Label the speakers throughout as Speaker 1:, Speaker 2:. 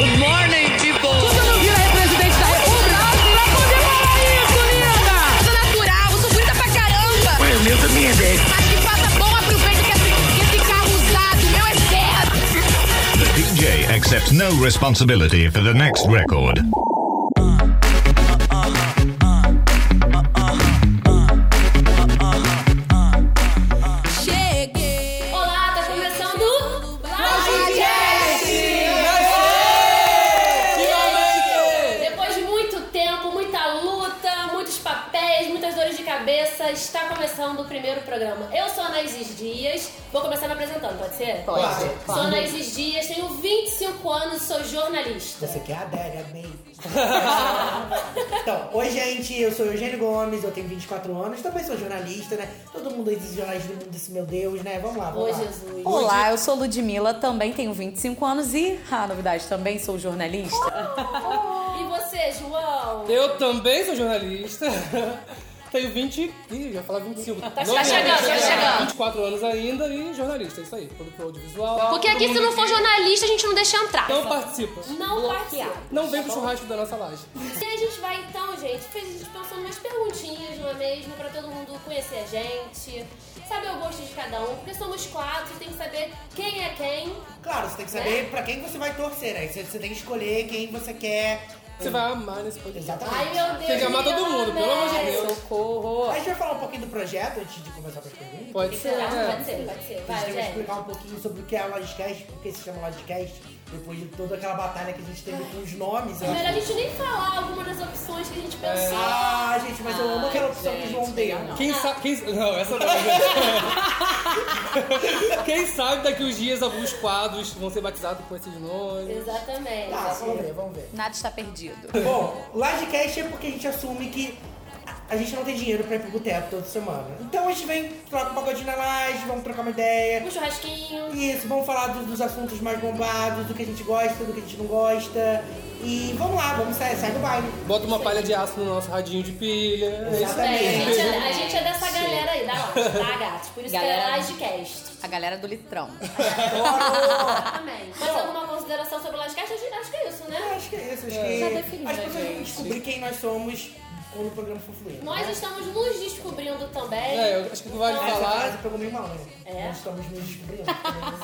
Speaker 1: Good morning, people!
Speaker 2: Você não vira a presidente da República? Você vai comemorar isso, linda!
Speaker 3: Sou natural, eu sou bonita pra caramba.
Speaker 1: Ué, o meu também é 10.
Speaker 3: Acho que falta bom aproveita que esse, que esse carro usado, meu é certo.
Speaker 4: The DJ accepts no responsibility for the next record.
Speaker 3: Cheguei.
Speaker 5: Olá, tá começando o Depois de muito tempo, muita luta, muitos papéis, muitas dores de cabeça, está começando o primeiro programa. Eu sou a Anaíses Dias, vou começar me apresentando, pode ser?
Speaker 2: Pode.
Speaker 5: Sou a Anaíses Dias, tenho 25 anos e sou jornalista.
Speaker 6: Você quer a Adélia, amei. então, oi gente, eu sou Eugênio Gomes, eu tenho 24 anos, também sou jornalista, né? Todo mundo exige jornalista do mundo disse, meu Deus, né? Vamos lá,
Speaker 5: Ô,
Speaker 6: vamos lá.
Speaker 5: Jesus.
Speaker 2: Olá, eu sou Ludmilla, também tenho 25 anos e, ah, novidade, também sou jornalista.
Speaker 5: E você, João?
Speaker 7: Eu também sou jornalista. Tenho 20. Ih, já falar 25. Tá,
Speaker 5: chegando, tá chegando.
Speaker 7: 24 anos ainda e jornalista, é isso aí. Produtor audiovisual.
Speaker 5: Porque aqui, se não for jornalista, a gente não deixa entrar.
Speaker 7: Não participa.
Speaker 5: Não participar.
Speaker 7: Não vem pro churrasco da nossa laje.
Speaker 5: E a gente vai então, gente, fez a gente pensando umas perguntinhas, não é mesmo? Pra todo mundo conhecer a gente, saber o gosto de cada um. Porque somos quatro, tem que saber quem é quem.
Speaker 6: Claro, você tem que saber pra quem você vai torcer, né? Você, você tem que escolher quem você quer.
Speaker 7: Você vai amar nesse podcast.
Speaker 6: Exatamente.
Speaker 5: Ai, meu Deus.
Speaker 7: Tem que amar todo
Speaker 5: me
Speaker 7: mundo,
Speaker 5: ama.
Speaker 7: pelo amor de Deus.
Speaker 6: A
Speaker 7: Socorro.
Speaker 6: gente vai falar um pouquinho do projeto antes de começar com as perguntas.
Speaker 7: Pode
Speaker 5: Tem que
Speaker 7: ser.
Speaker 5: ser, Pode
Speaker 7: né?
Speaker 5: ser, pode ser.
Speaker 6: A
Speaker 5: Vai,
Speaker 6: gente vai
Speaker 5: gente.
Speaker 6: explicar um pouquinho sobre o que é a Logicast, por que se chama Logicast, depois de toda aquela batalha que a gente teve com os nomes. né?
Speaker 5: É
Speaker 6: eu acho.
Speaker 5: melhor a gente nem falar alguma das opções que a gente pensou.
Speaker 6: Ah, gente, mas eu amo aquela opção que o João deu.
Speaker 7: Quem sabe. Quem... Não, essa não. quem sabe daqui uns dias alguns quadros vão ser batizados com esses nomes.
Speaker 5: Exatamente.
Speaker 6: Ah, vamos ver, vamos ver.
Speaker 2: Nath está perdido.
Speaker 6: Bom, Lodcast é porque a gente assume que a- a gente não tem dinheiro pra ir pro boteco toda semana. Então a gente vem, troca um pagodinho na laje, vamos trocar uma ideia.
Speaker 5: Um churrasquinho.
Speaker 6: Isso, vamos falar do- dos assuntos mais bombados, do que a gente gosta, do que a gente não gosta. E vamos lá, vamos sair, sai do baile.
Speaker 7: Bota uma palha de aço no nosso radinho de pilha. É isso aí.
Speaker 5: Bem, a, gente
Speaker 6: Exatamente.
Speaker 5: é, a gente é dessa galera aí, da Laje, tá, gatos? Por isso que é
Speaker 2: Galera.
Speaker 5: Lajecast.
Speaker 2: A galera do litrão.
Speaker 5: Exatamente. Mais alguma consideração sobre o Lajecast? Acho acho que é isso, né?
Speaker 6: Eu Acho que é isso, acho
Speaker 2: Já
Speaker 6: que
Speaker 2: definiu,
Speaker 6: as pessoas vão
Speaker 2: gente.
Speaker 6: descobrir quem nós somos quando o programa for fluindo.
Speaker 5: Nós estamos nos descobrindo também.
Speaker 7: É, eu acho que tu vai
Speaker 6: Essa frase
Speaker 7: falar.
Speaker 6: pegou meio mal, né?
Speaker 5: É.
Speaker 6: Nós estamos nos descobrindo.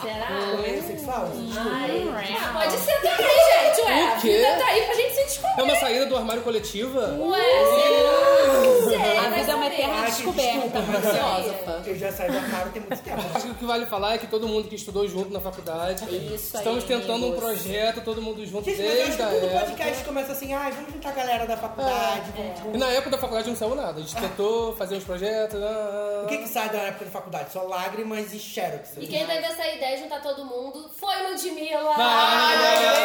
Speaker 5: Será?
Speaker 6: Meio sexual?
Speaker 5: Ai, pode ser também, gente.
Speaker 7: O
Speaker 5: Ué,
Speaker 7: quê?
Speaker 5: a vida tá aí pra gente se descobrir.
Speaker 7: É uma saída do armário coletiva?
Speaker 5: Ué, sei lá. não sei,
Speaker 8: A
Speaker 5: vai
Speaker 8: vida é uma
Speaker 5: saber.
Speaker 8: eterna
Speaker 6: Ai, que
Speaker 8: descoberta,
Speaker 6: desculpa, mas-
Speaker 8: filósofa.
Speaker 6: Eu já saí do armário tem muito tempo.
Speaker 7: Acho que o que vale falar é que todo mundo que estudou junto na faculdade.
Speaker 8: Isso aí,
Speaker 7: Estamos tentando um
Speaker 8: amigos.
Speaker 7: projeto, todo mundo junto
Speaker 6: Gente, mas eu acho
Speaker 7: desde
Speaker 6: que
Speaker 7: a
Speaker 6: todo
Speaker 7: época.
Speaker 6: podcast começa assim, ai, vamos juntar a galera da faculdade,
Speaker 5: É,
Speaker 6: vamos-
Speaker 7: E na época da faculdade não saiu nada. A gente tentou fazer uns projetos. ah, ah,
Speaker 6: O que que sai da época da faculdade? Só lágrimas e xerox.
Speaker 5: E quem teve essa ideia de juntar todo mundo foi Ludmilla.
Speaker 7: Maravilhosa!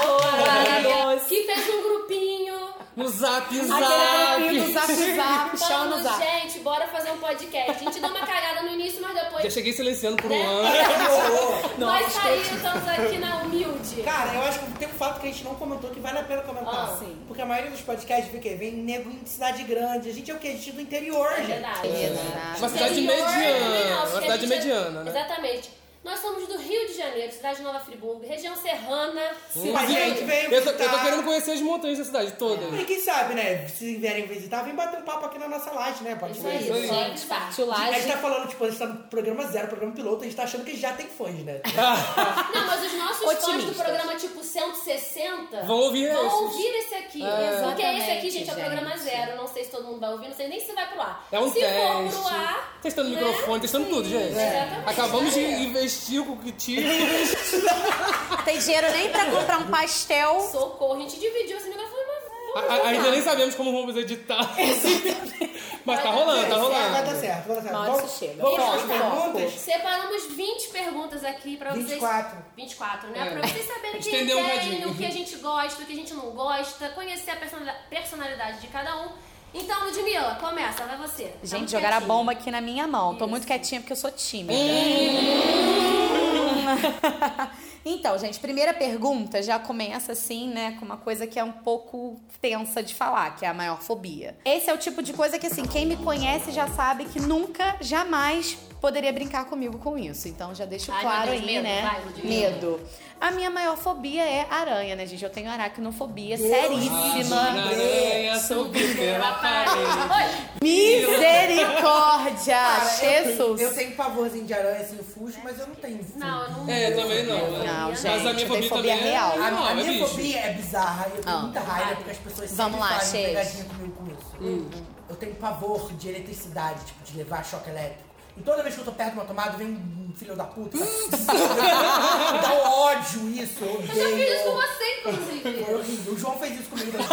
Speaker 8: Maravilhoso.
Speaker 5: Que fez um grupinho.
Speaker 7: No zap
Speaker 8: Aquele grupinho do
Speaker 7: zap!
Speaker 5: Tá
Speaker 8: zap zap, chama Tá no
Speaker 5: Falando,
Speaker 8: zap.
Speaker 5: gente, bora fazer um podcast. A gente deu uma cagada no início, mas
Speaker 7: Já
Speaker 5: depois
Speaker 7: cheguei silenciando por
Speaker 5: Né?
Speaker 7: um ano.
Speaker 5: nós saímos, estamos aqui na humilde.
Speaker 6: Cara, eu acho que tem um fato que a gente não comentou que vale a pena comentar.
Speaker 5: Ah,
Speaker 8: sim.
Speaker 6: Porque a maioria dos podcasts vem, o quê? vem nego em cidade grande. A gente é o quê? A gente é do interior, gente.
Speaker 5: Verdade.
Speaker 8: né?
Speaker 7: Uma cidade
Speaker 5: Interior,
Speaker 6: né?
Speaker 7: mediana.
Speaker 5: não,
Speaker 7: Uma
Speaker 5: porque a
Speaker 7: cidade
Speaker 5: gente é-
Speaker 7: mediana, né?
Speaker 5: Exatamente. Nós somos do Rio de Janeiro, cidade de Nova Friburgo, região serrana.
Speaker 6: Sim, mas a gente veio
Speaker 7: Eu tô,
Speaker 6: visitar.
Speaker 7: eu tô querendo conhecer as montanhas da cidade todas.
Speaker 6: E quem sabe, né? Se vierem visitar, vem bater um papo aqui na nossa laje, né? Pode
Speaker 5: Isso
Speaker 6: ser.
Speaker 5: aí,
Speaker 7: Isso aí.
Speaker 5: só que tá.
Speaker 8: Partiu lá,
Speaker 6: A gente
Speaker 8: gente.
Speaker 6: tá falando, tipo, a gente tá no programa zero, programa piloto, a gente tá achando que já tem fãs, né?
Speaker 7: Tá
Speaker 5: Não, mas os nossos fãs do
Speaker 8: Otimistas.
Speaker 5: programa tipo 160
Speaker 7: Vão ouvir
Speaker 5: vão
Speaker 7: esses. Ah,
Speaker 5: ouvir esse aqui. Porque
Speaker 8: Exatamente,
Speaker 5: esse aqui, gente, é o
Speaker 8: gente.
Speaker 5: programa zero. Não sei se todo mundo vai ouvir, não sei nem se vai pro ar.
Speaker 7: É um
Speaker 5: se
Speaker 7: teste.
Speaker 5: for pro ar.
Speaker 7: Testando
Speaker 5: né?
Speaker 7: microfone, testando tudo, gente.
Speaker 5: Exatamente. É.
Speaker 7: Acabamos de investir com o que tinha.
Speaker 2: Tem dinheiro nem pra comprar um pastel.
Speaker 5: Socorro, a gente dividiu esse microfone, mas vamos
Speaker 7: A-
Speaker 5: jogar.
Speaker 7: a- Ainda nem sabemos como vamos editar. Mas tá rolando, tá
Speaker 6: Vai dar
Speaker 7: rolando.
Speaker 6: certo, vai dar certo.
Speaker 8: Uma hora
Speaker 6: Vamos-
Speaker 8: isso chega.
Speaker 6: Vamos
Speaker 5: Foco,
Speaker 6: às
Speaker 5: foco.
Speaker 6: perguntas?
Speaker 5: Separamos 20 perguntas aqui pra vocês.
Speaker 6: 24.
Speaker 5: 24, né?
Speaker 7: É.
Speaker 5: Pra vocês saberem quem
Speaker 7: Estendeu um
Speaker 5: é quem,
Speaker 7: cadinho.
Speaker 5: o que a gente gosta, o que a gente não gosta, conhecer a persona- personalidade de cada um. Então, Ludmilla, começa, vai você. Tá muito
Speaker 2: Gente, jogaram a
Speaker 5: quietinha.
Speaker 2: bomba aqui na minha mão. Tô muito quietinha porque eu sou tímida. então, gente, primeira pergunta já começa assim, né, com uma coisa que é um pouco tensa de falar, que é a maior fobia. Esse é o tipo de coisa que, assim, quem me conhece já sabe que nunca, jamais poderia brincar comigo com isso. Então já deixo
Speaker 5: Ai, meu
Speaker 2: claro
Speaker 5: Deus,
Speaker 2: aí,
Speaker 5: medo,
Speaker 2: né?
Speaker 5: vai, Ludmilla.
Speaker 2: medo. A minha maior fobia é aranha, né, gente? Eu tenho aracnofobia
Speaker 7: Imagina,
Speaker 2: seríssima.
Speaker 7: aranha, sou pela parede.
Speaker 2: Misericórdia!
Speaker 6: Cara, eu tenho-
Speaker 2: Jesus!
Speaker 6: Eu tenho pavorzinho de aranha assim, eu fujo, mas eu não tenho. fujo.
Speaker 5: Não, eu não.
Speaker 7: É, eu também não. né?
Speaker 2: Não,
Speaker 7: Mas
Speaker 2: gente,
Speaker 7: a minha
Speaker 2: eu tenho
Speaker 7: fobia
Speaker 2: fobia
Speaker 7: também é
Speaker 2: real.
Speaker 6: A,
Speaker 7: animal,
Speaker 6: a
Speaker 7: é
Speaker 6: minha
Speaker 7: bicho.
Speaker 6: fobia é bizarra e eu tenho
Speaker 2: Ah.
Speaker 6: muita raiva porque as pessoas
Speaker 2: Vamos
Speaker 6: sempre
Speaker 2: lá, Hum.
Speaker 6: fazem
Speaker 2: Sheila.
Speaker 6: pegadinha comigo com isso. Eu tenho pavor de eletricidade, tipo, de levar choque elétrico. E toda vez que eu tô perto de uma tomada, vem um filho da puta.
Speaker 2: Hum.
Speaker 6: Dá um ódio isso, eu
Speaker 5: Eu já fiz isso com
Speaker 6: odeio.
Speaker 5: você, inclusive.
Speaker 6: Foi horrível. O João fez isso comigo. né?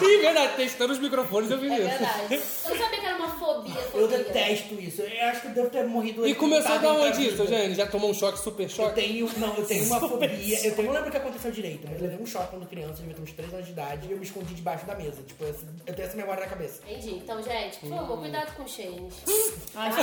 Speaker 7: Sim, verdade, testando os microfones eu vi
Speaker 5: É
Speaker 7: isso.
Speaker 5: verdade. Eu não sabia que era uma fobia.
Speaker 6: Eu
Speaker 5: fobia.
Speaker 6: detesto isso. Eu acho que eu devo ter morrido
Speaker 7: E começou
Speaker 5: Tá
Speaker 6: eletrocutado
Speaker 7: da
Speaker 6: em
Speaker 7: onde
Speaker 6: outra
Speaker 7: isso,
Speaker 6: vida.
Speaker 7: Jane? Já tomou um choque, super
Speaker 6: Eu
Speaker 7: choque?
Speaker 6: tenho, não, eu tenho uma fobia. Eu tenho- não lembro o que aconteceu direito, mas eu levei um choque quando criança, eu devia ter uns 3 anos de idade, e eu me escondi debaixo da mesa. Tipo, eu, eu tenho essa memória na cabeça.
Speaker 5: Entendi. Então, gente, por
Speaker 7: Hum.
Speaker 5: favor, cuidado com cheiros.
Speaker 2: Ai, super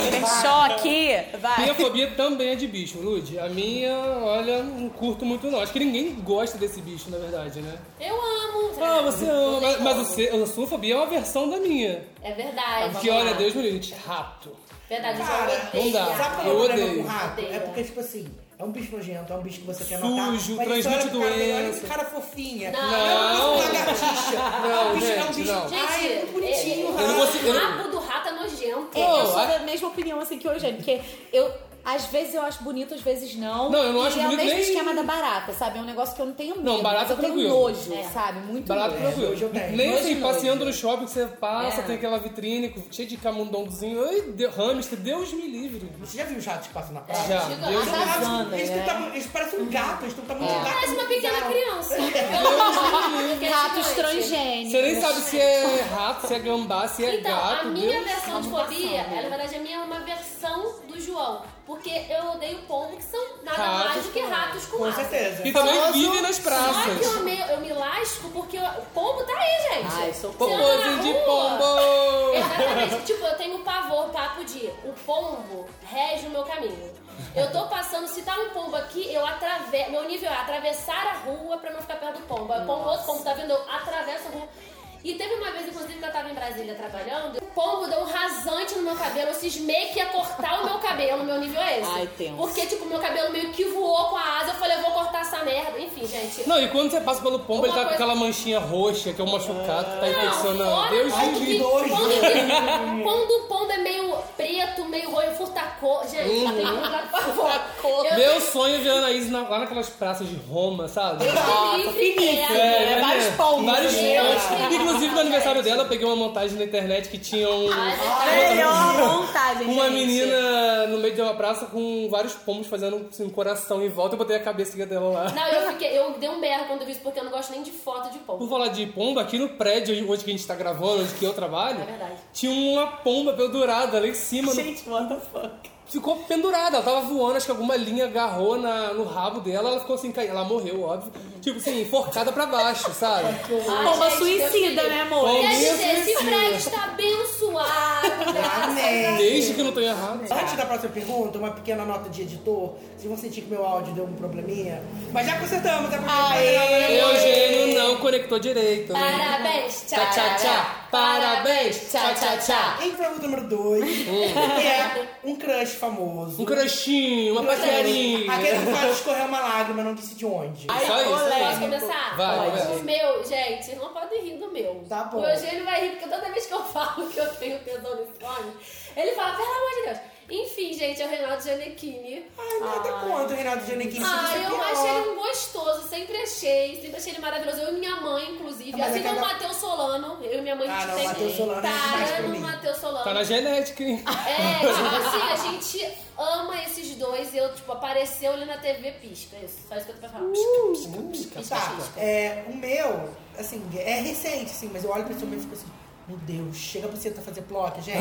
Speaker 2: choque!
Speaker 7: Minha
Speaker 2: Vai!
Speaker 7: fobia também é de bicho, Lud. A minha, olha, não curto muito não. Acho que ninguém gosta desse bicho, na verdade, né?
Speaker 5: Eu amo.
Speaker 7: Ah, você ama, mas, mas o seu- a sua fobia é uma versão da minha.
Speaker 5: É verdade.
Speaker 7: Que olha, Deus me livre, gente, rato.
Speaker 5: Verdade, eu
Speaker 6: Cara,
Speaker 5: já odeio.
Speaker 7: não dá.
Speaker 5: gato.
Speaker 6: Sabe qual é
Speaker 7: eu
Speaker 6: o problema
Speaker 7: odeio.
Speaker 6: com rato?
Speaker 5: Odeio.
Speaker 6: É porque, tipo assim, é um bicho nojento, é um bicho que você quer
Speaker 7: Sujo,
Speaker 6: matar. mas
Speaker 7: transmite
Speaker 6: você olha pro cara, ele olha
Speaker 7: doença.
Speaker 6: Que cara fofinha.
Speaker 5: Não.
Speaker 6: Não, é um bicho lagartixa.
Speaker 7: Não,
Speaker 6: o bicho é um
Speaker 7: gente,
Speaker 6: bicho.
Speaker 7: não.
Speaker 6: Ai, é muito
Speaker 5: é-
Speaker 6: bonitinho,
Speaker 5: é-
Speaker 7: Eu
Speaker 6: o
Speaker 7: não
Speaker 6: rato.
Speaker 7: consigo- eu
Speaker 5: O
Speaker 7: não-
Speaker 5: rabo do rato é nojento.
Speaker 7: Pô,
Speaker 8: eu sou
Speaker 7: a-
Speaker 8: da mesma opinião assim que o Eugênio, porque eu, às vezes eu acho bonito, às vezes não.
Speaker 7: Não, eu não acho
Speaker 8: e é o
Speaker 7: bonito
Speaker 8: mesmo
Speaker 7: nem-
Speaker 8: esquema da barata, sabe? É um negócio que eu não tenho medo.
Speaker 7: barata
Speaker 8: mas eu tenho
Speaker 7: tranquilo. É.
Speaker 8: nojo, sabe? Muito
Speaker 7: Barato
Speaker 8: nojo.
Speaker 7: tranquilo.
Speaker 6: hoje eu tenho.
Speaker 7: Nem
Speaker 8: Hoje
Speaker 7: assim,
Speaker 8: eu
Speaker 7: passeando
Speaker 8: tenho.
Speaker 7: no shopping que você passa,
Speaker 8: É.
Speaker 7: tem aquela vitrine com- cheia de camundongozinho. Ai, de, hamster, Deus me livre.
Speaker 6: Você já viu os ratos que passam na praia?
Speaker 7: Já,
Speaker 5: Chega-
Speaker 7: Deus me livre.
Speaker 8: Savana,
Speaker 6: Eles, têm
Speaker 8: né?
Speaker 6: tamanho- eles parecem um gato, eles têm um tamanho de
Speaker 7: É.
Speaker 6: um gato.
Speaker 5: Parece uma pequena
Speaker 6: bizarro.
Speaker 5: criança.
Speaker 8: Rato
Speaker 5: Gigante.
Speaker 8: estrangênico.
Speaker 7: Você nem sabe se é rato, se é gambá, se é
Speaker 5: Então,
Speaker 7: gato.
Speaker 5: a minha
Speaker 7: Deus.
Speaker 5: versão de
Speaker 8: Vamos
Speaker 5: fobia,
Speaker 8: passar, né?
Speaker 5: ela, na verdade, a minha é uma versão do João. Porque eu odeio pombo que são nada
Speaker 7: Ratos
Speaker 5: mais do que ratos com
Speaker 6: Com
Speaker 5: asa.
Speaker 6: certeza.
Speaker 7: E também
Speaker 8: Famoso-
Speaker 7: vive nas
Speaker 5: Só que eu
Speaker 7: praças.
Speaker 5: me, eu me lasco porque o pombo tá aí, gente.
Speaker 8: Ai, sou
Speaker 5: Você anda na
Speaker 7: Popozinho de
Speaker 5: rua.
Speaker 7: pombo!
Speaker 5: Exatamente. tipo, eu tenho pavor, papo de o pombo rege o meu caminho. Eu tô passando, se tá um pombo aqui, eu atravesso. Meu nível é atravessar a rua pra não ficar perto do pombo. Aí o pombo, outro pombo tá vendo, eu atravesso a rua. E teve uma vez, inclusive, que eu tava em Brasília trabalhando, o pombo deu um rasante no meu cabelo, eu cismei que ia cortar o meu cabelo, meu nível é esse.
Speaker 8: Ai, tenso.
Speaker 5: Porque, tipo, meu cabelo meio que voou com a asa, eu falei, eu vou cortar essa merda. Enfim, gente.
Speaker 7: Não, e quando você passa pelo pombo, ele tá
Speaker 5: Uma
Speaker 7: com
Speaker 5: coisa-
Speaker 7: aquela manchinha roxa, que é um machucado, que tá
Speaker 5: Não,
Speaker 7: infeccionando.
Speaker 5: fora
Speaker 7: Deus
Speaker 6: Ai,
Speaker 7: me
Speaker 6: que
Speaker 7: livre.
Speaker 6: nojo.
Speaker 5: Quando, quando o pombo é meio preto, meio roxo, furtacô. Gente, eu tenho um furtacô. Eu
Speaker 7: Meu sonho é ver a Anaís na- lá naquelas praças de Roma, sabe?
Speaker 5: Nossa,
Speaker 8: finíssimo.
Speaker 7: É,
Speaker 8: É,
Speaker 7: né?
Speaker 8: vários pombos,
Speaker 7: Vários
Speaker 5: né?
Speaker 7: pombos.
Speaker 5: Eu-
Speaker 7: Inclusive, no aniversário dela, eu peguei uma montagem na internet que tinha um-
Speaker 8: Melhor montagem,
Speaker 7: uma
Speaker 8: Ah, gente. é
Speaker 7: menina no meio de uma praça com vários pombos fazendo assim, um coração em volta. Eu botei a cabecinha dela lá.
Speaker 5: Não, eu fiquei, eu dei um berro quando eu vi isso, porque eu não gosto nem de foto de pombo.
Speaker 7: Por falar de pomba, aqui no prédio onde que a gente tá gravando, onde que eu trabalho,
Speaker 5: É verdade.
Speaker 7: tinha uma pomba pendurada lá em cima. no-
Speaker 8: Gente, what the fuck?
Speaker 7: ficou pendurada, ela tava voando, acho que alguma linha agarrou na, no rabo dela, ela ficou assim, caindo. Ela morreu, óbvio. Tipo assim, enforcada pra baixo, sabe?
Speaker 5: Ai,
Speaker 8: Pomba
Speaker 5: gente,
Speaker 8: suicida,
Speaker 5: Deus
Speaker 8: né,
Speaker 5: me livre.
Speaker 8: amor?
Speaker 7: Pomba
Speaker 5: Quer dizer,
Speaker 7: é suicida.
Speaker 5: esse prédio está abençoado.
Speaker 6: Amém.
Speaker 7: Desde que eu não tô errado.
Speaker 6: Antes da próxima pergunta, uma pequena nota de editor. Vocês vão sentir que meu áudio deu um probleminha. Mas já consertamos, é porque
Speaker 7: Meu Eugênio não conectou direito. Né?
Speaker 5: Parabéns, tchau,
Speaker 7: Tchá, tchá, tchá. Parabéns, tchá, tchá, tchá.
Speaker 6: Em pergunta número 2, que é um crush famoso.
Speaker 7: Um crochinho, uma paquerinha.
Speaker 6: Aquele que faz escorrer uma lágrima, não disse de onde.
Speaker 8: Ai,
Speaker 7: Só isso, né?
Speaker 8: polêmico.
Speaker 5: Posso começar?
Speaker 7: Vai, vai.
Speaker 5: O meu, gente, vocês não podem rir do meu.
Speaker 6: Tá bom.
Speaker 5: O Eugênio vai rir, porque toda vez que eu falo que eu tenho tesão nesse homem, ele fala, pelo amor de Deus. Enfim, gente, é o Renato Giannichini.
Speaker 6: Ai, nada contra o Renato Giannichini.
Speaker 5: Ah,
Speaker 6: isso é
Speaker 5: eu
Speaker 6: pior.
Speaker 5: achei ele um gostoso, sempre achei, sempre achei ele maravilhoso. Eu e minha mãe, inclusive.
Speaker 6: Mas
Speaker 5: assim
Speaker 6: é
Speaker 5: como o
Speaker 6: cada-
Speaker 5: Matheus Solano, eu e minha mãe
Speaker 6: Ah,
Speaker 5: a gente
Speaker 6: não,
Speaker 5: tem.
Speaker 6: Matheus Solano é demais pra
Speaker 5: Tara no
Speaker 6: mim.
Speaker 5: Matheus Solano.
Speaker 7: Tá na genética, hein?
Speaker 5: É, tipo assim, a gente ama esses dois. Eu, tipo, apareceu ele na TV pisca. Isso, só isso que eu tô pra falar.
Speaker 6: Uh!
Speaker 5: Pisca, pisca, pisca,
Speaker 6: Tá,
Speaker 5: pisca.
Speaker 6: é, o meu, assim, é recente, sim, mas eu olho pra esse homem e fico assim, meu Deus, chega pra você tá fazer plot, gente.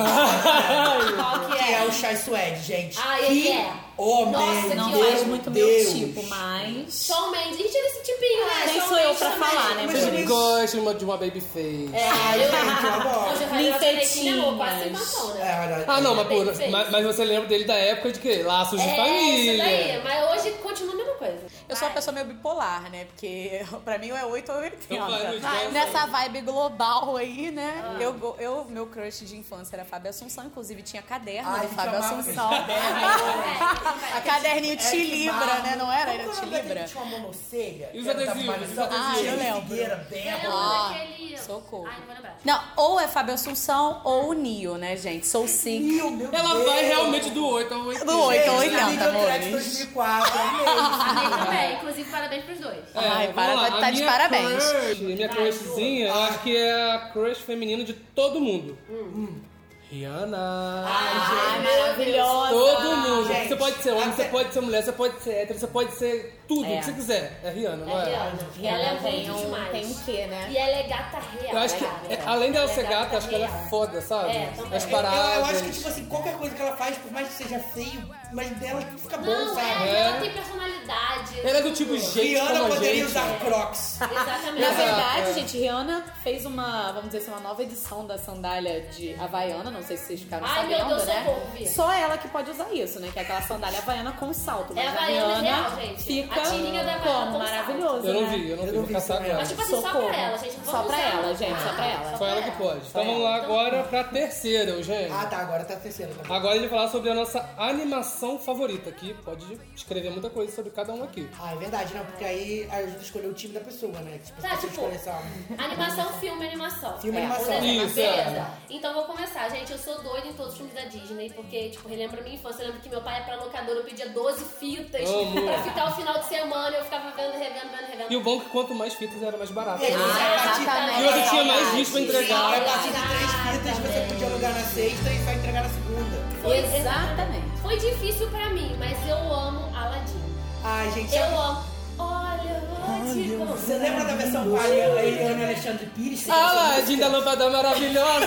Speaker 6: Qual que é o Chai Suede, gente?
Speaker 5: Ah, ele é.
Speaker 6: Homem,
Speaker 5: Nossa,
Speaker 6: meu
Speaker 5: que
Speaker 8: Não
Speaker 5: Deus
Speaker 8: é muito
Speaker 6: Deus.
Speaker 8: meu tipo, mas.
Speaker 5: Shawn Mendes. Gente, ele é esse tipinho, né?
Speaker 8: Ah, nem
Speaker 5: Shawn
Speaker 8: sou eu
Speaker 5: Mendes
Speaker 8: pra
Speaker 5: também.
Speaker 8: falar, né?
Speaker 6: Mas ele-
Speaker 7: Eu gosto de uma- de uma babyface.
Speaker 5: É, eu
Speaker 6: gente,
Speaker 7: Tá
Speaker 6: eu adoro.
Speaker 5: Hoje eu falei uma
Speaker 8: Ninfetinhas.
Speaker 5: Giannichini, amor, quase sem noção, né?
Speaker 6: É, olha,
Speaker 7: Ah, não, mas, pô,
Speaker 5: Babyface.
Speaker 7: mas, mas você lembra dele da época de quê? Laços de
Speaker 5: É, isso
Speaker 7: família.
Speaker 5: daí. Mas hoje continua a mesma coisa.
Speaker 2: Eu sou uma pessoa meio bipolar, né? Porque pra mim ou é 8 ou é 80.
Speaker 7: Então vai, Lud, vai, vai.
Speaker 2: Nessa vibe global aí, né?
Speaker 6: Ah.
Speaker 2: Eu, go- eu, meu crush de infância era Fábio Assunção, inclusive tinha caderno
Speaker 6: Ai,
Speaker 2: do Fábio
Speaker 6: chamava aquele
Speaker 2: Assunção.
Speaker 6: caderno.
Speaker 2: Caderninho
Speaker 6: Aquele
Speaker 2: te libra,
Speaker 6: barro.
Speaker 2: né? Não era? Era
Speaker 6: Como
Speaker 2: te
Speaker 6: que o nome daquele
Speaker 2: libra.
Speaker 6: que Tinha uma tá monocelha.
Speaker 7: E os
Speaker 6: que era da
Speaker 7: adesivos,
Speaker 6: Marizão,
Speaker 7: os adesivos.
Speaker 6: Tinha
Speaker 2: Ah, eu
Speaker 6: Figueira,
Speaker 5: Eu
Speaker 6: Bela.
Speaker 5: lembro
Speaker 2: Ah,
Speaker 5: daquele...
Speaker 2: socorro.
Speaker 5: é Ai, não vou lembrar.
Speaker 2: Não, ou é Fábio Assunção ou o Nio, né, gente? Sou sim.
Speaker 6: Meu Deus.
Speaker 7: Ela vai realmente do 8 ao 80.
Speaker 2: Do 8 ou
Speaker 6: Gente,
Speaker 2: 80,
Speaker 6: Amiga Crack
Speaker 2: amores.
Speaker 6: 2004, amei.
Speaker 5: Amei também, inclusive parabéns pros dois.
Speaker 7: É,
Speaker 2: Ai,
Speaker 7: vamos
Speaker 2: para-
Speaker 7: lá.
Speaker 2: tá-
Speaker 7: A
Speaker 2: tá de
Speaker 7: minha
Speaker 2: parabéns.
Speaker 7: crush, a minha crushzinha, eu acho que é a crush feminina de todo mundo. Hum. Rihanna.
Speaker 8: Maravilhosa.
Speaker 7: Todo mundo.
Speaker 6: gente.
Speaker 7: você pode ser homem,
Speaker 6: Até-
Speaker 7: você pode ser mulher, você pode ser hétero, você pode ser tudo
Speaker 2: É.
Speaker 7: o que você quiser. É Rihanna, não é?
Speaker 5: Rihanna. Ela é bonita
Speaker 2: um,
Speaker 5: demais.
Speaker 8: Tem o quê, né?
Speaker 5: E ela é gata real.
Speaker 7: Eu acho que,
Speaker 5: cara.
Speaker 7: é, além dela ser gata,
Speaker 5: gata
Speaker 7: acho que ela
Speaker 5: real.
Speaker 7: é foda, sabe?
Speaker 5: É, também.
Speaker 7: As
Speaker 5: Eu-
Speaker 6: Eu,
Speaker 7: paradas.
Speaker 6: eu acho que, tipo assim, qualquer coisa que ela faz, por mais que seja feio, mas dela que fica bom,
Speaker 5: Não,
Speaker 6: sabe?
Speaker 5: é, ela tem personalidade.
Speaker 7: Ela é do
Speaker 5: tudo.
Speaker 7: tipo gente
Speaker 6: Rihanna
Speaker 7: como a
Speaker 6: poderia
Speaker 7: gente.
Speaker 6: usar crocs.
Speaker 5: Exatamente.
Speaker 8: Na verdade,
Speaker 7: é.
Speaker 8: gente, Rihanna fez uma, vamos dizer assim, uma nova edição da sandália de Havaiana, não sei se vocês ficaram
Speaker 5: Ai, meu
Speaker 8: sabendo,
Speaker 5: Deus,
Speaker 8: né?
Speaker 5: socorro, Vi.
Speaker 8: Só ela que pode usar isso, né? Que é aquela sandália Havaiana com salto. Mas
Speaker 5: É
Speaker 8: a
Speaker 5: Havaiana
Speaker 8: Rihanna
Speaker 5: real, gente.
Speaker 8: fica
Speaker 5: A tirinha da Havaiana
Speaker 8: como
Speaker 5: com
Speaker 8: maravilhoso,
Speaker 7: Eu não
Speaker 8: né?
Speaker 7: vi, eu não vi,
Speaker 6: não
Speaker 7: vou
Speaker 6: vi
Speaker 7: caçar
Speaker 6: isso,
Speaker 7: agora.
Speaker 5: Mas, tipo assim, só pra ela, gente.
Speaker 8: Só pra ela, gente, só pra ela.
Speaker 7: Só ela que pode. Então vamos lá agora pra terceira, gente.
Speaker 6: Ah, tá, agora tá terceiro. Tá bom.
Speaker 7: Agora ele vai falar sobre a nossa animação favorita, que pode escrever muita coisa sobre cada um aqui.
Speaker 6: Ah, é verdade, não, porque aí ajuda a escolher o time da pessoa, né? Tipo,
Speaker 5: Tá,
Speaker 6: se você
Speaker 5: tipo,
Speaker 6: escolher só-
Speaker 5: Animação, filme, animação.
Speaker 6: Filme,
Speaker 5: É,
Speaker 6: animação.
Speaker 5: vou desenhar,
Speaker 7: Isso, é.
Speaker 5: beleza? Então vou começar, gente. Eu sou doida em todos os filmes da Disney, porque, tipo, relembra minha infância. Eu lembro que meu pai ia pra locadora, eu pedia 12 fitas
Speaker 7: Amo.
Speaker 5: pra ficar o final de semana. Eu ficava vendo, revendo, vendo, revendo.
Speaker 7: E o bom é que quanto mais fitas era mais barato.
Speaker 6: É,
Speaker 5: Ah,
Speaker 7: né?
Speaker 6: a partir-
Speaker 7: E você tinha mais risco pra
Speaker 6: Sim,
Speaker 7: entregar.
Speaker 6: a partir de três fitas você podia alugar na sexta e só entregar na segunda.
Speaker 5: Foi-
Speaker 8: Exatamente.
Speaker 5: Foi difícil pra mim, mas eu amo Aladdin.
Speaker 6: Ai, gente,
Speaker 5: Eu
Speaker 6: sabe-
Speaker 5: amo. Olha, Aladdin.
Speaker 6: é você lembra da versão com a Eliane Alexandre Pires?
Speaker 7: Aladdin da lâmpada maravilhosa!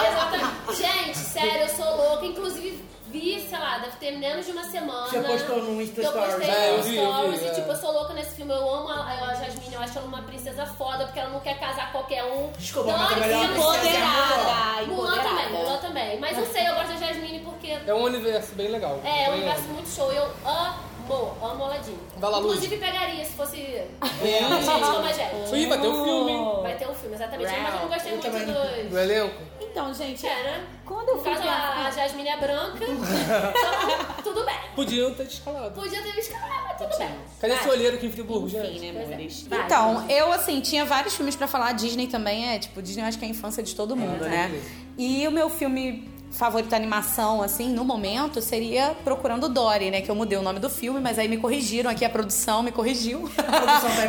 Speaker 5: Exatamente. Gente, sério, eu sou louca. Inclusive, vi, sei lá, deve ter menos de uma semana.
Speaker 6: Você postou no Insta
Speaker 5: Eu postei
Speaker 6: Stories.
Speaker 7: É, eu
Speaker 5: no
Speaker 7: vi, eu
Speaker 5: Stories
Speaker 7: vi,
Speaker 5: e,
Speaker 7: é.
Speaker 5: tipo, eu sou louca nesse filme. Eu amo a, a Jasmine, eu acho ela uma princesa foda, porque ela não quer casar qualquer um.
Speaker 6: Desculpa,
Speaker 5: Dane-se,
Speaker 6: mas a melhor
Speaker 5: eu
Speaker 6: princesa é
Speaker 5: não
Speaker 8: a
Speaker 5: sei.
Speaker 8: Mulan.
Speaker 5: Mulan também,
Speaker 8: Empoderada.
Speaker 5: Mulan também. Mas não sei, eu gosto da Jasmine porque...
Speaker 7: É um universo bem legal.
Speaker 5: É, é um
Speaker 7: Bem-
Speaker 5: universo muito show. Eu amo, amo Aladdin.
Speaker 7: Vai lá, Luz.
Speaker 5: Inclusive, pegaria se fosse... Gente, como a gente.
Speaker 7: Ih, vai ter um filme, hein?
Speaker 5: Vai ter um filme, exatamente. Mas eu não gostei
Speaker 6: Eu
Speaker 5: muito
Speaker 6: também
Speaker 5: dos...
Speaker 7: Do elenco.
Speaker 8: Então, gente,
Speaker 5: É, né?
Speaker 8: Quando eu
Speaker 5: No
Speaker 8: fui
Speaker 5: caso,
Speaker 8: ver a-
Speaker 5: a Jasmine é branca, então tudo bem.
Speaker 7: Podiam ter te escalado.
Speaker 5: Podia ter me escalado, mas tudo bem.
Speaker 7: Cadê
Speaker 5: Vai.
Speaker 7: esse olheiro aqui em Friburgo,
Speaker 8: enfim,
Speaker 7: gente?
Speaker 8: né,
Speaker 5: Pois é.
Speaker 8: amores?
Speaker 5: Vai,
Speaker 2: Então, eu assim, tinha vários filmes pra falar. A Disney também é, tipo, Disney eu acho que é a infância de todo mundo, né? E o meu filme favorito da animação, assim, no momento, seria Procurando Dory, né? Que eu mudei o nome do filme, mas aí me corrigiram aqui, a produção me corrigiu.
Speaker 6: vai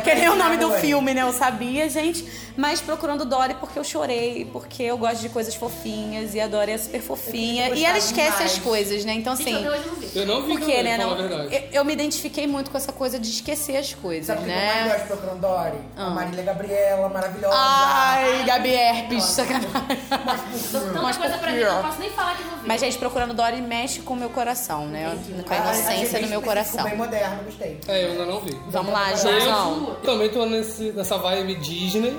Speaker 2: que nem o nome
Speaker 6: precisar,
Speaker 2: do
Speaker 6: ué.
Speaker 2: filme, né? Eu sabia, gente. Mas Procurando Dory porque eu chorei, porque eu gosto de coisas fofinhas e a Dory é super fofinha. E ela esquece
Speaker 6: demais.
Speaker 2: as coisas, né? Então,
Speaker 5: Gente,
Speaker 2: assim...
Speaker 5: até hoje um eu não vi.
Speaker 7: Eu não vi
Speaker 2: Porque,
Speaker 7: também,
Speaker 2: né?
Speaker 7: pra
Speaker 2: Não,
Speaker 7: falar a verdade.
Speaker 2: eu, eu me identifiquei muito com essa coisa de esquecer as coisas,
Speaker 6: Sabe o que eu mais
Speaker 2: né?
Speaker 6: gosto do Crandori?
Speaker 7: Ah.
Speaker 6: A Marília Gabriela, maravilhosa.
Speaker 2: Ai, Gabi Herpes, sacanagem.
Speaker 5: Então, Tanta
Speaker 2: Mas
Speaker 5: coisa
Speaker 2: por
Speaker 5: pra
Speaker 2: quê?
Speaker 5: mim que eu não posso nem falar que eu não vi.
Speaker 2: Mas, gente, procurando Dory mexe com o meu coração, né? Com a
Speaker 6: Ah, achei
Speaker 2: inocência
Speaker 6: bem
Speaker 2: do meu
Speaker 6: específico,
Speaker 2: coração.
Speaker 6: Bem moderno, gostei.
Speaker 7: É, eu ainda não vi.
Speaker 2: Vamos lá, João.
Speaker 7: Eu também tô nesse- nessa vibe Disney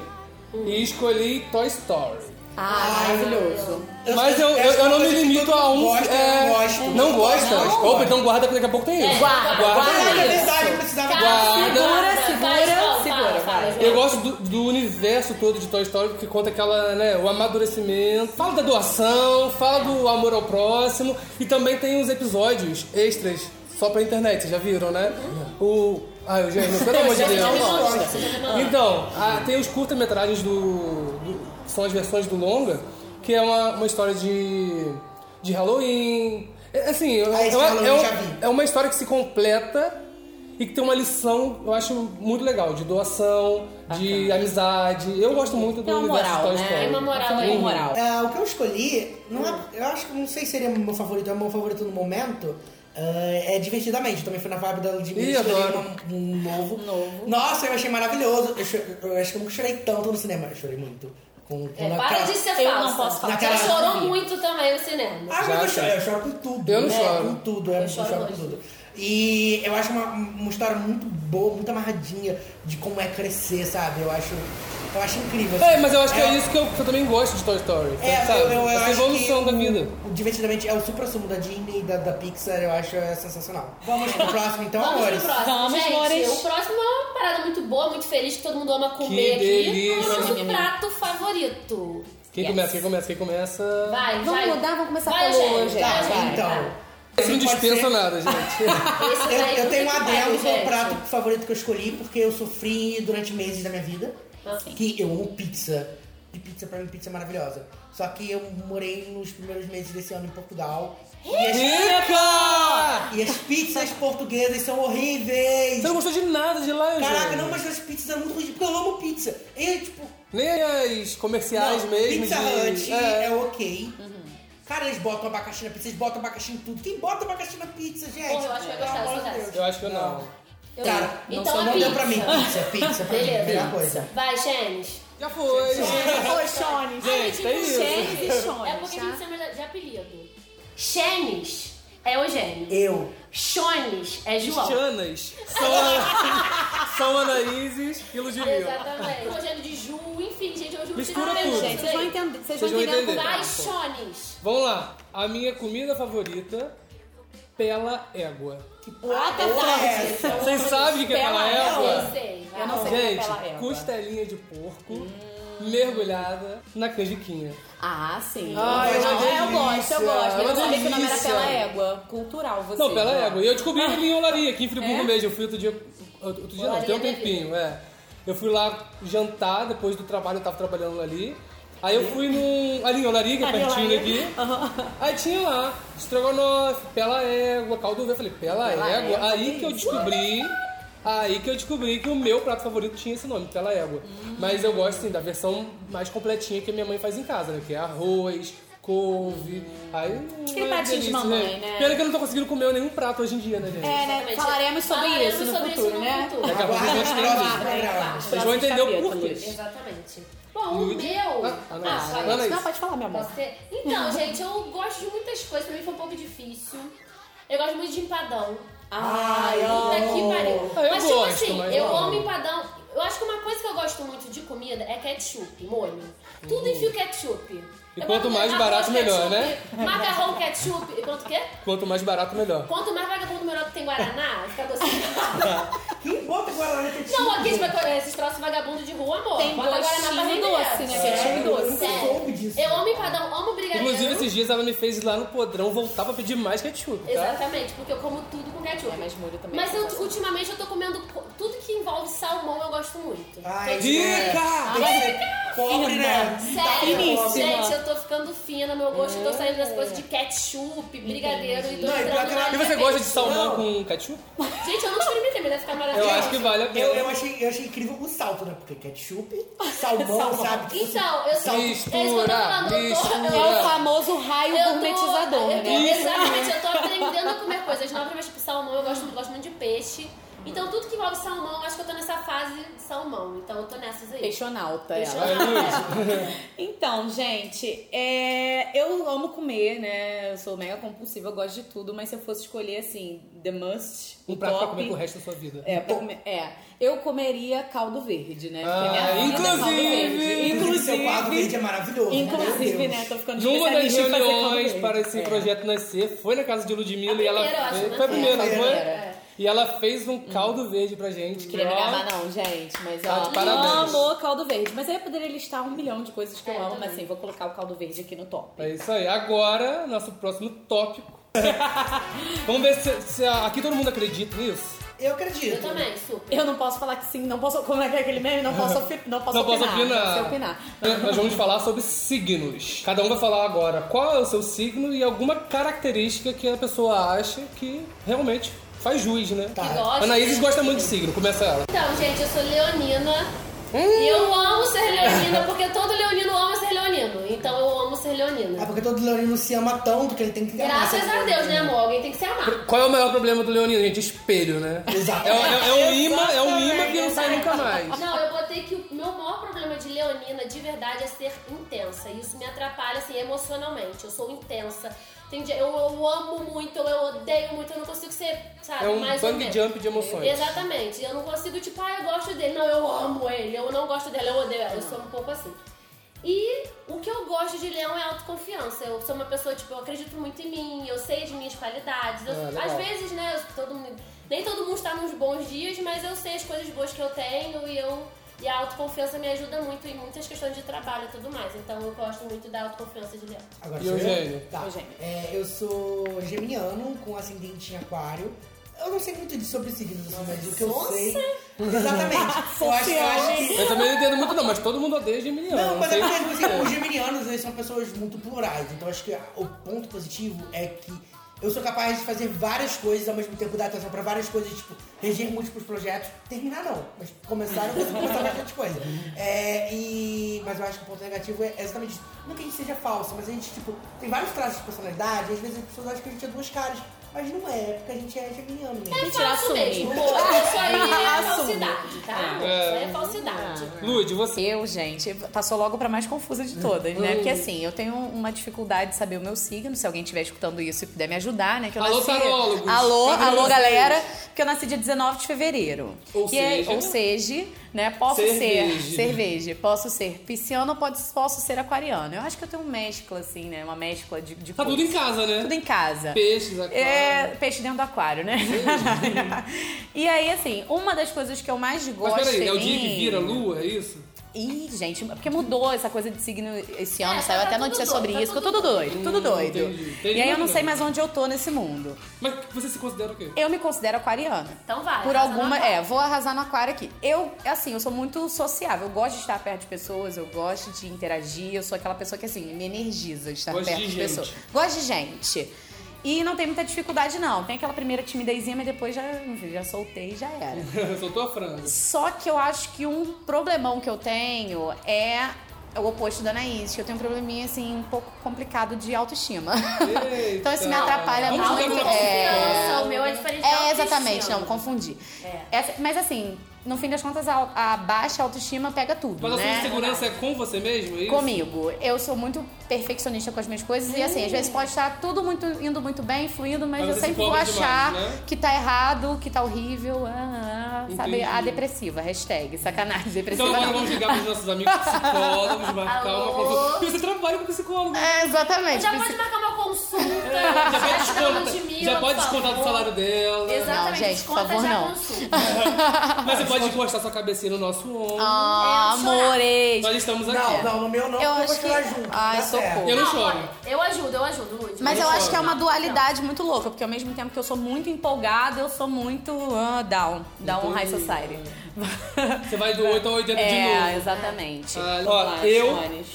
Speaker 7: e escolhi Toy Story.
Speaker 2: Ah, maravilhoso.
Speaker 7: Mas eu, eu, eu não me limito a um.
Speaker 6: Gosta,
Speaker 7: é,
Speaker 6: não gosto.
Speaker 7: não gosta? Opa, então guarda que daqui a pouco tem ele.
Speaker 5: guarda,
Speaker 6: Ah, é
Speaker 7: ele.
Speaker 6: verdade, eu precisava
Speaker 7: Guarda.
Speaker 5: segura,
Speaker 8: segura,
Speaker 5: segura, vai.
Speaker 7: Eu gosto do, do universo todo de Toy Story, porque conta aquela, né, o amadurecimento, fala da doação, fala do amor ao próximo, e também tem uns episódios extras só pra internet, vocês já viram, né? O. Ai, o Eugênio, pelo amor de Deus.
Speaker 2: Ah.
Speaker 7: Então, a- tem os curta-metragens do, do- que São as versões do Longa, que é uma, uma história de. de Halloween. É, assim, é,
Speaker 6: Ah, esse
Speaker 7: é uma-
Speaker 6: Halloween
Speaker 7: é um-
Speaker 6: já vi.
Speaker 7: é uma história que se completa e que tem uma lição, eu acho muito legal, de doação, de amizade. Eu gosto muito do
Speaker 2: Tem uma
Speaker 7: universo
Speaker 2: moral,
Speaker 7: Toy
Speaker 2: né?
Speaker 7: Story.
Speaker 2: Tem uma moral
Speaker 5: é
Speaker 2: aí. moral.
Speaker 6: Ah, o que eu escolhi, não é- eu acho que não sei se seria meu favorito, é meu favorito no momento. ah, é divertidamente, eu também fui na vibe da Ludmilla
Speaker 7: Ih,
Speaker 6: e escolhi
Speaker 7: adoro.
Speaker 6: um, um novo. Nossa, eu achei maravilhoso. Eu, cho- eu acho que eu nunca chorei tanto no cinema. Eu chorei muito. Com, com
Speaker 5: É,
Speaker 6: na-
Speaker 5: para de ser
Speaker 8: Eu
Speaker 5: falsa.
Speaker 8: não posso falar.
Speaker 5: Ela
Speaker 6: Naquela-
Speaker 5: chorou muito também no cinema.
Speaker 6: Ah,
Speaker 7: Já
Speaker 6: mas eu choro,
Speaker 7: achei.
Speaker 6: eu choro com tudo.
Speaker 7: Eu não
Speaker 6: né?
Speaker 7: choro.
Speaker 6: Com tudo, eu, eu choro, com tudo. E eu acho uma, uma história muito boa, muito amarradinha de como é crescer, sabe? Eu acho Eu acho incrível.
Speaker 7: É,
Speaker 6: assim.
Speaker 7: mas eu acho que é isso que eu, que eu também gosto de Toy Story.
Speaker 6: É,
Speaker 7: sabe?
Speaker 6: eu, eu, eu
Speaker 7: Essa
Speaker 6: acho
Speaker 7: evolução
Speaker 6: que
Speaker 7: da vida.
Speaker 6: O, o divertidamente é o supra-sumo da Disney e da, da Pixar, eu acho é sensacional. Vamos pro próximo, então,
Speaker 5: Vamos
Speaker 6: amores.
Speaker 5: pro próximo.
Speaker 2: Vamos,
Speaker 5: Gente,
Speaker 2: amores.
Speaker 5: o próximo é uma parada muito boa, muito feliz, que todo mundo ama comer aqui.
Speaker 7: delícia.
Speaker 5: O nosso prato favorito.
Speaker 7: Quem
Speaker 2: Yes.
Speaker 7: começa? Quem começa? Quem começa?
Speaker 5: Vai,
Speaker 2: Vamos
Speaker 5: vai.
Speaker 2: mudar, vamos começar
Speaker 5: vai,
Speaker 2: pelo
Speaker 5: Eugênio,
Speaker 2: Eugênio,
Speaker 5: vai,
Speaker 2: vai,
Speaker 5: Eugênio,
Speaker 6: Então,
Speaker 7: Esse não
Speaker 6: Pode
Speaker 7: dispensa
Speaker 6: ser?
Speaker 7: nada, gente.
Speaker 5: Esse
Speaker 6: eu,
Speaker 5: daí,
Speaker 6: eu tenho um
Speaker 5: puta que pariu,
Speaker 6: adendo que é o
Speaker 5: gente.
Speaker 6: prato favorito que eu escolhi, porque eu sofri durante meses da minha vida. Que eu amo pizza. E pizza pra mim, pizza é maravilhosa. Só que eu morei nos primeiros meses desse ano em Portugal. E as,
Speaker 7: Rica!
Speaker 6: e as pizzas portuguesas são horríveis.
Speaker 7: Você não gostou de nada de lá, Eugênio?
Speaker 6: Caraca, não, mas as pizzas eram muito ruins, porque eu amo pizza. E, tipo,
Speaker 7: Nem as comerciais
Speaker 6: Não,
Speaker 7: mesmo.
Speaker 6: Pizza
Speaker 7: de...
Speaker 6: Hut é, ok.
Speaker 5: Uhum.
Speaker 6: Cara, eles botam abacaxi na pizza, eles botam abacaxi em tudo. Quem bota abacaxi na pizza, gente?
Speaker 5: Porra, eu acho que eu ia
Speaker 6: Pelo
Speaker 5: gostar
Speaker 6: amor
Speaker 5: dessa
Speaker 6: de
Speaker 5: casa.
Speaker 7: Eu acho que eu não.
Speaker 6: Cara,
Speaker 5: Então,
Speaker 6: não,
Speaker 5: a
Speaker 6: não deu pra mim.
Speaker 5: pizza.
Speaker 6: Pizza, pizza pra mim,
Speaker 5: Beleza.
Speaker 6: melhor coisa.
Speaker 5: Vai, Gênesis.
Speaker 7: Já foi.
Speaker 8: Foi, Shone.
Speaker 7: Gente, tem isso.
Speaker 8: Shane e Shone.
Speaker 5: É porque a gente
Speaker 8: tá?
Speaker 5: chama de apelido. Xenis é Eugênio.
Speaker 6: Eu.
Speaker 5: Xones é João.
Speaker 7: Cristianas são, são Anaíses e Ludmilla.
Speaker 5: Exatamente. Eugênio de Ju, enfim, gente, hoje eu
Speaker 7: Mistura
Speaker 5: não sei
Speaker 7: tudo.
Speaker 5: nada
Speaker 8: né, Gente,
Speaker 5: disso
Speaker 8: vocês vão
Speaker 5: aí.
Speaker 8: entender.
Speaker 7: Vocês
Speaker 8: Vocês vão
Speaker 7: vão
Speaker 8: entender.
Speaker 7: entender.
Speaker 5: Vai, Xones.
Speaker 7: Vamos lá. A minha comida favorita, pela égua.
Speaker 8: What the
Speaker 6: Porra, é
Speaker 8: fuck?
Speaker 6: essa?
Speaker 7: Vocês sabem o que é
Speaker 8: Pela
Speaker 7: pela égua?
Speaker 8: égua.
Speaker 5: Eu sei.
Speaker 8: Eu não sei o que é pela
Speaker 7: Gente,
Speaker 8: égua.
Speaker 7: costelinha de porco mergulhada na canjiquinha.
Speaker 8: Ah, sim.
Speaker 7: Ah, é uma
Speaker 8: Não, eu
Speaker 7: delícia.
Speaker 8: gosto, eu
Speaker 7: É
Speaker 8: gosto. Eu
Speaker 7: uma
Speaker 8: não sabia que o nome era
Speaker 7: delícia.
Speaker 8: pela égua. é Cultural, né? você.
Speaker 7: Não, pela
Speaker 8: João.
Speaker 7: égua. E eu descobri a minha olaria aqui em Friburgo
Speaker 8: É?
Speaker 7: mesmo. Eu fui outro dia. Outro dia não,
Speaker 5: Olaria
Speaker 7: tem um
Speaker 5: da vida.
Speaker 7: tempinho, é. Eu fui lá jantar depois do trabalho, eu tava trabalhando ali. Aí eu fui num. Ali, em olaria, que é pertinho daqui. Aí tinha lá, estrogonofe, pela égua, caldo verde. Eu falei, pela, égua. Aí que eu descobri. Aí que eu descobri que o meu prato favorito tinha esse nome, pela égua. Mas eu gosto, sim, da versão mais completinha que a minha mãe faz em casa, né? Que é arroz, couve. Aí. hum,
Speaker 8: Aquele
Speaker 7: é
Speaker 8: pratinho de
Speaker 7: delícia,
Speaker 8: mamãe, né?
Speaker 7: Pena que eu não tô conseguindo comer nenhum prato hoje em dia, né, gente?
Speaker 8: É, né?
Speaker 5: Exatamente.
Speaker 8: Falaremos sobre
Speaker 5: Falaremos
Speaker 8: isso no
Speaker 5: sobre isso
Speaker 8: futuro,
Speaker 5: no
Speaker 8: né?
Speaker 5: futuro.
Speaker 7: Daqui a pouco
Speaker 6: Aguarda
Speaker 7: a
Speaker 6: os
Speaker 7: gente
Speaker 6: próximos
Speaker 8: aguarda,
Speaker 6: programas.
Speaker 7: Vocês vão entender o porquê.
Speaker 5: Exatamente. Bom, o
Speaker 7: Luiz.
Speaker 5: meu.
Speaker 7: Ah, ah, não,
Speaker 5: Ah, só
Speaker 7: não,
Speaker 5: isso.
Speaker 7: não.
Speaker 8: Não, pode falar, meu amor.
Speaker 5: Você- Então, gente, eu gosto de muitas coisas, pra mim foi um pouco difícil. Eu gosto muito de empadão.
Speaker 8: Ai,
Speaker 5: Puta que pariu.
Speaker 7: Ah, eu
Speaker 5: mas tipo
Speaker 7: gosto,
Speaker 5: assim,
Speaker 7: mas
Speaker 5: eu
Speaker 7: não.
Speaker 5: amo empadão. Eu acho que uma coisa que eu gosto muito de comida é ketchup, molho. Tudo enfio ketchup.
Speaker 7: Uhum. E
Speaker 5: Eu
Speaker 7: quanto
Speaker 5: boto
Speaker 7: mais
Speaker 5: arroz
Speaker 7: barato, melhor, né?
Speaker 5: ketchup, Macarrão ketchup, e quanto o quê?
Speaker 7: Quanto mais barato, melhor.
Speaker 5: Quanto mais vagabundo melhor que tem Guaraná, fica docinho.
Speaker 6: Quem bota Guaraná que é
Speaker 5: Não, aqui tipo, a gente vai conhecer esses troços vagabundo de rua, amor.
Speaker 8: Tem
Speaker 5: Bota Guaraná pra
Speaker 8: gostinho
Speaker 5: render.
Speaker 8: doce, né? Ketchup
Speaker 6: Eu
Speaker 8: doce.
Speaker 6: nunca soube disso.
Speaker 5: Eu amo empadão, amo brigadeiro.
Speaker 7: Inclusive, esses dias ela me fez ir lá no podrão voltar pra pedir mais ketchup, tá?
Speaker 5: Exatamente, porque eu como tudo com ketchup.
Speaker 8: É, mas molho também.
Speaker 5: Mas
Speaker 8: é
Speaker 5: eu,
Speaker 8: sensacional.
Speaker 5: ultimamente eu tô comendo co- tudo que envolve salmão, eu gosto muito.
Speaker 6: Ai,
Speaker 7: Dica!
Speaker 6: né? Tem que ser Pobre, né?
Speaker 5: Sério,
Speaker 8: finíssima.
Speaker 5: gente, eu tô ficando fina, meu gosto, eu tô saindo
Speaker 8: É.
Speaker 5: das coisas de ketchup, brigadeiro e tô
Speaker 6: Não, e pior
Speaker 5: entrando
Speaker 6: que
Speaker 5: na
Speaker 6: ela-
Speaker 7: E
Speaker 5: minha
Speaker 7: você gosta de
Speaker 5: vez.
Speaker 7: salmão com ketchup?
Speaker 5: Gente, eu não experimentei, mas deve ficar
Speaker 7: Eu
Speaker 5: maravilhoso.
Speaker 7: acho que vale a
Speaker 6: Eu, eu,
Speaker 7: pena.
Speaker 6: achei, eu achei incrível o salto, né? Porque ketchup, salmão, sabe? Tipo,
Speaker 5: Então, eu sou...
Speaker 7: Mistura,
Speaker 5: é isso que eu tô falando, eu tô-
Speaker 7: mistura.
Speaker 5: eu-
Speaker 8: É o famoso raio
Speaker 5: eu tô-
Speaker 8: gourmetizador,
Speaker 5: eu-
Speaker 8: né?
Speaker 5: Exatamente, eu tô aprendendo a comer coisas novas, mas tipo salmão, eu gosto, gosto muito de peixe. Então tudo que envolve salmão, acho que eu tô nessa fase de salmão. Então eu tô nessas aí.
Speaker 8: Peixonauta, ela.
Speaker 7: Vai, Luiz.
Speaker 2: Então, gente, é, eu amo comer, né? Eu sou mega compulsiva, eu gosto de tudo, mas se eu fosse escolher, assim, the must,
Speaker 7: Um
Speaker 2: o
Speaker 7: prato pra
Speaker 2: top...
Speaker 7: comer pro resto da sua vida.
Speaker 2: É, pra comer- é, eu comeria caldo verde, né?
Speaker 7: Ah,
Speaker 2: Porque minha vida é caldo
Speaker 7: inclusive-
Speaker 2: verde.
Speaker 6: inclusive, seu quadro verde é
Speaker 2: Inclusive,
Speaker 6: maravilhoso. meu
Speaker 2: inclusive,
Speaker 6: Deus.
Speaker 2: né? Tô ficando
Speaker 7: Numa das
Speaker 2: especialista em fazer caldo
Speaker 7: reuniões
Speaker 2: verde. É.
Speaker 7: para
Speaker 8: É.
Speaker 7: esse projeto nascer, foi na casa de Ludmilla
Speaker 5: A
Speaker 7: e ela
Speaker 5: primeira, eu acho,
Speaker 7: fez-
Speaker 5: né?
Speaker 7: Foi a primeira,
Speaker 6: É, a
Speaker 7: não foi?
Speaker 6: primeira,
Speaker 7: E ela fez um caldo verde pra gente.
Speaker 2: Queria
Speaker 7: que,
Speaker 2: me
Speaker 7: ó,
Speaker 2: gabar não, gente, mas
Speaker 7: Tá
Speaker 2: ó,
Speaker 7: de parabéns.
Speaker 2: amo caldo verde. Mas aí eu poderia listar um milhão de coisas que eu
Speaker 5: É,
Speaker 2: amo,
Speaker 5: também.
Speaker 2: mas assim, vou colocar o caldo verde aqui no top.
Speaker 7: É isso aí. Agora, nosso próximo tópico. Vamos ver se, se a- aqui todo mundo acredita nisso.
Speaker 6: Eu acredito.
Speaker 5: Eu também, super.
Speaker 2: Eu não posso falar que sim, não posso. Como é que é aquele meme? Não posso, opi- não posso
Speaker 7: Não
Speaker 2: opinar.
Speaker 7: posso opinar.
Speaker 2: Não sei opinar.
Speaker 7: Nós vamos falar sobre signos. Cada um vai falar agora qual é o seu signo e alguma característica que a pessoa acha que realmente faz jus, né?
Speaker 5: Que gosta.
Speaker 7: Anaíses gosta muito de signo, começa ela.
Speaker 5: Então, gente, eu sou leonina.
Speaker 7: Hum.
Speaker 5: E eu amo ser leonina, porque todo leonino ama ser leonino. Então eu amo ser
Speaker 6: É
Speaker 5: leonina.
Speaker 6: porque todo leonino se ama tanto que ele tem que
Speaker 7: é
Speaker 6: amar
Speaker 5: Graças
Speaker 6: seu
Speaker 5: a Deus, né, amor? Alguém tem que se amar.
Speaker 7: Qual é o maior problema do Leonino, gente? Espelho, né?
Speaker 6: Exato.
Speaker 7: É, um- é- é um imã, é um imã que não sai nunca mais.
Speaker 5: Não, eu botei que o meu maior problema de leonina, de ansiedade é ser intensa. E isso me atrapalha, assim, emocionalmente. Eu sou intensa. Tem dia, eu, eu amo muito, eu odeio muito, eu não consigo ser, sabe,
Speaker 7: É um
Speaker 5: mais ou
Speaker 7: bang
Speaker 5: menos.
Speaker 7: jump de emoções.
Speaker 5: Exatamente. Eu não consigo, tipo, ah, eu gosto dele. Não, eu amo ele. Eu não gosto dela, eu odeio ela. Eu sou um pouco assim. E o que eu gosto de leão é autoconfiança. Eu sou uma pessoa, tipo, eu acredito muito em mim, eu sei as minhas qualidades. Eu-
Speaker 7: Ah, legal.
Speaker 5: às vezes, né, eu- todo mundo, nem todo mundo está nos bons dias, mas eu sei as coisas boas que eu tenho e eu. E a autoconfiança me ajuda muito em muitas questões de trabalho e tudo mais. Então eu gosto muito da autoconfiança de leão.
Speaker 6: Agora
Speaker 7: E
Speaker 6: sou eu?
Speaker 7: Eugênio?
Speaker 6: Tá.
Speaker 8: Eugênio.
Speaker 6: É, eu sou geminiano, com ascendente em aquário. Eu não sei muito de sobre signos, assim, mas o que eu sei. Exatamente. eu, acho, eu acho que.
Speaker 7: Eu também não entendo muito, não, mas todo mundo odeia geminiano.
Speaker 6: Não, mas é
Speaker 7: sei-
Speaker 6: porque assim, os geminianos eles são pessoas muito plurais. Então acho que a- o ponto positivo é que eu sou capaz de fazer várias coisas ao mesmo tempo, dar atenção pra várias coisas, tipo, reger múltiplos projetos. Terminar não, mas começar eu consigo começar bastante coisa. É, e... Mas eu acho que o ponto negativo é exatamente isso. Não que a gente seja falso, mas a gente, tipo, tem vários traços de personalidade, e às vezes as pessoas acham que a gente é duas caras. Mas não é, porque a gente é geminiano mesmo.
Speaker 5: É
Speaker 8: Mentira,
Speaker 5: falso
Speaker 8: assume.
Speaker 5: mesmo, pô. Isso aí é
Speaker 2: Assume.
Speaker 5: falsidade, tá? Isso aí é falsidade.
Speaker 7: Lude, você.
Speaker 2: Eu, gente, passou logo pra mais confusa de todas, né? Porque assim, eu tenho uma dificuldade de saber o meu signo, se alguém estiver escutando isso e puder me ajudar, né? Que eu
Speaker 7: Alô,
Speaker 2: nasci...
Speaker 7: tarólogos.
Speaker 2: Alô,
Speaker 7: Cadê
Speaker 2: alô,
Speaker 7: vocês?
Speaker 2: galera. Porque eu nasci dia 19 de fevereiro.
Speaker 7: Ou
Speaker 2: E aí-
Speaker 7: seja-
Speaker 2: ou seja, né? Posso
Speaker 7: Cerveja.
Speaker 2: ser cerveja, posso ser pisciano ou pode- posso ser aquariano. Eu acho que eu tenho um mescla, assim, né? Uma mescla de, de
Speaker 7: Tá tudo
Speaker 2: coisas.
Speaker 7: em casa, né?
Speaker 2: Tudo em casa.
Speaker 7: Peixes, aquário.
Speaker 2: É, peixe dentro do aquário, né? e aí, assim, uma das coisas que eu mais
Speaker 7: Mas
Speaker 2: gosto.
Speaker 7: peraí, é o
Speaker 2: em
Speaker 7: dia que
Speaker 2: mim-
Speaker 7: vira a lua, é isso?
Speaker 2: Ih, gente, porque mudou essa coisa de signo esse ano,
Speaker 5: É,
Speaker 2: saiu
Speaker 5: tá
Speaker 2: até
Speaker 5: tudo
Speaker 2: notícia
Speaker 5: doido,
Speaker 2: sobre
Speaker 5: tá
Speaker 2: isso,
Speaker 5: tudo
Speaker 2: ficou tudo doido, tudo doido.
Speaker 7: entendi. Entendi,
Speaker 2: E aí eu não
Speaker 7: mas
Speaker 2: sei
Speaker 7: não.
Speaker 2: mais onde eu tô nesse mundo.
Speaker 7: Mas você se considera o quê?
Speaker 2: Eu me considero aquariana.
Speaker 5: Então vai,
Speaker 2: Por
Speaker 5: arrasa no
Speaker 2: alguma.
Speaker 5: aquário.
Speaker 2: É, vou arrasar no aquário aqui. Eu, assim, eu sou muito sociável. Eu gosto de estar perto de pessoas, eu gosto de interagir. Eu sou aquela pessoa que, assim, me energiza estar
Speaker 7: Gosto
Speaker 2: perto
Speaker 7: de
Speaker 2: de,
Speaker 7: gente.
Speaker 2: pessoas. Gosto de gente. E não tem muita dificuldade, não. Tem aquela primeira timidezinha, mas depois já, enfim, já soltei e já era.
Speaker 7: Soltou a franga.
Speaker 2: Só que eu acho que um problemão que eu tenho é o oposto da Anaís, que eu tenho um probleminha assim um pouco complicado de autoestima.
Speaker 7: Eita.
Speaker 2: então isso me atrapalha
Speaker 7: Vamos
Speaker 2: muito.
Speaker 7: jogar na
Speaker 2: É,
Speaker 5: Confiança, o meu é diferente da
Speaker 2: é
Speaker 5: autoestima. É.
Speaker 2: exatamente, não, confundi. Essa- mas assim, no fim das contas, a, a baixa autoestima pega tudo.
Speaker 7: Mas a sua
Speaker 2: né?
Speaker 7: insegurança é com você mesmo, é isso?
Speaker 2: Comigo, eu sou muito perfeccionista com as minhas coisas e assim, às vezes pode estar tudo muito indo muito bem, fluindo, mas,
Speaker 7: Mas você
Speaker 2: eu
Speaker 7: se
Speaker 2: sempre vou
Speaker 7: cobra demais,
Speaker 2: achar
Speaker 7: né?
Speaker 2: que tá errado, que tá horrível, ah, ah, sabe?
Speaker 7: Entendi.
Speaker 2: A depressiva, hashtag, sacanagem,
Speaker 7: Então
Speaker 2: depressiva.
Speaker 7: agora
Speaker 2: não.
Speaker 7: vamos ligar pros nossos amigos psicólogos, marcar uma
Speaker 5: Alô?
Speaker 7: consulta. Porque você trabalha com psicólogo.
Speaker 2: É, exatamente.
Speaker 5: Já
Speaker 2: psico-
Speaker 5: pode marcar uma consulta.
Speaker 7: É, Já pode
Speaker 5: Vai pra
Speaker 7: descontar,
Speaker 5: Ludmilla,
Speaker 7: já pode
Speaker 5: por
Speaker 7: descontar do
Speaker 5: favor.
Speaker 7: salário dela.
Speaker 5: Exatamente,
Speaker 2: Não, gente, por
Speaker 5: desconta
Speaker 2: favor,
Speaker 5: já
Speaker 2: não.
Speaker 5: a consulta.
Speaker 7: Mas você pode encostar sua cabecinha no nosso ombro.
Speaker 2: Ah,
Speaker 5: É, eu chorar.
Speaker 2: amores.
Speaker 7: Nós estamos aqui.
Speaker 6: Não, não, no meu não,
Speaker 2: Eu
Speaker 6: porque
Speaker 2: acho
Speaker 6: eu vou chorar
Speaker 2: que-
Speaker 6: junto.
Speaker 2: Ai,
Speaker 6: dá certo.
Speaker 2: socorro.
Speaker 7: Eu não choro.
Speaker 5: olha, eu ajudo, eu ajudo, Lud.
Speaker 2: Mas eu
Speaker 7: Olha
Speaker 2: acho
Speaker 7: só.
Speaker 2: que é uma dualidade muito louca, porque ao mesmo tempo que eu sou muito empolgada, eu sou muito ah, down, down high society.
Speaker 7: Você vai do 8 ao 80 de novo.
Speaker 2: é, exatamente.
Speaker 7: Ah,
Speaker 8: Vamos
Speaker 7: Ó,
Speaker 8: lá,
Speaker 7: eu,
Speaker 8: Jones.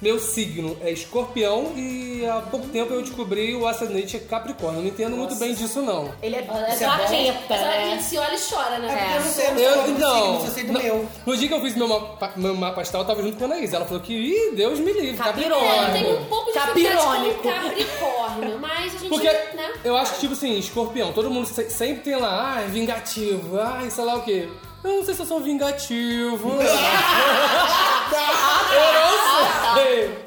Speaker 7: meu signo é escorpião e há pouco tempo eu descobri o ascendente é capricórnio. Não entendo muito bem disso, não.
Speaker 8: Ele é
Speaker 5: Essa hora que a gente- essa hora que a
Speaker 7: né?
Speaker 5: gente se olha e chora,
Speaker 6: É porque
Speaker 5: né?
Speaker 6: eu não sei, eu não sei
Speaker 7: Eu,
Speaker 6: qual é o
Speaker 7: não.
Speaker 6: signo, só sei do
Speaker 7: não.
Speaker 6: meu.
Speaker 7: No dia que eu fiz meu mapa, meu mapa astral, eu tava junto com a Anaís. Ela falou que, ih, Deus me livre,
Speaker 8: Capirônico.
Speaker 5: É,
Speaker 7: Capricórnio.
Speaker 5: eu tenho um pouco de dificuldade
Speaker 8: Capirônico.
Speaker 5: com Capricórnio, mas a gente,
Speaker 7: Porque
Speaker 5: né?
Speaker 7: eu acho que, tipo assim, escorpião, todo mundo se- sempre tem lá, ah, vingativo, ah, sei lá o quê. Eu não sei se eu sou vingativo. eu
Speaker 5: Ah,
Speaker 7: não
Speaker 5: tá.
Speaker 7: sei.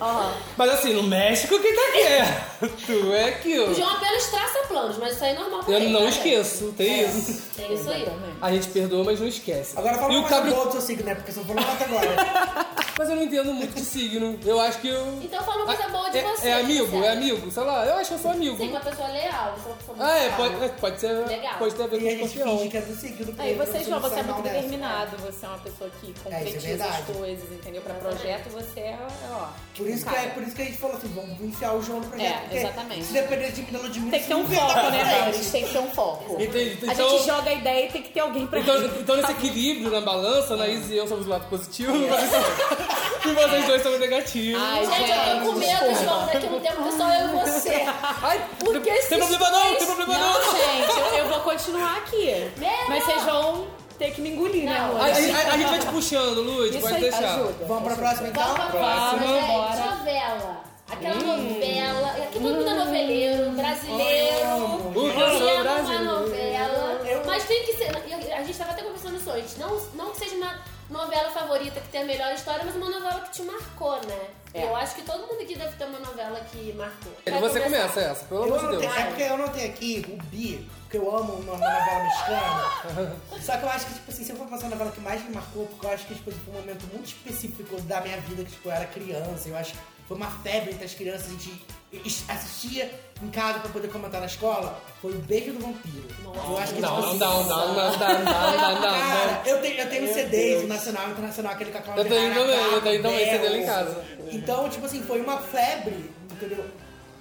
Speaker 7: Mas assim, no México, quem tá aqui? tu é
Speaker 5: O
Speaker 7: aquilo.
Speaker 5: João apenas traça planos, mas isso aí é normal. pra
Speaker 7: Eu
Speaker 5: ele,
Speaker 7: não
Speaker 5: né?
Speaker 7: esqueço, tem isso.
Speaker 5: É isso aí.
Speaker 7: A gente perdoa, mas não esquece.
Speaker 6: Agora fala
Speaker 7: e
Speaker 6: uma
Speaker 7: o
Speaker 6: coisa
Speaker 7: Capri...
Speaker 6: boa do seu signo, né? Porque você não falou nada até agora.
Speaker 7: Mas eu não entendo muito de signo. Eu acho que eu.
Speaker 5: Então fala uma coisa boa de
Speaker 7: é,
Speaker 5: você,
Speaker 7: É
Speaker 5: que
Speaker 7: amigo,
Speaker 5: você
Speaker 7: é
Speaker 5: acha.
Speaker 7: amigo, sei lá, eu acho que eu sou amigo.
Speaker 5: Sim, uma pessoa leal, uma pessoa muito
Speaker 7: Ah, é,
Speaker 5: leal.
Speaker 7: pode, é, pode ser.
Speaker 5: Legal.
Speaker 7: Pode ter a ver com
Speaker 6: E a gente
Speaker 7: escorpião.
Speaker 6: finge que é do signo. porque
Speaker 8: Aí você,
Speaker 6: você
Speaker 8: João,
Speaker 6: não
Speaker 8: você é
Speaker 6: sai mal
Speaker 8: muito
Speaker 6: nessa.
Speaker 8: determinado, você é uma pessoa que concretiza as
Speaker 6: verdade.
Speaker 8: coisas, entendeu? Pra projeto você é, ó.
Speaker 6: Por isso, que, é, por isso que a gente falou assim, vamos iniciar o João no projeto.
Speaker 8: É,
Speaker 6: porque
Speaker 8: exatamente.
Speaker 6: Se depender de mim, da Ludmilla...
Speaker 8: Tem que ter
Speaker 6: isso
Speaker 8: um
Speaker 6: não vai dar
Speaker 8: foco,
Speaker 6: pra
Speaker 8: né,
Speaker 6: frente.
Speaker 8: Jones? Tem que ter um foco.
Speaker 7: Entendi. Então,
Speaker 8: A gente joga a ideia e tem que ter alguém pra
Speaker 7: então, então, nesse equilíbrio na balança, Anaís e eu somos do lado positivo. mas- e vocês dois são negativos.
Speaker 8: Ai,
Speaker 5: Gente, eu tô com medo, João, daqui a um tempo que só eu e você.
Speaker 7: Ai,
Speaker 5: Porque esses
Speaker 7: tem problema não, tem
Speaker 5: dois-
Speaker 7: problema não.
Speaker 8: Não, gente, eu, eu vou continuar aqui.
Speaker 5: Meu!
Speaker 8: Mas vocês vão ter que me engolir, né,
Speaker 5: Não.
Speaker 8: amor?
Speaker 7: Ai, ai, ai, a gente vai te puxando, Luz,
Speaker 8: Isso
Speaker 7: pode
Speaker 8: aí
Speaker 7: deixar.
Speaker 8: ajuda.
Speaker 6: Vamos pra próxima, então?
Speaker 5: Vamos pra próxima,
Speaker 7: Vamos,
Speaker 5: gente.
Speaker 8: bora.
Speaker 5: Novela. Aquela novela. Aqui todo mundo é noveleiro, brasileiro.
Speaker 7: O que eu sou
Speaker 5: Vivendo
Speaker 7: brasileiro.
Speaker 5: uma novela. Mas tem que ser. A gente tava até conversando isso antes. Não, não que seja uma novela favorita que tem a melhor história, mas uma novela que te marcou, né? Eu acho que todo mundo aqui deve ter uma novela que marcou. Vai
Speaker 7: É Você
Speaker 5: começar.
Speaker 7: começa essa, pelo
Speaker 6: Eu
Speaker 7: amor de
Speaker 6: anotei,
Speaker 7: Deus.
Speaker 6: é porque eu anotei aqui o Bi, porque eu amo uma, uma novela mexicana. Só que eu acho que, tipo assim, se eu for passar a novela que mais me marcou, porque eu acho que tipo, foi um momento muito específico da minha vida, que tipo, eu era criança. Eu acho que foi uma febre entre as crianças, a gente es- assistia em casa pra poder comentar na escola. Foi o Beijo do Vampiro. Eu acho que,
Speaker 7: Não,
Speaker 6: tipo,
Speaker 7: não, não, não, não, não, não, não, não,
Speaker 6: Ah, Cara,
Speaker 7: não.
Speaker 6: eu tenho, eu tenho CD do Nacional e Internacional, aquele com a Cláudia
Speaker 7: Eu tenho
Speaker 6: Raia na
Speaker 7: também, eu tenho
Speaker 6: capa,
Speaker 7: também CD lá
Speaker 6: Bel.
Speaker 7: em casa.
Speaker 6: Então, tipo assim, foi uma febre, entendeu?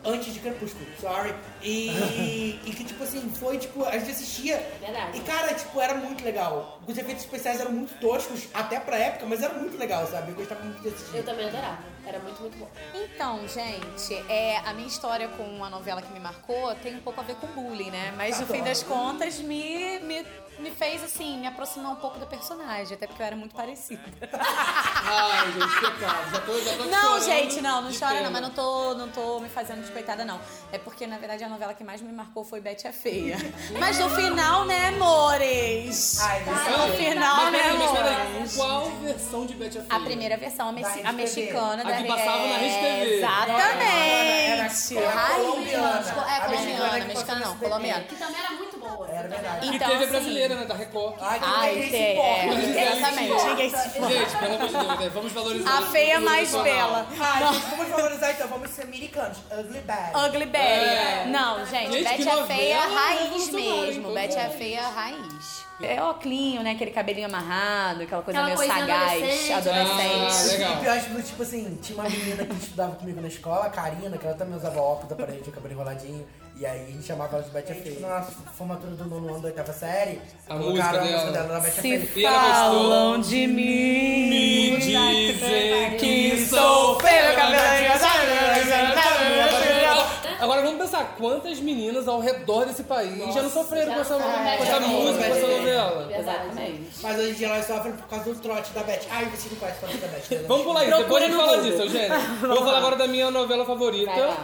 Speaker 6: Antes de Crepúsculo, sorry. E, e que, tipo assim, foi, tipo, a gente assistia.
Speaker 5: Verdade.
Speaker 6: E, cara, tipo, era muito legal. Os efeitos especiais eram muito toscos, até pra época, mas era muito legal, sabe? Eu gostava muito de assistir.
Speaker 5: Eu também adorava. Era muito, muito bom.
Speaker 2: Então, gente, é, a minha história com a novela que me marcou tem um pouco a ver com bullying, né? Mas no fim das contas me, me, me fez, assim, me aproximar um pouco do personagem, até porque eu era muito parecida.
Speaker 7: Ai, gente, pecado. Já tô, já tô
Speaker 2: Não,
Speaker 7: chorando
Speaker 2: gente, não, não
Speaker 7: de
Speaker 2: chora
Speaker 7: pena.
Speaker 2: não, mas não tô, não tô me fazendo descoitada, não. É porque, na verdade, a novela que mais me marcou foi Betty é Feia. Mas no final, né, amores?
Speaker 6: Ai,
Speaker 2: no
Speaker 7: Não,
Speaker 2: final,
Speaker 7: mas
Speaker 2: né,
Speaker 7: peraí, mas peraí,
Speaker 2: amores?
Speaker 7: Qual versão de Betty a Feia?
Speaker 2: A primeira versão, a, mexi-
Speaker 6: Da
Speaker 2: a
Speaker 6: RedeTV.
Speaker 2: mexicana
Speaker 7: A
Speaker 2: da
Speaker 7: que passava na RedeTV.
Speaker 2: É, Exatamente.
Speaker 6: Era- era- era
Speaker 2: é Ai,
Speaker 6: colombiana.
Speaker 2: É,
Speaker 6: A mexicana
Speaker 2: colombiana,
Speaker 6: que
Speaker 2: mexicana
Speaker 6: passou
Speaker 2: não,
Speaker 6: no SBT.
Speaker 2: colombiana.
Speaker 5: Que também era muito boa.
Speaker 6: Era verdade.
Speaker 7: E
Speaker 2: Então,
Speaker 7: teve a
Speaker 2: assim,
Speaker 7: brasileira, né, da Record.
Speaker 6: Ai, que
Speaker 2: Ai,
Speaker 6: ninguém se
Speaker 2: tem,
Speaker 6: importa.
Speaker 2: é,
Speaker 6: Ninguém se
Speaker 2: exatamente,
Speaker 6: importa.
Speaker 2: ninguém se
Speaker 7: Gente, pelo amor de Deus, né, vamos valorizar.
Speaker 2: A
Speaker 7: o
Speaker 2: feia é
Speaker 7: produto
Speaker 2: mais
Speaker 7: nacional.
Speaker 2: bela.
Speaker 6: Ai, gente, vamos valorizar então, vamos ser americanos. Ugly bad.
Speaker 2: Ugly Betty.
Speaker 7: É.
Speaker 2: Não, gente,
Speaker 7: Gente,
Speaker 2: Betty
Speaker 7: que
Speaker 2: é feia
Speaker 7: novela
Speaker 2: raiz
Speaker 7: revolucionária,
Speaker 2: mesmo.
Speaker 7: hein,
Speaker 2: Betty é
Speaker 7: pois é.
Speaker 2: feia raiz. É oclinho, né? Aquele cabelinho amarrado, aquela coisa meio
Speaker 5: Aquela coisinha
Speaker 2: sagaz,
Speaker 5: adolescente.
Speaker 7: Ah,
Speaker 2: adolescente.
Speaker 6: O
Speaker 7: legal.
Speaker 6: pior, tipo, tipo assim, tinha uma menina que estudava comigo na escola, a Karina, que ela também usava óculos pra gente, o cabelo enroladinho. E aí a gente chamava ela de Betty Feia. Tipo, na formatura do nono ano da oitava série,
Speaker 7: A
Speaker 6: colocaram
Speaker 7: música
Speaker 6: a música
Speaker 7: dela.
Speaker 6: dela na Betty
Speaker 2: Se
Speaker 6: Feia.
Speaker 7: E ela gostou.
Speaker 2: falam de mim.
Speaker 7: Me dizem que
Speaker 2: sou
Speaker 7: sou
Speaker 2: feia,
Speaker 7: feia.
Speaker 2: meu cabelo é engraçado.
Speaker 7: Agora vamos pensar, quantas meninas ao redor desse país já não sofreram com essa,
Speaker 5: sofreram.
Speaker 7: com essa música, com essa novela?
Speaker 5: Exatamente.
Speaker 6: Mas hoje em dia é elas sofrem por causa do trote da Betty. Ai, você não conhece o trote da Betty. né?
Speaker 7: Vamos pular isso, depois a gente
Speaker 2: no
Speaker 7: fala
Speaker 2: Google.
Speaker 7: disso, gente. Vou falar agora da minha novela
Speaker 8: Vai lá.
Speaker 7: favorita,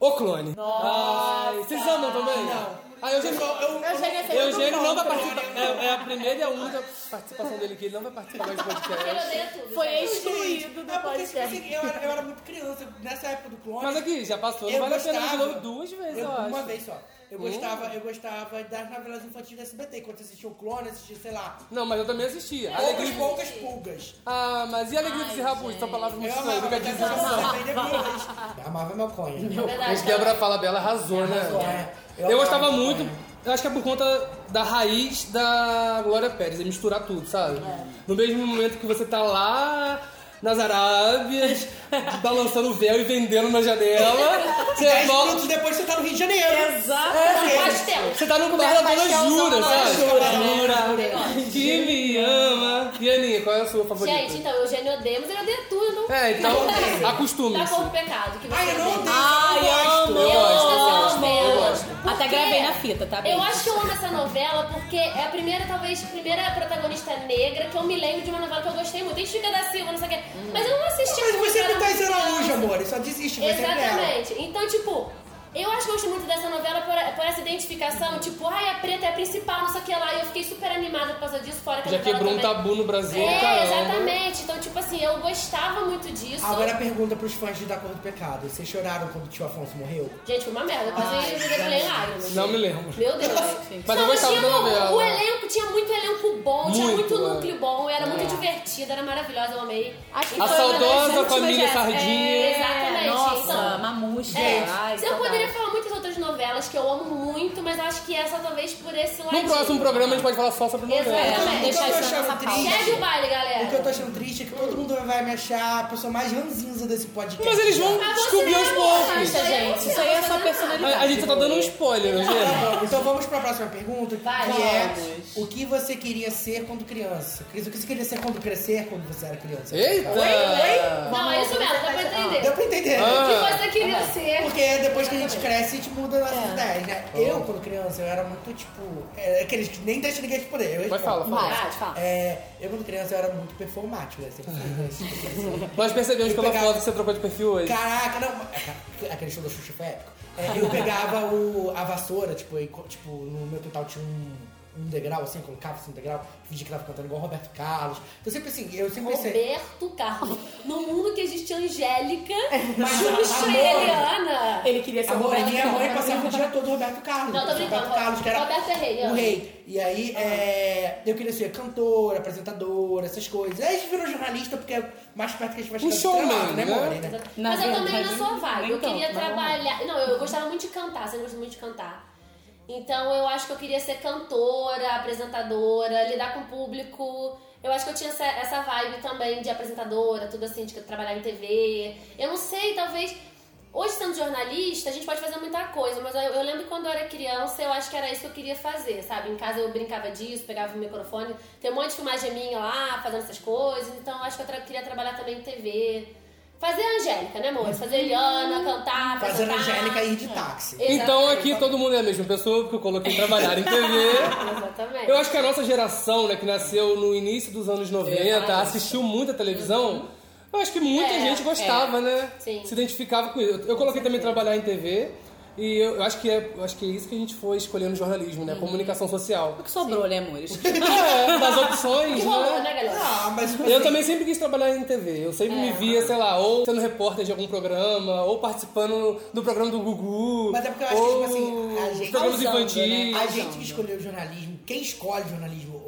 Speaker 7: O Clone. Ai, vocês amam também? Não. Ah, eu já
Speaker 6: Eu, eu, eu,
Speaker 7: Eugênio não vai participar. É, é a primeira e a única participação dele que ele não vai participar mais do
Speaker 5: Ele
Speaker 7: podcast.
Speaker 5: odeia tudo.
Speaker 8: Foi
Speaker 5: né?
Speaker 8: excluído do
Speaker 6: é porque, tipo
Speaker 8: podcast.
Speaker 6: assim, eu era, eu era muito criança. Nessa época do clone...
Speaker 7: Mas é aqui, já passou, não
Speaker 6: Eu
Speaker 7: vale a pena de
Speaker 6: gostava.
Speaker 7: novo duas vezes, eu
Speaker 6: Eu- uma
Speaker 7: acho.
Speaker 6: vez só.
Speaker 7: Hum?
Speaker 6: Eu gostava, eu gostava das novelas infantis da SBT. Quando você assistia o Clone, assistia, sei lá,
Speaker 7: Não, mas eu também assistia.
Speaker 6: poucas,
Speaker 7: Alegria.
Speaker 6: poucas pulgas.
Speaker 7: Ah, mas e alegria desse rabudo? São palavras
Speaker 6: Eu
Speaker 7: muito estranhas,
Speaker 6: amava,
Speaker 7: nunca
Speaker 6: mas
Speaker 7: disse
Speaker 6: eu
Speaker 7: isso.
Speaker 6: amava, aprendi inglês. Eu amava maconha.
Speaker 7: Mas Débora fala bela, arrasou, né?
Speaker 6: É Arrasou, é.
Speaker 7: Eu,
Speaker 6: Eu
Speaker 7: gostava
Speaker 6: amava
Speaker 7: muito,
Speaker 6: maconha.
Speaker 7: eu acho que é por conta da raiz da Glória Pérez, é misturar tudo, sabe?
Speaker 6: É.
Speaker 7: No mesmo momento que você tá lá nas Arábias, balançando o véu e vendendo na janela, você é
Speaker 6: Dez
Speaker 7: volta.
Speaker 6: minutos depois você tá no Rio de Janeiro.
Speaker 5: Pastel.
Speaker 7: Você tá no bar da Dona Jura, sabe? Jura, que me ama. E Aninha, qual é a sua favorita?
Speaker 5: Gente, então, Eugênio odeia, mas ele odeia tudo.
Speaker 7: É, então,
Speaker 5: Tá
Speaker 7: acostume-se.
Speaker 5: contra o pecado. Que você
Speaker 6: Ai, eu não
Speaker 5: odeia.
Speaker 6: odeio, eu não
Speaker 7: eu
Speaker 5: Eu
Speaker 6: gosto.
Speaker 7: gosto, eu
Speaker 5: amo essa
Speaker 7: gosto, eu
Speaker 5: novela.
Speaker 7: gosto.
Speaker 8: É, Até gravei na fita, tá?
Speaker 5: Eu acho que eu amo essa novela porque é a primeira, talvez, primeira protagonista negra que eu me lembro de uma novela que eu gostei muito. Tem Chica da Silva, não sei o quê.
Speaker 7: Hum.
Speaker 5: Mas eu não assisti
Speaker 6: Mas
Speaker 5: muito,
Speaker 6: você
Speaker 5: era
Speaker 6: não tá em
Speaker 5: muito
Speaker 6: Zeraújo,
Speaker 5: criança.
Speaker 6: amor. Só desiste, você é dela.
Speaker 5: Exatamente. Então, tipo, eu acho que eu gosto muito dessa novela por, por essa identificação. Tipo, ai, a preta é a principal, não sei o que lá. E eu fiquei super animada por causa disso, fora que a
Speaker 7: Já
Speaker 5: novela
Speaker 7: quebrou um
Speaker 5: também-
Speaker 7: tabu no Brasil,
Speaker 5: É,
Speaker 7: caramba.
Speaker 5: exatamente. Então, tipo assim, eu gostava muito disso.
Speaker 6: Agora a pergunta pros fãs de Da Cor do Pecado. Vocês choraram quando o tio Afonso morreu?
Speaker 5: Gente, foi uma merda. Eu quase né? revelei lágrimas.
Speaker 7: Não me lembro.
Speaker 5: Meu Deus.
Speaker 7: Tipo assim, Mas eu
Speaker 5: Não,
Speaker 7: gostava da
Speaker 5: tinha o-
Speaker 7: novela.
Speaker 5: O elenco, tinha muito elenco bom, tinha
Speaker 7: Muito,
Speaker 5: muito
Speaker 7: é.
Speaker 5: núcleo bom, era muito divertida, era maravilhosa, eu amei.
Speaker 8: Acho que
Speaker 7: A
Speaker 8: foi uma das
Speaker 7: saudosa
Speaker 8: últimas
Speaker 7: família
Speaker 8: dessas.
Speaker 7: Sardinha.
Speaker 8: É,
Speaker 5: Exatamente,
Speaker 8: Nossa,
Speaker 5: então.
Speaker 8: mamuxa.
Speaker 5: É,
Speaker 8: Ai,
Speaker 5: eu
Speaker 8: saudade.
Speaker 5: poderia falar muitas outras novelas que eu amo muito, mas acho que essa talvez por esse lado.
Speaker 7: No próximo programa a gente pode falar só sobre novela.
Speaker 5: Exatamente.
Speaker 8: É, deixa
Speaker 6: eu tô
Speaker 8: isso na
Speaker 6: achando
Speaker 8: nossa pauta.
Speaker 6: triste.
Speaker 5: Segue o baile,
Speaker 6: O que eu tô
Speaker 5: galera.
Speaker 6: achando triste é que todo mundo vai me achar a pessoa mais ranzinza desse podcast.
Speaker 7: Mas eles vão
Speaker 5: Mas
Speaker 7: descobrir
Speaker 5: você
Speaker 7: aos
Speaker 5: é
Speaker 7: poucos.
Speaker 5: moça,
Speaker 8: Poxa, gente, isso aí é sua personalidade.
Speaker 7: A, a gente só tá dando um spoiler, né, gente?
Speaker 6: Tá bom, Então vamos pra próxima pergunta,
Speaker 5: Vai,
Speaker 6: que
Speaker 8: vamos.
Speaker 6: é o que você queria ser quando criança? Cris, o que você queria ser quando crescer, quando você era criança?
Speaker 7: Eita!
Speaker 5: Não, é isso mesmo, dá pra entender.
Speaker 6: Deu pra entender,
Speaker 7: Ah.
Speaker 6: né?
Speaker 5: O que você queria ser?
Speaker 6: Porque é depois que a gente cresce, a gente muda nossas ideias, né? Eu, quando criança, eu era muito, tipo... é, aqueles que nem deixa ninguém responder. Eu
Speaker 7: Mas
Speaker 6: respondo.
Speaker 7: fala, fala.
Speaker 8: Vai, fala.
Speaker 6: É, eu, quando criança, eu era muito performático, né? Sempre fui, né?
Speaker 7: Nós percebemos
Speaker 6: Eu
Speaker 7: pela
Speaker 6: pegava-
Speaker 7: foto que você trocou de perfil hoje.
Speaker 6: Caraca, não. Aquele show da É, Xuxa foi épico. É, eu pegava o, a vassoura, tipo, e co- tipo, no meu quintal tinha um, um degrau, assim, colocava assim um degrau, fingia que tava cantando igual Roberto Carlos. Então sempre assim, eu sempre
Speaker 5: um
Speaker 6: pensei.
Speaker 5: Roberto Carlos. No mundo que existe Angélica,
Speaker 6: Mas-
Speaker 5: Justa e
Speaker 6: Amor.
Speaker 5: Eliana.
Speaker 8: Ele queria ser o
Speaker 6: Amor, é
Speaker 8: Roberto
Speaker 6: minha
Speaker 8: Carlos.
Speaker 6: mãe passava o dia todo Roberto Carlos.
Speaker 5: Não, tô brincando,
Speaker 6: Roberto Carlos, que era
Speaker 5: Roberto é rei, Ah.
Speaker 6: o
Speaker 5: amo.
Speaker 6: rei. E aí, é, eu queria ser cantora, apresentadora, essas coisas. Aí a gente virou jornalista, porque é mais perto que a gente vai
Speaker 7: Um
Speaker 6: chegar do
Speaker 7: showman,
Speaker 6: outro lado, né,
Speaker 7: né?
Speaker 6: Mori, né?
Speaker 2: Na
Speaker 5: mas eu também
Speaker 2: verdade, então,
Speaker 5: na sua vibe.
Speaker 2: nem
Speaker 5: Eu queria
Speaker 2: tanto, não.
Speaker 5: trabalhar. Não, eu gostava muito de cantar, sempre gostei muito de cantar. Então eu acho que eu queria ser cantora, apresentadora, lidar com o público. Eu acho que eu tinha essa, essa vibe também de apresentadora, tudo assim, de que eu trabalhava em TV. Eu não sei, talvez. Hoje, sendo jornalista, a gente pode fazer muita coisa, mas eu, eu lembro que quando eu era criança, eu acho que era isso que eu queria fazer, sabe? Em casa eu brincava disso, pegava o microfone, tem um monte de filmagem minha lá, fazendo essas coisas, então eu acho que eu tra- queria trabalhar também em TV. Fazer a Angélica, né, amor? Fazer a Eliana, cantar,
Speaker 6: Fazendo
Speaker 5: apresentar.
Speaker 6: Angélica ir de táxi.
Speaker 5: Exatamente.
Speaker 7: Então aqui todo mundo é a mesma pessoa, porque eu coloquei trabalhar em TV.
Speaker 5: Exatamente.
Speaker 7: Eu acho que a nossa geração, né, que nasceu no início dos anos 90, assistiu muita televisão. Eu acho que muita
Speaker 5: Uhum. É,
Speaker 7: gente gostava, né?
Speaker 5: Sim.
Speaker 7: Se identificava com isso. Eu coloquei também trabalhar em TV. E eu, eu acho que é, eu acho que é isso que a gente foi escolhendo no jornalismo,
Speaker 5: Uhum.
Speaker 7: né? Comunicação social.
Speaker 2: O que sobrou, né, amores?
Speaker 7: É, das opções,
Speaker 5: Que rolou,
Speaker 7: né?
Speaker 5: né, galera?
Speaker 6: Ah, mas tipo
Speaker 7: Eu
Speaker 6: assim,
Speaker 7: também sempre quis trabalhar em TV. Eu sempre me via, sei lá, ou sendo repórter de algum programa, ou participando do programa do Gugu.
Speaker 6: Mas é porque eu acho que,
Speaker 7: ou
Speaker 6: tipo assim, a gente- né?
Speaker 7: os programas
Speaker 2: Causando,
Speaker 7: infantis.
Speaker 6: A gente que escolheu jornalismo, quem escolhe jornalismo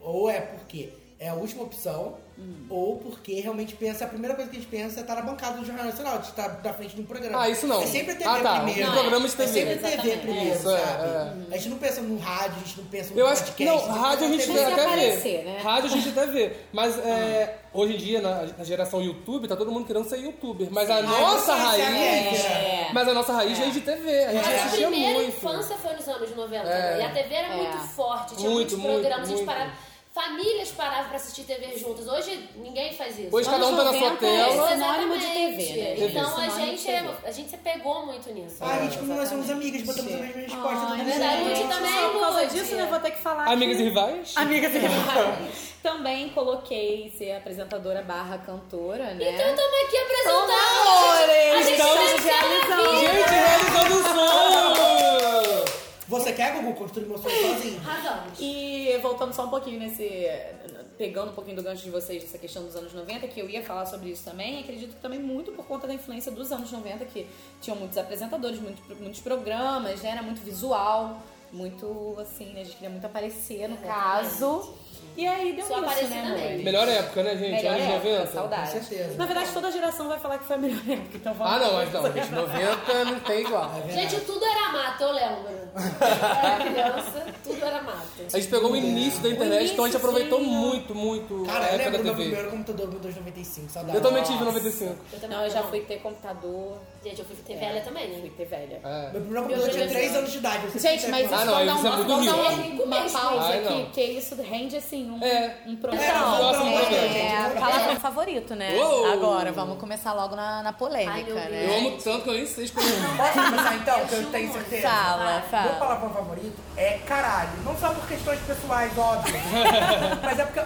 Speaker 6: ou, ou é porque é a última opção,
Speaker 7: Hum.
Speaker 6: ou porque realmente pensa, a primeira coisa que a gente pensa é estar na bancada do Jornal Nacional, de estar na frente de um programa.
Speaker 7: Ah, isso não.
Speaker 6: É sempre a TV
Speaker 7: Ah, tá,
Speaker 6: primeiro.
Speaker 7: um programa de
Speaker 6: É
Speaker 7: TV.
Speaker 6: sempre a TV primeiro,
Speaker 7: Isso, é,
Speaker 6: sabe?
Speaker 7: é.
Speaker 6: A gente não pensa no rádio, a gente não pensa no
Speaker 7: Eu acho
Speaker 6: podcast.
Speaker 7: que.
Speaker 6: né?
Speaker 7: Não,
Speaker 6: a gente
Speaker 7: rádio a
Speaker 6: pensa
Speaker 7: gente
Speaker 6: na
Speaker 7: até
Speaker 6: TV.
Speaker 8: que aparecer,
Speaker 7: vê.
Speaker 8: né?
Speaker 7: Rádio a gente até vê. Mas
Speaker 6: Ah.
Speaker 7: é, hoje em dia, na, na geração YouTube, tá todo mundo querendo ser youtuber. Mas a nossa
Speaker 6: você
Speaker 7: raiz.
Speaker 6: é a
Speaker 8: É.
Speaker 7: Mas a nossa raiz é, de TV. A gente
Speaker 5: Mas a
Speaker 7: assistia
Speaker 5: primeira
Speaker 7: muito.
Speaker 5: infância foi nos anos 90,
Speaker 7: É.
Speaker 5: né? E a TV era
Speaker 8: É.
Speaker 5: muito forte, tinha
Speaker 7: Muito,
Speaker 5: muitos programas,
Speaker 7: muito,
Speaker 5: a
Speaker 7: muito.
Speaker 5: gente parava. Famílias paravam pra assistir TV juntas. Hoje ninguém faz isso.
Speaker 7: Hoje cada um tá na sua
Speaker 8: 90 é
Speaker 7: tela. é
Speaker 8: sinônimo de
Speaker 5: Exatamente.
Speaker 8: TV, né?
Speaker 5: Então a
Speaker 8: Sinônimo de
Speaker 5: gente,
Speaker 8: TV.
Speaker 5: é- a gente se pegou muito nisso. É
Speaker 6: Ah, a gente, como nós somos amigas, botamos a mesma resposta. todo
Speaker 2: Ai,
Speaker 6: mundo
Speaker 5: verdade,
Speaker 6: junto.
Speaker 5: gente. também,
Speaker 2: Só por causa
Speaker 5: Lud.
Speaker 2: disso, né, eu vou ter que falar.
Speaker 7: Amigas
Speaker 6: é
Speaker 7: e
Speaker 2: que...
Speaker 7: rivais?
Speaker 2: Amigas e rivais.
Speaker 8: Também coloquei ser apresentadora barra cantora, né?
Speaker 5: Então estamos aqui apresentando.
Speaker 2: Amores,
Speaker 5: a gente tá
Speaker 7: estamos
Speaker 5: transforma a vida.
Speaker 7: Então, Gente, realizando o sonho!
Speaker 6: Você quer, Gugu, construir meu sonho sozinho?
Speaker 5: Razão.
Speaker 8: E voltando só um pouquinho nesse. pegando um pouquinho do gancho de vocês dessa questão dos anos 90, que eu ia falar sobre isso também, e acredito que também muito por conta da influência dos anos 90, que tinham muitos apresentadores, muito- muitos programas, né? Era muito visual, muito assim, né? A gente queria muito aparecer no caso. E aí deu
Speaker 5: Sou
Speaker 8: isso,
Speaker 5: aparecida
Speaker 8: né, amores?
Speaker 5: mesmo.
Speaker 7: Melhor época, né, gente?
Speaker 8: Melhor
Speaker 7: Anos
Speaker 8: época,
Speaker 7: 90.
Speaker 8: saudade.
Speaker 6: Com certeza.
Speaker 8: Na verdade, toda geração vai falar que foi a melhor época, então vamos
Speaker 7: Ah, não, mas não, gente, 90 não tem igual.
Speaker 5: Gente, tudo era mato, eu lembro. Era criança, tudo era mato.
Speaker 7: A gente pegou o início da internet,
Speaker 8: início,
Speaker 7: então a gente aproveitou
Speaker 8: sim.
Speaker 7: muito, muito é,
Speaker 6: Cara,
Speaker 7: a
Speaker 6: eu
Speaker 7: época
Speaker 6: lembro
Speaker 7: da
Speaker 6: do meu
Speaker 7: TV.
Speaker 6: primeiro computador, meu 295, saudade.
Speaker 7: Eu também É, tive 95.
Speaker 5: Eu também
Speaker 8: Ah, Não, eu já
Speaker 5: não.
Speaker 8: fui ter computador,
Speaker 5: Gente, eu fui TV velha também, né?
Speaker 8: fui ter velha.
Speaker 7: É.
Speaker 6: Meu primeiro computador tinha
Speaker 5: Meu
Speaker 6: 3
Speaker 5: Deus.
Speaker 6: anos de idade. eu sempre
Speaker 8: Gente, mas isso um
Speaker 7: Ah, não,
Speaker 8: vamos dar
Speaker 7: isso é
Speaker 8: uma,
Speaker 7: muito
Speaker 8: vamos dar uma-
Speaker 5: rico.
Speaker 8: uma
Speaker 5: Rico mesmo.
Speaker 8: pausa
Speaker 7: Ah,
Speaker 8: aqui,
Speaker 7: não.
Speaker 8: porque isso rende assim um,
Speaker 7: É.
Speaker 8: um
Speaker 6: É, um
Speaker 8: programa.
Speaker 6: programa.
Speaker 2: É, palavrão
Speaker 8: um
Speaker 2: favorito, né?
Speaker 7: Uou!
Speaker 2: Agora, vamos começar logo na, na
Speaker 5: Ai,
Speaker 2: polêmica,
Speaker 5: meu Deus.
Speaker 7: Eu
Speaker 2: né?
Speaker 7: amo tanto que eu nem sei escolher. um.
Speaker 6: Posso começar então, que eu tenho certeza? Ah,
Speaker 2: Fala,
Speaker 6: Meu
Speaker 2: fala.
Speaker 6: palavrão favorito é caralho. Não só por questões pessoais, óbvio. mas é porque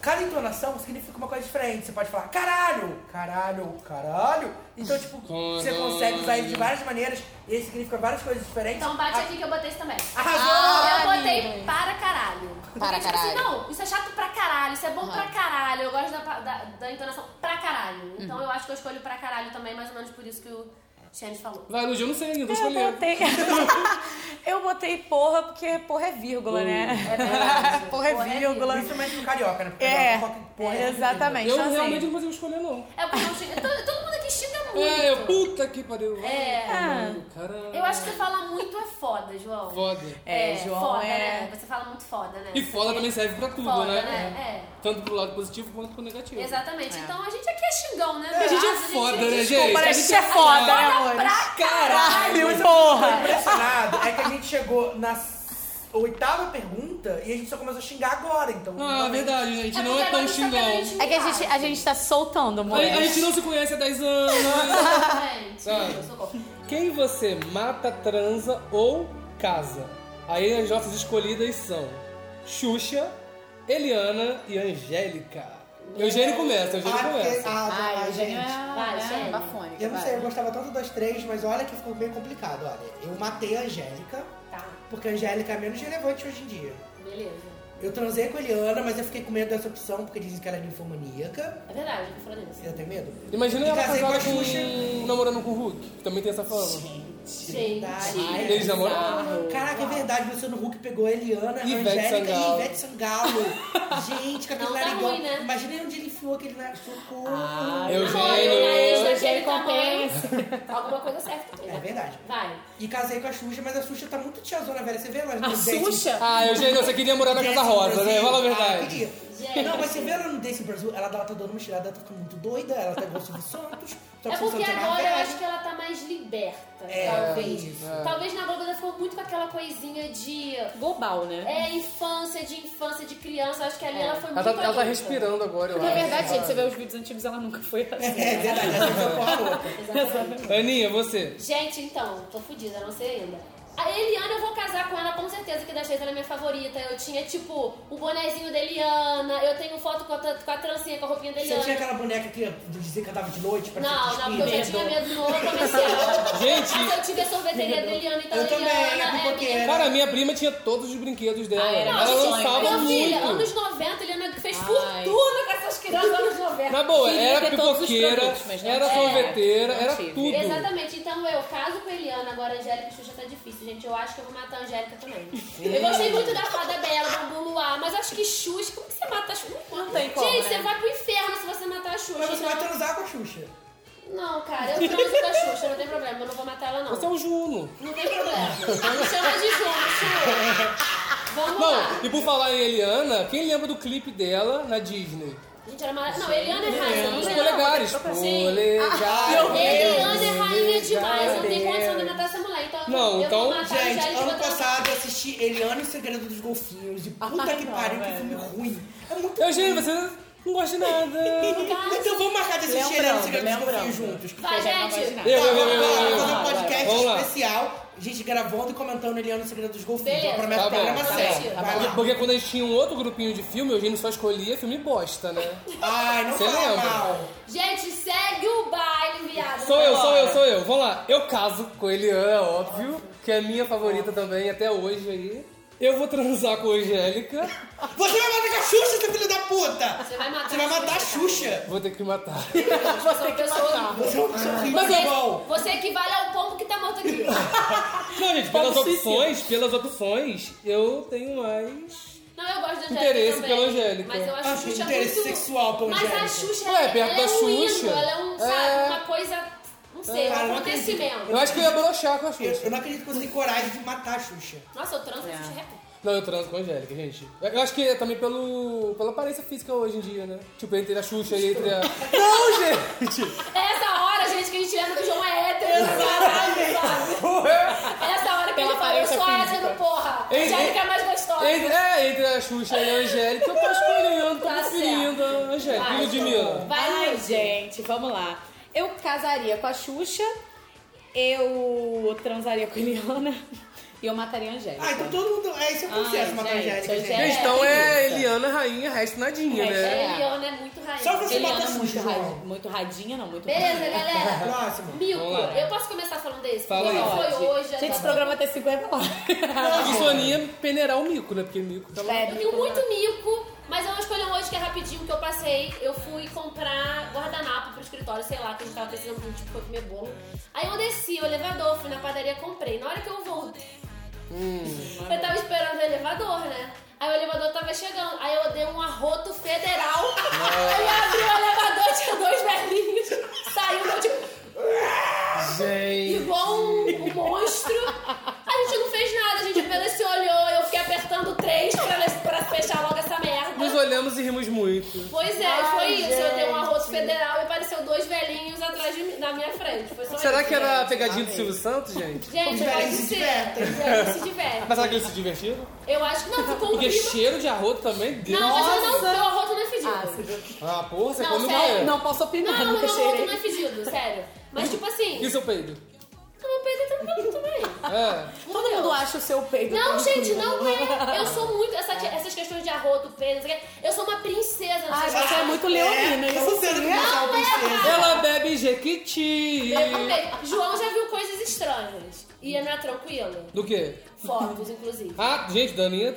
Speaker 6: cada entonação significa uma coisa diferente. Você pode falar caralho, caralho, caralho. Então, tipo, você consegue usar ele de várias maneiras e ele significa várias coisas diferentes.
Speaker 5: Então ah, bate
Speaker 7: Ah.
Speaker 5: aqui que eu botei isso também.
Speaker 6: Arrasou!
Speaker 5: eu botei para caralho. Porque,
Speaker 2: Para
Speaker 5: tipo
Speaker 2: caralho.
Speaker 5: assim, não, isso é chato pra caralho, isso é bom pra caralho. Eu gosto da, pa- da, da entonação pra
Speaker 7: Uhum.
Speaker 5: caralho. Então eu acho que eu escolho pra caralho também, mais ou menos por isso que o Xande falou.
Speaker 7: Vai, Lud, eu não sei ainda, vou
Speaker 2: Eu
Speaker 7: escolher.
Speaker 2: botei. Eu botei porra porque porra é vírgula, né?
Speaker 5: verdade.
Speaker 2: Porra é
Speaker 5: Porra é
Speaker 2: vírgula.
Speaker 6: Principalmente no carioca, né? Porque
Speaker 2: É,
Speaker 6: carioca, porra, é
Speaker 2: exatamente.
Speaker 7: Eu
Speaker 2: Então, assim,
Speaker 7: realmente não consigo escolher, não.
Speaker 5: É porque eu xingo- todo, todo mundo aqui xinga muito.
Speaker 7: É, eu, puta que pariu.
Speaker 5: É.
Speaker 7: Caralho, caralho.
Speaker 5: Eu acho que você fala muito é foda, João.
Speaker 7: Foda.
Speaker 2: É, João
Speaker 5: foda,
Speaker 2: é-
Speaker 5: né? Você fala muito foda, né?
Speaker 7: E foda também serve pra tudo,
Speaker 5: Foda,
Speaker 7: né?
Speaker 5: né?
Speaker 7: Tanto pro lado positivo quanto pro negativo.
Speaker 5: Exatamente. Então a gente aqui é xingão, né?
Speaker 7: A gente é
Speaker 5: Mas
Speaker 7: foda, né, gente?
Speaker 2: Desculpa, né?
Speaker 7: A
Speaker 2: A
Speaker 7: gente
Speaker 2: gente é foda, né,
Speaker 5: Foda
Speaker 2: amores?
Speaker 5: pra
Speaker 2: Caralho,
Speaker 8: é
Speaker 2: porra!
Speaker 6: impressionado é que a gente chegou na s- oitava pergunta e a gente só começou a xingar agora, então.
Speaker 7: Ah,
Speaker 6: realmente-
Speaker 7: verdade, gente.
Speaker 5: É
Speaker 7: não
Speaker 5: porque
Speaker 7: é tão
Speaker 5: agora
Speaker 7: xingão.
Speaker 5: a
Speaker 7: A
Speaker 5: gente tá
Speaker 2: É que a gente, a gente tá soltando, amor.
Speaker 7: a gente não se conhece há 10 anos.
Speaker 5: Exatamente.
Speaker 7: Sabe?
Speaker 5: Socorro.
Speaker 7: Quem você mata, transa ou casa? Aí as nossas escolhidas são Xuxa, Eliana e Angélica. Eugênio começa, Eugênio
Speaker 6: Ah, porque-
Speaker 7: começa.
Speaker 6: ah,
Speaker 8: Ai,
Speaker 6: ah,
Speaker 8: Eugênio
Speaker 6: gente.
Speaker 8: é
Speaker 5: Vai,
Speaker 8: né,
Speaker 5: Eugênio.
Speaker 8: bafônica,
Speaker 6: Eu não
Speaker 8: vai.
Speaker 6: sei, eu gostava tanto das três, mas olha que ficou meio complicado, olha. Eu matei a Angélica,
Speaker 5: Tá,
Speaker 6: porque a Angélica é menos relevante hoje em dia. Eu transei com a Eliana, mas eu fiquei com medo dessa opção, porque dizem que ela é ninfomaníaca.
Speaker 5: É verdade, eu tô falando isso.
Speaker 6: Eu tenho medo.
Speaker 7: Imagina
Speaker 6: E
Speaker 7: ela
Speaker 6: casei
Speaker 7: casada
Speaker 6: com a Xuxa.
Speaker 7: com... um namorando com o Hulk, que também tem essa fama.
Speaker 5: Gente,
Speaker 6: Verdade.
Speaker 7: Eles namoraram?
Speaker 6: Caraca, é verdade, Luciano Huck pegou a Eliana, a
Speaker 7: Ivete
Speaker 6: Angélica
Speaker 7: Sangalo.
Speaker 6: e Ivete Sangalo. Gente, com aquele
Speaker 5: Não tá
Speaker 6: narigão.
Speaker 5: ruim, né?
Speaker 6: Imagina onde ele enfiou aquele narigão.
Speaker 7: Ah.
Speaker 6: é,
Speaker 7: Eugênio.
Speaker 5: Eugênio, Eugênio compensa. Alguma coisa certa.
Speaker 6: É verdade.
Speaker 5: Vai.
Speaker 6: E casei com a Xuxa, mas a Xuxa tá muito tiazona, velha. Você vê ela no
Speaker 8: A
Speaker 6: Dancing-
Speaker 8: Xuxa?
Speaker 7: Ah, Eugênio, você queria morar na
Speaker 6: Dancing
Speaker 7: Casa Rosa, né?
Speaker 6: Brasil.
Speaker 7: Fala a
Speaker 6: Ah,
Speaker 7: verdade.
Speaker 6: queria. Não, mas você vê ela no Dancing Brasil, ela tá dando uma tirada, ela tá ficando muito doida, ela tá igual o Silvio Santos.
Speaker 5: É
Speaker 6: Só que o Silvio
Speaker 5: porque
Speaker 6: Santos é mais
Speaker 5: agora eu
Speaker 6: velho.
Speaker 5: acho que ela tá mais liberta,
Speaker 6: É,
Speaker 5: talvez.
Speaker 6: isso.
Speaker 5: Talvez na Globo ela ficou muito com aquela coisinha de...
Speaker 8: Global, né?
Speaker 5: É, infância, de infância, de criança. Eu acho que ali ela foi
Speaker 7: Ela
Speaker 5: muito
Speaker 7: tá, ela tá
Speaker 5: adulta.
Speaker 7: respirando agora, eu
Speaker 8: Na
Speaker 7: acho.
Speaker 8: verdade, gente, você vê os vídeos antigos, ela nunca foi
Speaker 6: É
Speaker 8: assim.
Speaker 6: verdade, ela foi uma louca.
Speaker 5: Exatamente.
Speaker 7: Aninha, você.
Speaker 5: Gente, então, tô fodida, não sei ainda. A Eliana, eu vou casar com ela com certeza, que da Sheita ela é minha favorita. Eu tinha, tipo, o bonezinho da Eliana, eu tenho foto com a, tra- com a trancinha, com a roupinha da
Speaker 6: Você
Speaker 5: Eliana.
Speaker 6: tinha aquela boneca que dizia que andava de noite, parecia
Speaker 5: é. Não,
Speaker 6: que
Speaker 5: não, porque eu já
Speaker 6: espinha.
Speaker 5: tinha medo no outro comercial.
Speaker 7: Gente.
Speaker 5: Mas eu tive a sorveteria da Eliana, então
Speaker 6: Eu
Speaker 5: a
Speaker 6: também,
Speaker 5: Eliana
Speaker 6: a
Speaker 5: é minha...
Speaker 6: pipoqueira.
Speaker 7: Cara, minha prima tinha todos os brinquedos dela.
Speaker 8: Ah, era
Speaker 5: Não,
Speaker 6: um
Speaker 7: ela
Speaker 5: gente,
Speaker 7: lançava
Speaker 5: Meu
Speaker 7: muito.
Speaker 5: filho, anos 90, Eliana fez
Speaker 8: Ai.
Speaker 5: fortuna com essas crianças anos 90.
Speaker 7: Na boa,
Speaker 8: Queria
Speaker 7: era
Speaker 8: ter todos os
Speaker 7: pipoqueira,
Speaker 8: produtos, mas não
Speaker 7: era
Speaker 8: tive. É,
Speaker 7: sorveteira,
Speaker 8: Não
Speaker 7: era
Speaker 8: tive.
Speaker 7: tudo.
Speaker 5: Exatamente, então eu caso com a Eliana, agora a Angélica e Xuxa tá difícil, gente. Eu acho que eu vou matar a Angélica também. eu gostei muito da fada bela, do Bumbum Luar, mas acho que Xuxa, como que você mata a Xuxa? Não
Speaker 8: tem como,
Speaker 5: Gente,
Speaker 8: né?
Speaker 5: você vai pro inferno se você matar a Xuxa.
Speaker 6: Mas você vai
Speaker 5: não.
Speaker 6: transar com a Xuxa.
Speaker 5: não, cara, eu transo com a Xuxa, não tem problema, eu não vou matar ela não.
Speaker 7: Você é um Juno.
Speaker 5: Não tem problema. Me chama de né, Xuxa, Xuxa. Vamos lá.
Speaker 7: Não, e por falar em Eliana, quem lembra do clipe dela na Disney?
Speaker 5: Gente, era maravilhosa. Não, Eliana é rainha, não
Speaker 7: Os
Speaker 5: tem
Speaker 7: polegares.
Speaker 5: Sim.
Speaker 7: Polegares.
Speaker 8: Ah,
Speaker 5: Eliana é rainha demais, não tem condição de matar essa mulher. Então,
Speaker 7: Não,
Speaker 5: eu
Speaker 7: então,
Speaker 5: vou matar a
Speaker 6: Gente,
Speaker 5: Angélica e
Speaker 6: ano
Speaker 5: vou transar.
Speaker 6: passado eu assisti Eliana e o Segredo dos Golfinhos. E puta que pariu, que filme ruim. É muito
Speaker 8: ah.
Speaker 7: Eugênio, você não gosta de nada.
Speaker 6: Então vamos marcar de assistir Eliana e o Segredo dos Golfinhos juntos.
Speaker 5: Vai, gente.
Speaker 7: Eu, eu,
Speaker 6: Tá,
Speaker 7: eu,
Speaker 6: vamos
Speaker 7: eu,
Speaker 6: lá,
Speaker 7: eu,
Speaker 6: fazer um
Speaker 7: eu. Vamos lá.
Speaker 6: podcast especial. Gente gravando e comentando Eliana e o Segredo dos Golfinhos.
Speaker 5: Beleza.
Speaker 6: Eu prometo
Speaker 7: Tá
Speaker 6: um
Speaker 7: bom,
Speaker 6: programa
Speaker 7: tá
Speaker 6: sério.
Speaker 5: bom.
Speaker 6: Vai
Speaker 7: Porque-
Speaker 6: lá.
Speaker 7: Porque quando a gente tinha um outro grupinho de filme, o Eugênio só escolhia filme bosta, né?
Speaker 6: Ai, não
Speaker 7: Você
Speaker 6: fala
Speaker 7: lembra?
Speaker 6: mal.
Speaker 5: Gente, segue o baile, viado.
Speaker 7: Sou eu, sou
Speaker 5: Vambora.
Speaker 7: eu, sou eu. Vamos lá. Eu caso com a Eliana, óbvio, que é minha favorita também até hoje aí. Eu vou transar com a Angélica.
Speaker 6: Você vai matar com a Xuxa, seu filho da puta!
Speaker 5: Você vai matar
Speaker 6: Você vai matar a Xuxa.
Speaker 7: Vou ter que matar.
Speaker 5: Sou pessoa.
Speaker 6: Você é uma pessoa horrível.
Speaker 7: Mas eu-
Speaker 6: bom.
Speaker 5: Você equivale ao pombo que tá morto aqui.
Speaker 7: Não, gente, pelas opções, pelas opções, eu tenho mais.
Speaker 5: Não, eu gosto da Angélica.
Speaker 7: Interesse
Speaker 5: também,
Speaker 7: pela Angélica.
Speaker 5: Mas eu acho
Speaker 6: Ah,
Speaker 5: a Xuxa
Speaker 6: interesse
Speaker 5: muito...
Speaker 6: sexual pela
Speaker 5: Mas a
Speaker 6: Angélica.
Speaker 5: Xuxa,
Speaker 7: Ué, perto
Speaker 5: ela é
Speaker 7: da
Speaker 5: um
Speaker 7: Xuxa.
Speaker 5: ídolo, ela é um, sabe,
Speaker 7: É.
Speaker 5: uma coisa... Não sei,
Speaker 6: Cara, eu
Speaker 5: um
Speaker 6: não acredito.
Speaker 5: acontecimento.
Speaker 7: Eu acho que eu ia broxar com a
Speaker 6: Eu,
Speaker 7: Xuxa.
Speaker 6: eu não acredito que você tem coragem de matar a Xuxa.
Speaker 5: Nossa, eu transo com a
Speaker 6: É.
Speaker 5: Xuxa reto.
Speaker 7: Não, eu transo com a Angélica, gente. Eu acho que é também pelo, pela aparência física hoje em dia, né? Tipo, entre a Xuxa e entre a. Não, gente!
Speaker 5: É essa hora, gente, que a gente lembra que o João é hétero, caralho, sabe?
Speaker 7: Ué?
Speaker 5: É essa hora que ele fala, eu
Speaker 8: aparência
Speaker 5: sou
Speaker 8: física.
Speaker 5: hétero, porra. A
Speaker 7: Ei,
Speaker 5: Angélica é
Speaker 7: ei,
Speaker 5: mais gostosa.
Speaker 7: Entre, é, entre a Xuxa e a Angélica, eu tô escolhendo, tô
Speaker 5: Tá
Speaker 7: preferindo a Angélica. E
Speaker 5: Vai,
Speaker 7: Ludmilla?
Speaker 5: Vai,
Speaker 8: Ai,
Speaker 5: Lud.
Speaker 8: gente, vamos lá. Eu casaria com a Xuxa, eu transaria com a Eliana e eu mataria a Angélica.
Speaker 6: Ah, então todo mundo. É, esse é o consenso,
Speaker 8: Ai,
Speaker 6: matar a
Speaker 8: gente,
Speaker 6: Angélica, gente.
Speaker 7: A
Speaker 8: Angélica.
Speaker 7: questão é,
Speaker 8: é,
Speaker 7: Eliana, rainha, resto nadinha, né?
Speaker 5: É, Eliana é muito rainha.
Speaker 6: Só você
Speaker 8: Eliana é
Speaker 6: matar a
Speaker 8: muito,
Speaker 6: Xuxa,
Speaker 8: ra-
Speaker 6: João.
Speaker 8: muito radinha, não, muito
Speaker 5: Beleza, galera.
Speaker 6: Próximo.
Speaker 5: Milko,
Speaker 7: Vamos lá.
Speaker 5: eu posso começar falando desse?
Speaker 7: Fala aí.
Speaker 5: Porque foi hoje.
Speaker 8: Gente,
Speaker 5: tá
Speaker 8: esse
Speaker 5: bom.
Speaker 8: programa tem 50 horas.
Speaker 7: E Soninha peneirar o Ah, mico, né? Porque mico
Speaker 8: é
Speaker 7: tá
Speaker 5: Eu tenho
Speaker 8: né?
Speaker 5: muito mico, mas eu escolhi um hoje que é rapidinho, que eu passei. Eu fui comprar guardanapo pro escritório, sei lá, que a gente tava precisando de um tipo pra comer bolo. Aí eu desci o elevador, fui na padaria, comprei. Na hora que eu voltei,
Speaker 7: Hum.
Speaker 5: eu tava esperando o elevador, né? Aí o elevador tava chegando, aí eu dei um arroto federal. Aí eu abri o elevador, tinha dois velhinhos. Saiu, eu tipo...
Speaker 7: Gente.
Speaker 5: igual um, um monstro. A gente não fez nada, a gente apenas se olhou, eu fiquei apertando três pra, pra fechar logo essa
Speaker 7: Nos
Speaker 5: merda.
Speaker 7: olhamos e rimos muito.
Speaker 5: Pois é, foi isso. Eu dei um arroz federal e apareceu dois velhinhos atrás de mim- da minha frente. Foi só
Speaker 7: Será
Speaker 5: isso,
Speaker 7: que é, tá era a
Speaker 5: gente.
Speaker 7: pegadinha do Silvio Santos, gente?
Speaker 5: Gente,
Speaker 6: Os
Speaker 5: eu acho que
Speaker 6: velhinhos se
Speaker 5: sim.
Speaker 6: divertem.
Speaker 5: Os velhinhos se divertem.
Speaker 7: Mas será que eles se divertiram?
Speaker 5: Eu acho que não, ficou um
Speaker 7: Porque é
Speaker 5: clima.
Speaker 7: cheiro de arroto também, Deus.
Speaker 5: Não, mas eu não, meu arroto não é fedido.
Speaker 7: Ah, porra, você
Speaker 5: Não,
Speaker 7: come
Speaker 5: sério,
Speaker 7: mal.
Speaker 8: Não posso opinar,
Speaker 5: Não, não,
Speaker 8: nunca
Speaker 5: meu arroto
Speaker 8: cheirei.
Speaker 5: não é fedido, sério. Mas tipo assim,
Speaker 7: E o seu peido?
Speaker 5: meu peito é tranquilo também.
Speaker 7: É.
Speaker 8: Todo mundo acha o seu peito.
Speaker 5: Não,
Speaker 8: tranquilo.
Speaker 5: gente, não é. Eu sou muito. essa- essas questões de arroto, peso, não sei o quê. eu sou uma princesa.
Speaker 8: Ai,
Speaker 5: sei lá.
Speaker 8: você é muito leonina.
Speaker 6: É,
Speaker 8: isso
Speaker 6: você
Speaker 8: sim.
Speaker 6: não matar a princesa.
Speaker 7: Ela bebe jequiti.
Speaker 5: Eu também. João já viu coisas estranhas. E não é tranquilo.
Speaker 7: Do quê?
Speaker 5: Fotos, inclusive.
Speaker 7: Ah, gente, Daninha.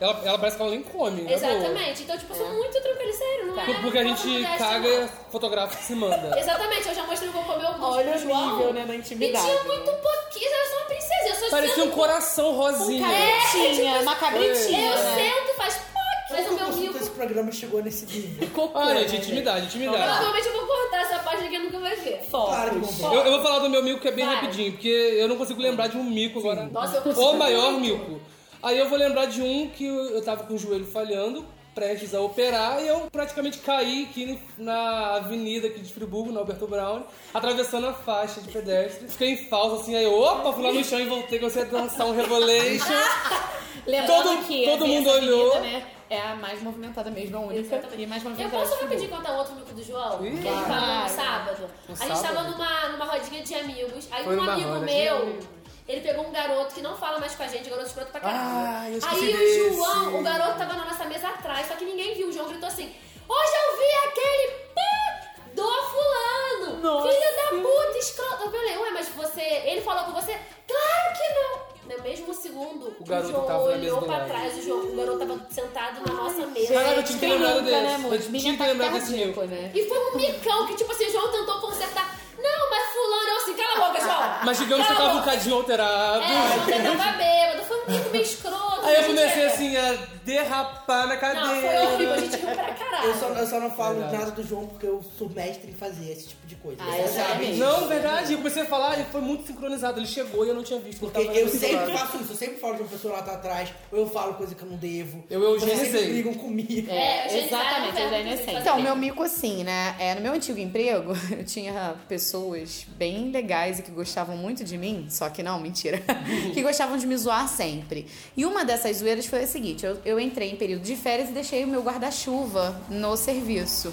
Speaker 7: Ela, ela parece que ela nem come, né?
Speaker 5: Exatamente. Então, tipo, eu sou muito tranquila, sério, não é?
Speaker 7: Tipo, Porque a
Speaker 5: falta
Speaker 7: gente
Speaker 5: modéstia,
Speaker 7: caga, é
Speaker 5: não.
Speaker 7: fotografa e se manda.
Speaker 5: Exatamente, eu já mostrei o que eu comi o
Speaker 2: Olha
Speaker 5: pro
Speaker 2: o
Speaker 5: João.
Speaker 2: nível, né, da intimidade,
Speaker 5: E tinha
Speaker 2: né?
Speaker 5: muito pouquinho, eu sou uma princesa, eu sou um
Speaker 7: Parecia um
Speaker 5: sendo-
Speaker 7: coração rosinha.
Speaker 2: Cabritinha, uma Tá cabritinha.
Speaker 5: Eu
Speaker 2: né?
Speaker 5: sento, faz poc, mas o
Speaker 6: Como
Speaker 5: meu
Speaker 6: que
Speaker 5: rico.
Speaker 6: esse programa chegou nesse nível?
Speaker 2: Cocô,
Speaker 7: Olha,
Speaker 2: né,
Speaker 7: gente, intimidade, intimidade.
Speaker 5: Provavelmente eu vou cortar essa parte que nunca vai ver.
Speaker 6: Claro que não vem.
Speaker 7: Eu, eu vou falar do meu mico que é bem
Speaker 5: Vai.
Speaker 7: rapidinho, porque eu não consigo lembrar de um mico agora.
Speaker 5: Nossa, eu consigo um
Speaker 7: O maior
Speaker 5: muito.
Speaker 7: mico. Aí eu vou lembrar de um que eu eu tava com o joelho falhando, prestes a operar, e eu praticamente caí aqui na avenida aqui de Friburgo, na Alberto Brown, atravessando a faixa de pedestre. Fiquei em falso assim, aí eu, opa, fui lá no chão e voltei, comecei a dançar um revelation.
Speaker 8: Lembrando
Speaker 7: Todo-
Speaker 8: que
Speaker 7: todo
Speaker 8: a
Speaker 7: mundo
Speaker 8: Avenida,
Speaker 7: olhou.
Speaker 8: né, é a mais movimentada mesmo, a única. E mais
Speaker 5: Exatamente. Eu
Speaker 8: movimentada.
Speaker 5: posso
Speaker 8: de
Speaker 5: rapidinho contar outro mico do João? Que ele
Speaker 7: Claro.
Speaker 5: falou no sábado.
Speaker 7: No
Speaker 5: a gente tava
Speaker 7: sábado?
Speaker 5: numa, numa rodinha de amigos. Aí
Speaker 7: Foi
Speaker 5: um
Speaker 7: numa
Speaker 5: amigo
Speaker 7: roda de
Speaker 5: meu,
Speaker 7: amigos.
Speaker 5: ele pegou um garoto que não fala mais com a gente, um garoto escroto pra
Speaker 7: Ah, eu
Speaker 5: caralho.
Speaker 7: esqueci
Speaker 5: aí
Speaker 7: desse.
Speaker 5: o João, o garoto tava na nossa mesa atrás, só que ninguém viu. O João gritou assim: Hoje eu vi aquele pá do fulano!
Speaker 2: Nossa.
Speaker 5: Filho da puta, escroto! Eu falei, ué, mas você. Ele falou com você? Claro que não! No mesmo segundo,
Speaker 7: O garoto
Speaker 5: João
Speaker 7: tava na mesa
Speaker 5: olhou
Speaker 7: do
Speaker 5: pra
Speaker 7: lado.
Speaker 5: trás, o, João, o garoto tava sentado na nossa mesa.
Speaker 7: Caraca, eu tinha que
Speaker 2: Quem
Speaker 7: lembrar
Speaker 2: nunca, né,
Speaker 7: desse.
Speaker 2: amor?
Speaker 7: Eu tinha
Speaker 2: Menina
Speaker 5: tá
Speaker 7: que lembrar desse
Speaker 2: taquicardia,
Speaker 7: mico.
Speaker 2: né?
Speaker 5: E foi um micão que, tipo assim, o João tentou consertar. Não, mas fulano, eu assim, cala a boca, João!
Speaker 7: Mas digamos que eu
Speaker 5: Cala a
Speaker 7: tava um
Speaker 5: boca.
Speaker 7: cadinho alterado.
Speaker 5: É, o João tava bêbado, foi um mico meio escroto.
Speaker 7: Aí eu
Speaker 5: gente,
Speaker 7: comecei
Speaker 5: é.
Speaker 7: assim a derrapar na cadeira.
Speaker 5: Não, foi horrível, a gente riu pra caralho.
Speaker 6: Eu só, eu só não falo nada do João porque eu sou mestre em fazer esse tipo de coisa.
Speaker 2: Ah, exatamente.
Speaker 7: Não, verdade, eu comecei a falar e foi muito sincronizado. Ele chegou e eu não tinha visto. ele
Speaker 6: Porque
Speaker 7: tava
Speaker 6: eu
Speaker 7: sincronizado.
Speaker 6: sempre faço isso, eu sempre falo de uma pessoa lá tá atrás, ou eu falo coisa que eu não devo.
Speaker 7: Eu eugenizei.
Speaker 6: Vocês sempre brigam comigo.
Speaker 5: É, gente,
Speaker 8: Exatamente,
Speaker 5: era um
Speaker 8: eu já
Speaker 5: inferno,
Speaker 8: inocente.
Speaker 5: gente,
Speaker 2: Então,
Speaker 5: fazer
Speaker 2: meu mico assim, né? É, no meu antigo emprego, eu tinha pessoas bem legais e que gostavam muito de mim, só que não, mentira. que gostavam de me zoar sempre. E uma dessas zoeiras foi a seguinte: eu, eu entrei em período de férias e deixei o meu guarda-chuva no serviço.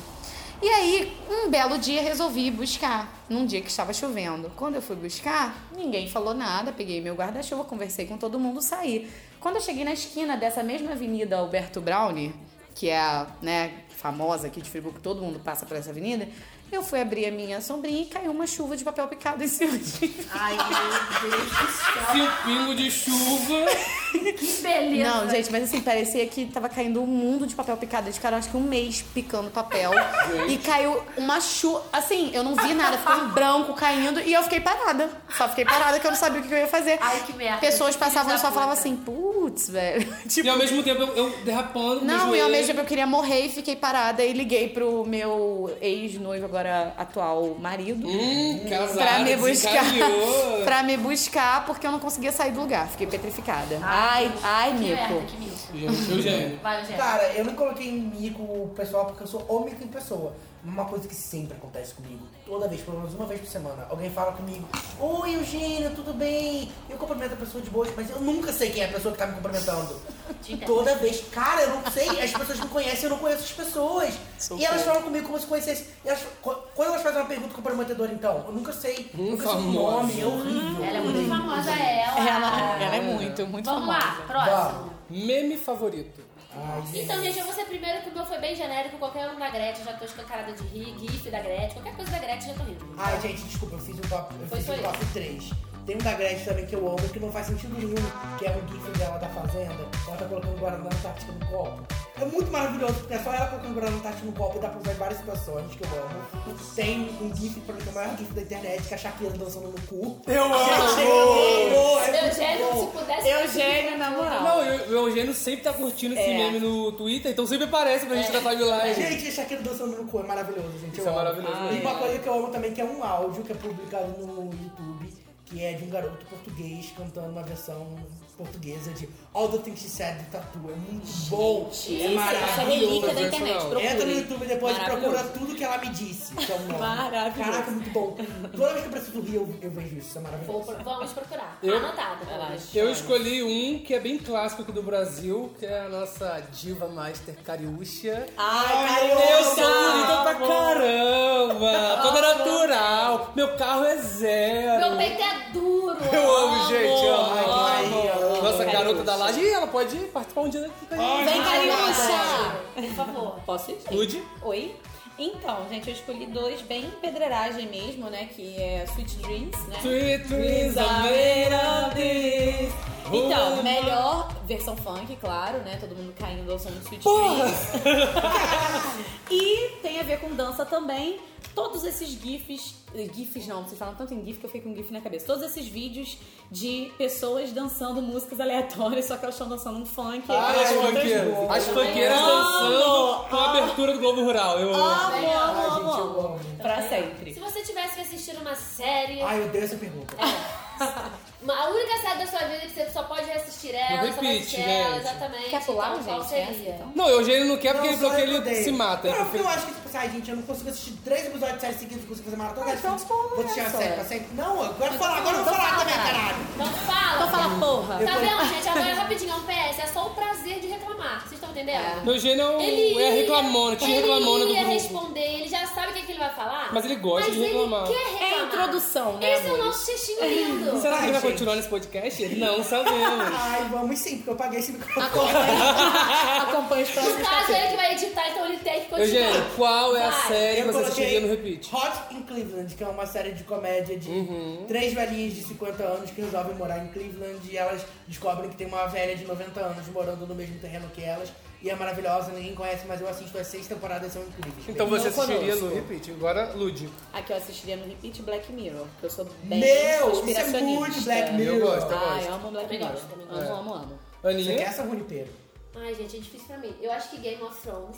Speaker 2: E aí, um belo dia, resolvi ir buscar, num dia que estava chovendo. Quando eu fui buscar, ninguém falou nada, peguei meu guarda-chuva, conversei com todo mundo, saí. Quando eu cheguei na esquina dessa mesma avenida Alberto Browne, que é a né, famosa aqui de Friburgo, que todo mundo passa por essa avenida, eu fui abrir a minha sombrinha e caiu uma chuva de papel picado em cima de mim.
Speaker 6: Ai, meu Deus do céu.
Speaker 7: Se o pingo de chuva.
Speaker 5: Que beleza.
Speaker 2: Não, gente, mas assim, parecia que tava caindo um mundo de papel picado. Eles ficaram, acho que um mês picando papel. e caiu uma chuva. Assim, eu não vi nada, ficou um branco caindo e eu fiquei parada. Só fiquei parada que eu não sabia o que eu ia fazer.
Speaker 5: Ai, que merda.
Speaker 2: Pessoas
Speaker 5: Que filho
Speaker 2: passavam e
Speaker 5: da
Speaker 2: só falavam
Speaker 5: puta.
Speaker 2: assim, putz, velho. Tipo,
Speaker 7: E ao mesmo tempo eu, eu derrapando. meu
Speaker 2: Não,
Speaker 7: joelho.
Speaker 2: eu ao mesmo tempo eu queria morrer e fiquei parada e liguei pro meu ex-noivo, agora atual marido.
Speaker 7: Hum, casada,
Speaker 2: Pra me buscar.
Speaker 7: desencaminhou.
Speaker 2: pra me buscar, porque eu não conseguia sair do lugar. Fiquei petrificada. Ai, ai,
Speaker 5: Que merda,
Speaker 2: Mico.
Speaker 5: que mico.
Speaker 7: Gente, Eugênio.
Speaker 5: Vai, gente.
Speaker 6: Cara, eu não coloquei em mico o pessoal porque eu sou homem em pessoa. é Uma coisa que sempre acontece comigo, toda vez, pelo menos uma vez por semana, alguém fala comigo: Oi, Eugênio, tudo bem? Eu cumprimento a pessoa de boa, mas eu nunca sei quem é a pessoa que tá me cumprimentando. toda vez, cara, eu não sei, as pessoas me conhecem, eu não conheço as pessoas. e elas falam comigo como se conhecessem. E elas- qu- quando elas fazem uma pergunta comprometedora, então, eu nunca sei,
Speaker 7: Hum,
Speaker 6: nunca sei o
Speaker 7: famosa.
Speaker 6: nome, é horrível.
Speaker 5: Ela é muito famosa, ela.
Speaker 8: Ah.
Speaker 2: Ela, ela é muito, muito
Speaker 5: Vamos
Speaker 2: famosa.
Speaker 5: lá, próximo.
Speaker 6: Vamos.
Speaker 7: Meme favorito.
Speaker 6: Ai,
Speaker 5: Então, gente, eu vou ser primeiro que o meu foi bem genérico, qualquer um da Gretchen, já tô escancarada de rir, gif da Gretchen, qualquer coisa da Gretchen já tô rindo.
Speaker 6: Ai, gente, desculpa, eu fiz o top, eu
Speaker 5: Foi
Speaker 6: fiz
Speaker 5: só
Speaker 6: o
Speaker 5: isso.
Speaker 6: top 3. Tem um da Gretchen também que eu amo, que não faz sentido nenhum, que é um gif dela da Fazenda, ela tá colocando o Guaraná Antártica no copo. É muito maravilhoso, porque é só ela colocando o Guaraná Antártica no copo e dá pra usar em várias situações, que eu amo. Tem um gif, pra mim, que é o maior gif da internet, que é a Shakira dançando no cu. é Eu amo!
Speaker 8: é
Speaker 7: é
Speaker 5: Eugênio, se pudesse.
Speaker 2: Eugênio, na moral.
Speaker 5: é
Speaker 7: Não, eu- o Eugênio sempre tá curtindo esse
Speaker 2: É.
Speaker 7: meme no Twitter, então sempre aparece pra gente na timeline.
Speaker 6: Gente, a Shakira dançando no cu é maravilhoso, gente.
Speaker 7: Isso
Speaker 6: eu
Speaker 7: é
Speaker 6: amo.
Speaker 7: maravilhoso
Speaker 6: E
Speaker 7: mesmo.
Speaker 6: uma coisa que eu amo também, que é um áudio que é publicado no YouTube, que é de um garoto português cantando uma versão portuguesa de All the Things She Said do Tatu. É muito bom. É
Speaker 8: Isso é
Speaker 6: maravilhoso.
Speaker 8: relíquia da internet,
Speaker 7: Sensacional.
Speaker 8: procure.
Speaker 6: Entra no YouTube depois e
Speaker 8: Maravilhoso.
Speaker 6: procura tudo que ela me disse. Que é o nome.
Speaker 8: Maravilhoso.
Speaker 6: Caraca, é muito bom. Toda vez que eu preciso rir, eu, eu vejo isso. Isso é
Speaker 5: Vou
Speaker 6: maravilhoso.
Speaker 5: pro- Vamos procurar.
Speaker 7: Eu?
Speaker 5: Anotado. Vai lá.
Speaker 7: Eu escolhi um que é bem clássico aqui do Brasil, que é a nossa diva master Cariúcha.
Speaker 6: Ai,
Speaker 7: Eu sou bonita pra caramba! Toda natural! Meu carro é zero!
Speaker 5: Meu peito é duro.
Speaker 7: Eu amo, gente! eu amo.
Speaker 6: Ai, que maravilha.
Speaker 7: Nossa, garota da laje, Ih, ela pode participar um dia daqui com a gente.
Speaker 8: Vem, Cariúcha!
Speaker 5: Por favor.
Speaker 8: Posso ir?
Speaker 7: Nude.
Speaker 8: Oi. Então, gente, eu escolhi dois bem pedreiragem mesmo, né? Que é Sweet Dreams, né?
Speaker 7: Sweet dreams are made of this.
Speaker 8: Então, melhor versão funk, claro, né? Todo mundo caindo ao som do Sweet
Speaker 7: Porra!
Speaker 8: Dreams. e tem a ver com dança também. Todos esses GIFs. GIFs não, vocês falam tanto em GIF que eu fiquei com um GIF na cabeça. Todos esses vídeos de pessoas dançando músicas aleatórias, só que elas estão dançando um funk.
Speaker 7: Ah, as
Speaker 8: Outras
Speaker 7: funkeiras.
Speaker 8: duas.
Speaker 7: As funkeiras
Speaker 8: Amo!
Speaker 7: dançando com a abertura do Globo Rural. Eu amo.
Speaker 8: Amo, amo,
Speaker 6: gente, eu
Speaker 8: amo.
Speaker 6: amo.
Speaker 8: Pra sempre.
Speaker 5: Se você tivesse que assistir uma série,
Speaker 6: Ai, eu odeio essa pergunta.
Speaker 5: uma- a única série da sua vida que você só pode assistir ela,
Speaker 7: No
Speaker 5: só vai assistir
Speaker 7: repeat,
Speaker 5: ela,
Speaker 7: gente.
Speaker 5: exatamente.
Speaker 2: Quer pular,
Speaker 5: então, qual
Speaker 2: gente,
Speaker 5: seria?
Speaker 2: essa, então?
Speaker 7: Não, o Eugênio não quer
Speaker 6: Não,
Speaker 7: É porque ele
Speaker 6: só
Speaker 7: falou que
Speaker 6: eu
Speaker 7: ele
Speaker 6: odeio.
Speaker 7: se mata.
Speaker 6: Não, porque eu acho que, tipo assim, ai, gente, eu não consigo assistir três episódios de série seguida, não consigo fazer maratona.
Speaker 2: Ah, então,
Speaker 6: Netflix.
Speaker 2: porra,
Speaker 6: Vou deixar a
Speaker 2: essa.
Speaker 6: série pra sempre. Não, agora eu vou falar,
Speaker 2: Então,
Speaker 6: agora eu
Speaker 2: então
Speaker 6: vou falar
Speaker 2: fala,
Speaker 6: também, caralho.
Speaker 5: Então fala!
Speaker 8: Então fala, porra.
Speaker 5: Tá vendo, gente? Agora, rapidinho, é um PS. É só o prazer de reclamar. Vocês estão entendendo?
Speaker 7: Meu Eugênio é, o, é a reclamona, tinha
Speaker 5: ele é
Speaker 7: reclamona do
Speaker 5: ia
Speaker 7: grupo.
Speaker 5: responder, ele já sabe o que, é que ele vai falar.
Speaker 7: Mas ele gosta
Speaker 5: mas
Speaker 7: de reclamar.
Speaker 5: Ele quer reclamar.
Speaker 8: É a introdução, né,
Speaker 5: Esse é o
Speaker 8: amores?
Speaker 5: nosso xixinho lindo.
Speaker 7: Será que
Speaker 6: Ai,
Speaker 7: ele vai
Speaker 6: gente.
Speaker 7: continuar nesse podcast? Não né? sabemos.
Speaker 6: Ai, vamos sim, porque eu paguei esse microfone.
Speaker 8: Acompanhe, acompanhe os
Speaker 5: No
Speaker 8: próximos
Speaker 5: caso, é ele que vai editar, então ele tem que continuar.
Speaker 7: Eugênio, qual é a
Speaker 5: Vai.
Speaker 7: série que
Speaker 6: Eu
Speaker 7: você assistiria
Speaker 6: coloquei
Speaker 7: no repeat?
Speaker 6: Hot in Cleveland, que é uma série de comédia de
Speaker 7: Uhum.
Speaker 6: três velhinhas de 50 anos que resolvem morar em Cleveland e elas descobrem que tem uma velha de 90 anos morando no mesmo terreno que elas. E é maravilhosa, ninguém conhece, mas eu assisto as seis temporadas, são incríveis.
Speaker 7: Então
Speaker 8: Não
Speaker 7: você assistiria
Speaker 8: conosco.
Speaker 7: no repeat. Agora, Lud.
Speaker 8: Aqui eu assistiria no repeat Black Mirror, porque eu sou bem
Speaker 6: Meu, isso é
Speaker 8: conspiracionista.
Speaker 6: muito Black Mirror.
Speaker 7: Eu gosto, eu
Speaker 8: Ah,
Speaker 7: gosto.
Speaker 8: eu amo Black
Speaker 5: Também
Speaker 8: Mirror.
Speaker 5: gosto, também
Speaker 8: Amo, amo, amo.
Speaker 6: Você quer
Speaker 7: Aninha,
Speaker 6: essa é Runipeiro?
Speaker 5: Ai, gente, é difícil pra mim. Eu acho que Game of Thrones.